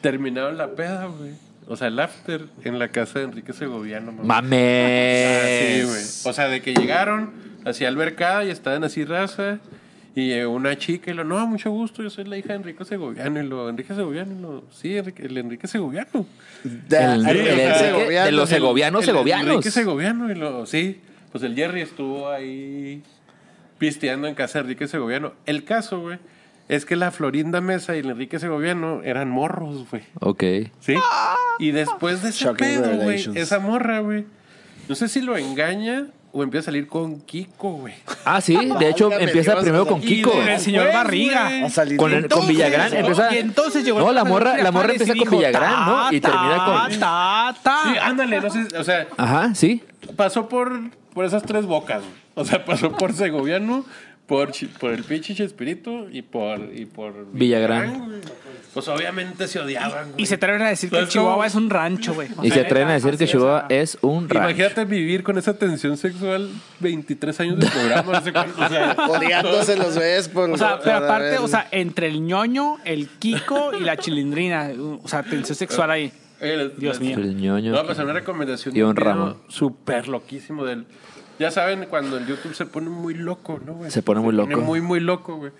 Speaker 4: terminaron la peda, güey. O sea, el after en la casa de Enrique Segoviano. mamá. Ah, Sí, güey.
Speaker 1: Mames.
Speaker 4: O sea, de que llegaron hacia albercada y estaban así raza. Y llegó una chica y lo, no, mucho gusto, yo soy la hija de Enrique Segoviano. Y lo, Enrique Segoviano, y lo, sí, Enrique- el Enrique Segoviano.
Speaker 3: De-
Speaker 1: El-
Speaker 3: Enrique
Speaker 1: el-
Speaker 4: o sea,
Speaker 3: Segoviano.
Speaker 1: de los- segovianos,
Speaker 4: el- el
Speaker 1: segovianos.
Speaker 4: Enrique Segoviano, y lo, sí. Pues el Jerry estuvo ahí pisteando en casa de Enrique Segoviano. El caso, güey, es que la Florinda Mesa y el Enrique Segoviano eran morros, güey.
Speaker 1: Ok.
Speaker 4: ¿Sí? Y después de ese
Speaker 3: Shocking
Speaker 4: pedo, güey,
Speaker 3: revelations.
Speaker 4: esa morra, güey. No sé si lo engaña o empieza a salir con Kiko, güey.
Speaker 1: Ah, sí. De hecho,
Speaker 3: Válgame
Speaker 1: empieza
Speaker 3: Dios, pues
Speaker 1: primero
Speaker 3: o sea,
Speaker 1: con Kiko.
Speaker 4: Y
Speaker 2: con el señor
Speaker 4: después,
Speaker 2: Barriga.
Speaker 4: güey,
Speaker 3: A salir
Speaker 1: Con, el- con
Speaker 3: entonces,
Speaker 1: Villagrán.
Speaker 2: ¿no?
Speaker 1: Empieza,
Speaker 2: Y entonces llegó
Speaker 1: no,
Speaker 2: el
Speaker 1: la
Speaker 2: profesor
Speaker 1: morra, la morra
Speaker 2: Girafales
Speaker 1: empieza
Speaker 2: y
Speaker 1: con
Speaker 2: dijo,
Speaker 1: Villagrán, ¿no? Y
Speaker 2: "Ta,
Speaker 1: termina con.
Speaker 2: ta, ta".
Speaker 4: Sí, ándale, no sé, o sea,
Speaker 1: Ajá, sí.
Speaker 4: pasó por, por esas tres bocas. güey. O sea, pasó por Segoviano, por, Chi- por el pinche Chespirito y por, y por
Speaker 1: Villagrán.
Speaker 4: güey. Pues obviamente se odiaban. güey.
Speaker 2: Y se atreven a decir que
Speaker 4: Pues como-
Speaker 2: Chihuahua es un rancho, güey.
Speaker 1: Y se atreven a decir que
Speaker 2: Así, o sea,
Speaker 1: Chihuahua es un rancho.
Speaker 4: Imagínate vivir con esa tensión sexual 23 años de programa. no sé cuánto, o sea,
Speaker 3: Odiándose los ves por.
Speaker 2: O sea, pero
Speaker 3: para
Speaker 2: aparte,
Speaker 3: ver-
Speaker 2: o sea, entre el ñoño, el Kiko y la chilindrina, uh, o sea, tensión sexual ahí.
Speaker 4: Oye, les-
Speaker 2: Dios
Speaker 4: les-
Speaker 2: mío.
Speaker 1: El ñoño.
Speaker 4: No, pues una recomendación.
Speaker 1: Y
Speaker 4: de
Speaker 1: un
Speaker 4: video
Speaker 1: ramo.
Speaker 4: Súper loquísimo del Ya saben, cuando el YouTube se pone muy loco, ¿no, güey?
Speaker 1: Se pone muy loco.
Speaker 4: muy, muy loco, güey.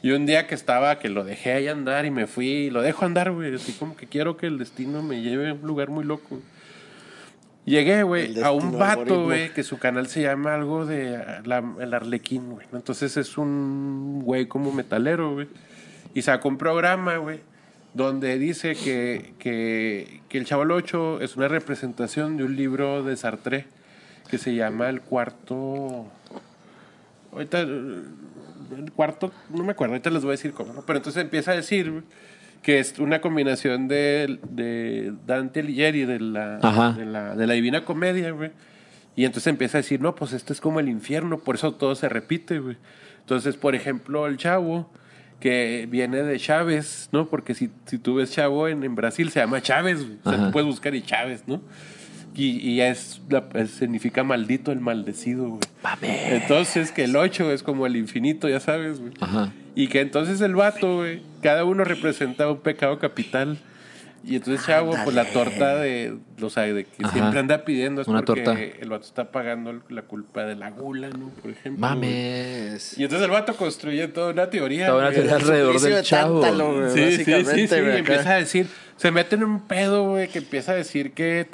Speaker 4: Y un día que estaba, que lo dejé ahí andar y me fui y lo dejo andar, güey. Así como que quiero que el destino me lleve a un lugar muy loco. Llegué, güey,
Speaker 3: El
Speaker 4: a un
Speaker 3: destino
Speaker 4: vato,
Speaker 3: algoritmo.
Speaker 4: güey, que su canal se llama algo de ah, la- el Arlequín, güey. ¿no? Entonces es un güey como metalero, güey. Y sacó un programa, güey, donde dice que, que, que El Chaval 8 es una representación de un libro de Sartre que se llama El Cuarto... Ahorita, eh, el cuarto, no me acuerdo, ahorita les voy a decir cómo, ¿no? Pero entonces empieza a decir güey, que es una combinación de, de Dante Alighieri, de la,
Speaker 1: Ajá.
Speaker 4: de la, de la Divina Comedia, güey. Y entonces empieza a decir, no, pues esto es como el infierno, por eso todo se repite, güey. Entonces, por ejemplo, el chavo, que viene de Chávez, ¿no? Porque si, si tú ves chavo en, en Brasil, se llama Chávez, güey. O sea,
Speaker 1: Ajá.
Speaker 4: tú puedes buscar y Chávez, ¿no? Y, y es, la- es- significa maldito el maldecido, güey. Entonces, que el 8 es como el infinito, ya sabes, güey.
Speaker 1: Ajá.
Speaker 4: Y que entonces el vato, güey, cada uno representa un pecado capital. Y entonces, chavo, pues la torta de, o sea, de que
Speaker 1: Ajá.
Speaker 4: siempre anda pidiendo es
Speaker 1: Una
Speaker 4: porque
Speaker 1: torta.
Speaker 4: el vato está pagando la culpa de la gula, ¿no? Por ejemplo. güey.
Speaker 1: Mames.
Speaker 4: Y entonces el vato construye toda una teoría.
Speaker 1: Toda una
Speaker 4: güey.
Speaker 1: teoría alrededor
Speaker 3: Juicio
Speaker 1: del
Speaker 3: de
Speaker 1: chavo.
Speaker 3: Tántalo, güey,
Speaker 4: Sí, sí, sí, sí,
Speaker 3: básicamente,
Speaker 4: y
Speaker 3: güey, acá.
Speaker 4: empieza a decir, se mete en un pedo, güey, que empieza a decir que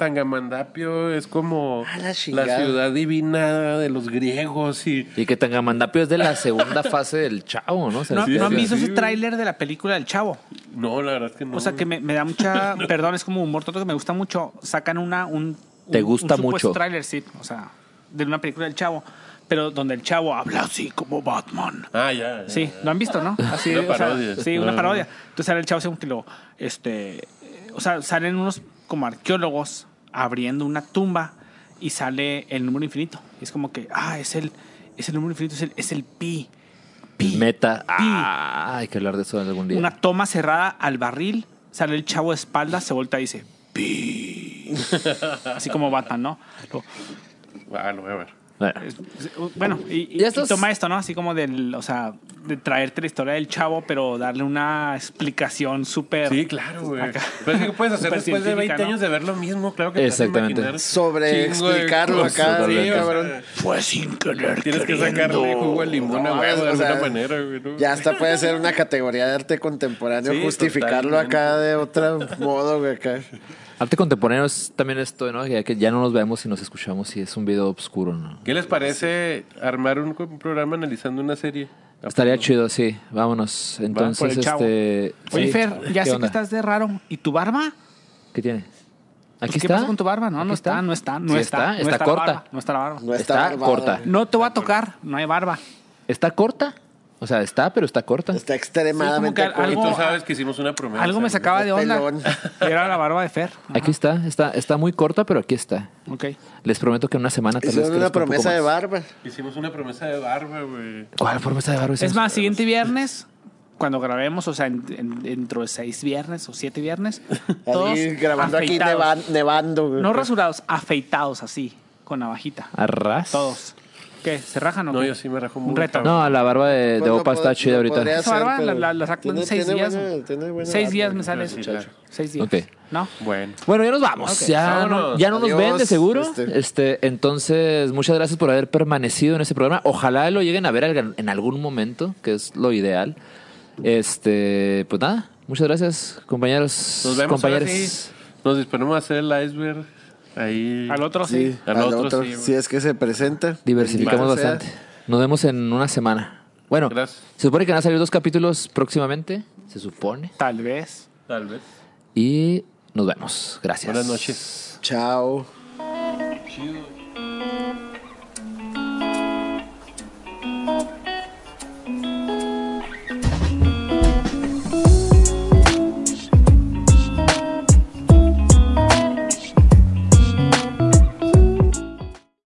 Speaker 4: Tangamandapio es como
Speaker 3: A la
Speaker 4: la
Speaker 3: chingada.
Speaker 4: ciudad divina de los griegos y
Speaker 1: Y que Tangamandapio es de la segunda fase del chavo, ¿no? O sea,
Speaker 2: ¿No,
Speaker 1: sí,
Speaker 2: ¿no han
Speaker 1: sí.
Speaker 2: visto
Speaker 4: sí,
Speaker 2: ese
Speaker 4: güey.
Speaker 2: tráiler de la película del Chavo?
Speaker 4: No, la verdad es que no.
Speaker 2: O sea, que me, me da
Speaker 4: (laughs)
Speaker 2: mucha... Perdón, es como humor todo que me gusta mucho. Sacan una... Un,
Speaker 1: Te
Speaker 2: un-
Speaker 1: gusta
Speaker 2: un supuesto
Speaker 1: mucho.
Speaker 2: tráiler, sí. O sea, de una película del Chavo. Pero donde el Chavo habla así como Batman.
Speaker 4: Ah, ya. ya,
Speaker 2: Sí,
Speaker 4: ya.
Speaker 2: lo han visto,
Speaker 4: (laughs)
Speaker 2: ¿no? Así,
Speaker 4: Una
Speaker 2: o sea,
Speaker 4: parodia.
Speaker 2: sí, una
Speaker 4: Ah.
Speaker 2: parodia. Entonces sale el chavo según que lo, este, eh, o sea, salen unos como arqueólogos abriendo una tumba y sale el número infinito. Y es como que, ah, es el, es el número infinito, es el, es el pi, pi.
Speaker 1: Meta.
Speaker 2: pi.
Speaker 1: Ah, hay que hablar de eso algún día.
Speaker 2: Una toma cerrada al barril, sale el chavo de espalda, se voltea y dice,
Speaker 4: (laughs)
Speaker 2: pi. Así como Batman, ¿no? Lo-
Speaker 4: Ah, lo voy a ver.
Speaker 1: Bueno.
Speaker 2: es- es- Bueno, y, y-
Speaker 1: Y estos-
Speaker 2: y toma esto, ¿no? Así como del, o sea, de traerte la historia del chavo, pero darle una explicación súper.
Speaker 4: Sí, claro, güey.
Speaker 2: Acá.
Speaker 4: Pero es que puedes hacer
Speaker 2: Súper
Speaker 4: después de 20
Speaker 2: científica, ¿no?
Speaker 4: años de ver lo mismo, claro que te vas a
Speaker 1: Exactamente.
Speaker 4: imaginar
Speaker 3: Sobre
Speaker 4: chingo de
Speaker 3: explicarlo
Speaker 4: cosas.
Speaker 3: acá,
Speaker 4: Sí,
Speaker 3: bien
Speaker 4: o sea,
Speaker 3: cabrón.
Speaker 2: Fue sin querer.
Speaker 4: Tienes que sacarle jugo al limón a
Speaker 3: No,
Speaker 4: huevo de
Speaker 3: o sea,
Speaker 4: alguna manera, güey. ¿no?
Speaker 3: Ya hasta puede ser una categoría de arte contemporáneo,
Speaker 4: Sí,
Speaker 3: justificarlo
Speaker 4: totalmente.
Speaker 3: acá de otro modo, güey, acá.
Speaker 1: Arte contemporáneo es también esto, ¿no? Ya que ya no nos vemos y nos escuchamos si es un video obscuro, ¿no?
Speaker 4: ¿Qué les parece armar un, un programa analizando una serie?
Speaker 1: Estaría chido, sí. Vámonos.
Speaker 2: por
Speaker 1: Entonces,
Speaker 2: el chavo.
Speaker 1: este.
Speaker 2: Oye,
Speaker 1: sí.
Speaker 2: Fer, ya
Speaker 1: ¿Qué
Speaker 2: sé
Speaker 1: onda?
Speaker 2: que estás de raro. ¿Y tu barba?
Speaker 1: ¿Qué tiene?
Speaker 2: Pues,
Speaker 1: Aquí
Speaker 2: ¿Qué
Speaker 1: está.
Speaker 2: pasa con tu barba? No,
Speaker 1: Aquí
Speaker 2: no está, no está, no
Speaker 1: Sí Está,
Speaker 2: está. no
Speaker 1: Está
Speaker 2: la
Speaker 1: corta.
Speaker 2: barba, No está la barba.
Speaker 3: No está,
Speaker 1: Está
Speaker 3: barbado,
Speaker 1: corta.
Speaker 3: güey.
Speaker 2: No te voy a tocar, no hay barba.
Speaker 1: Está corta. O sea, está, pero está corta.
Speaker 3: Está
Speaker 2: Sí,
Speaker 3: extremadamente
Speaker 2: como que
Speaker 4: Y
Speaker 2: algo-
Speaker 3: corta.
Speaker 4: tú sabes que hicimos una promesa.
Speaker 2: Algo me
Speaker 4: güey.
Speaker 2: sacaba de onda.
Speaker 3: Pelón.
Speaker 2: Y (laughs) era la barba de Fer.
Speaker 1: Aquí está, está, está muy corta, pero aquí está.
Speaker 2: Ok.
Speaker 1: Les prometo que en una semana Ah, tal vez
Speaker 3: Hicieron una
Speaker 1: crezca un poco
Speaker 3: promesa de
Speaker 1: más.
Speaker 3: barba.
Speaker 4: Hicimos una promesa de barba, güey.
Speaker 1: ¿Cuál promesa de barba
Speaker 2: Es
Speaker 1: hicimos?
Speaker 2: más, siguiente viernes, cuando grabemos, o sea, en- en- dentro de seis viernes o siete viernes, todos
Speaker 3: Ahí grabando
Speaker 2: afeitados.
Speaker 3: aquí nevan- nevando, güey.
Speaker 2: No rasurados, afeitados así, con navajita.
Speaker 1: Arras.
Speaker 2: Todos. ¿Qué? ¿Se rajan o
Speaker 4: No,
Speaker 2: qué?
Speaker 4: yo sí me rajo
Speaker 2: Un
Speaker 4: muy
Speaker 2: reto.
Speaker 4: cabrón.
Speaker 1: No, la barba de,
Speaker 3: Pues
Speaker 1: de
Speaker 3: no
Speaker 1: Opa
Speaker 3: pod-
Speaker 1: está chida
Speaker 3: no
Speaker 1: ahorita.
Speaker 3: podría
Speaker 2: Esa
Speaker 3: ser,
Speaker 2: barba la-
Speaker 3: pero
Speaker 2: la- la saco en
Speaker 3: tiene-
Speaker 2: seis
Speaker 3: tiene
Speaker 2: días,
Speaker 3: buena-
Speaker 2: güey.
Speaker 3: tiene buena
Speaker 2: Seis
Speaker 3: barba,
Speaker 2: días
Speaker 3: güey.
Speaker 2: me sale.
Speaker 4: Sí, claro.
Speaker 2: Seis días.
Speaker 1: Ok.
Speaker 2: ¿No?
Speaker 4: Bueno.
Speaker 1: Bueno, ya nos vamos.
Speaker 2: Ok,
Speaker 1: ya,
Speaker 4: vámonos.
Speaker 1: no, ya no nos
Speaker 3: Adiós,
Speaker 1: ven de seguro.
Speaker 3: este.
Speaker 1: Este. entonces, muchas gracias por haber permanecido en este programa. Ojalá lo lleguen a ver alg- en algún momento, que es lo ideal. Este, pues nada, muchas gracias, compañeros.
Speaker 4: Nos vemos.
Speaker 1: compañeros.
Speaker 4: ahora sí. Nos disponemos a hacer el iceberg. Ahí.
Speaker 2: Al otro sí.
Speaker 3: Sí,
Speaker 4: Al
Speaker 3: al
Speaker 4: otro
Speaker 3: otro,
Speaker 4: sí, güey.
Speaker 3: si es que se presenta.
Speaker 1: Diversificamos
Speaker 3: Bendito sea.
Speaker 1: bastante. Nos vemos en una semana. Bueno,
Speaker 4: Gracias.
Speaker 1: se supone que van a salir dos capítulos próximamente, se supone.
Speaker 2: Tal vez.
Speaker 4: Tal vez.
Speaker 1: Y nos vemos. Gracias.
Speaker 4: Buenas noches.
Speaker 3: Chao.
Speaker 4: Chido.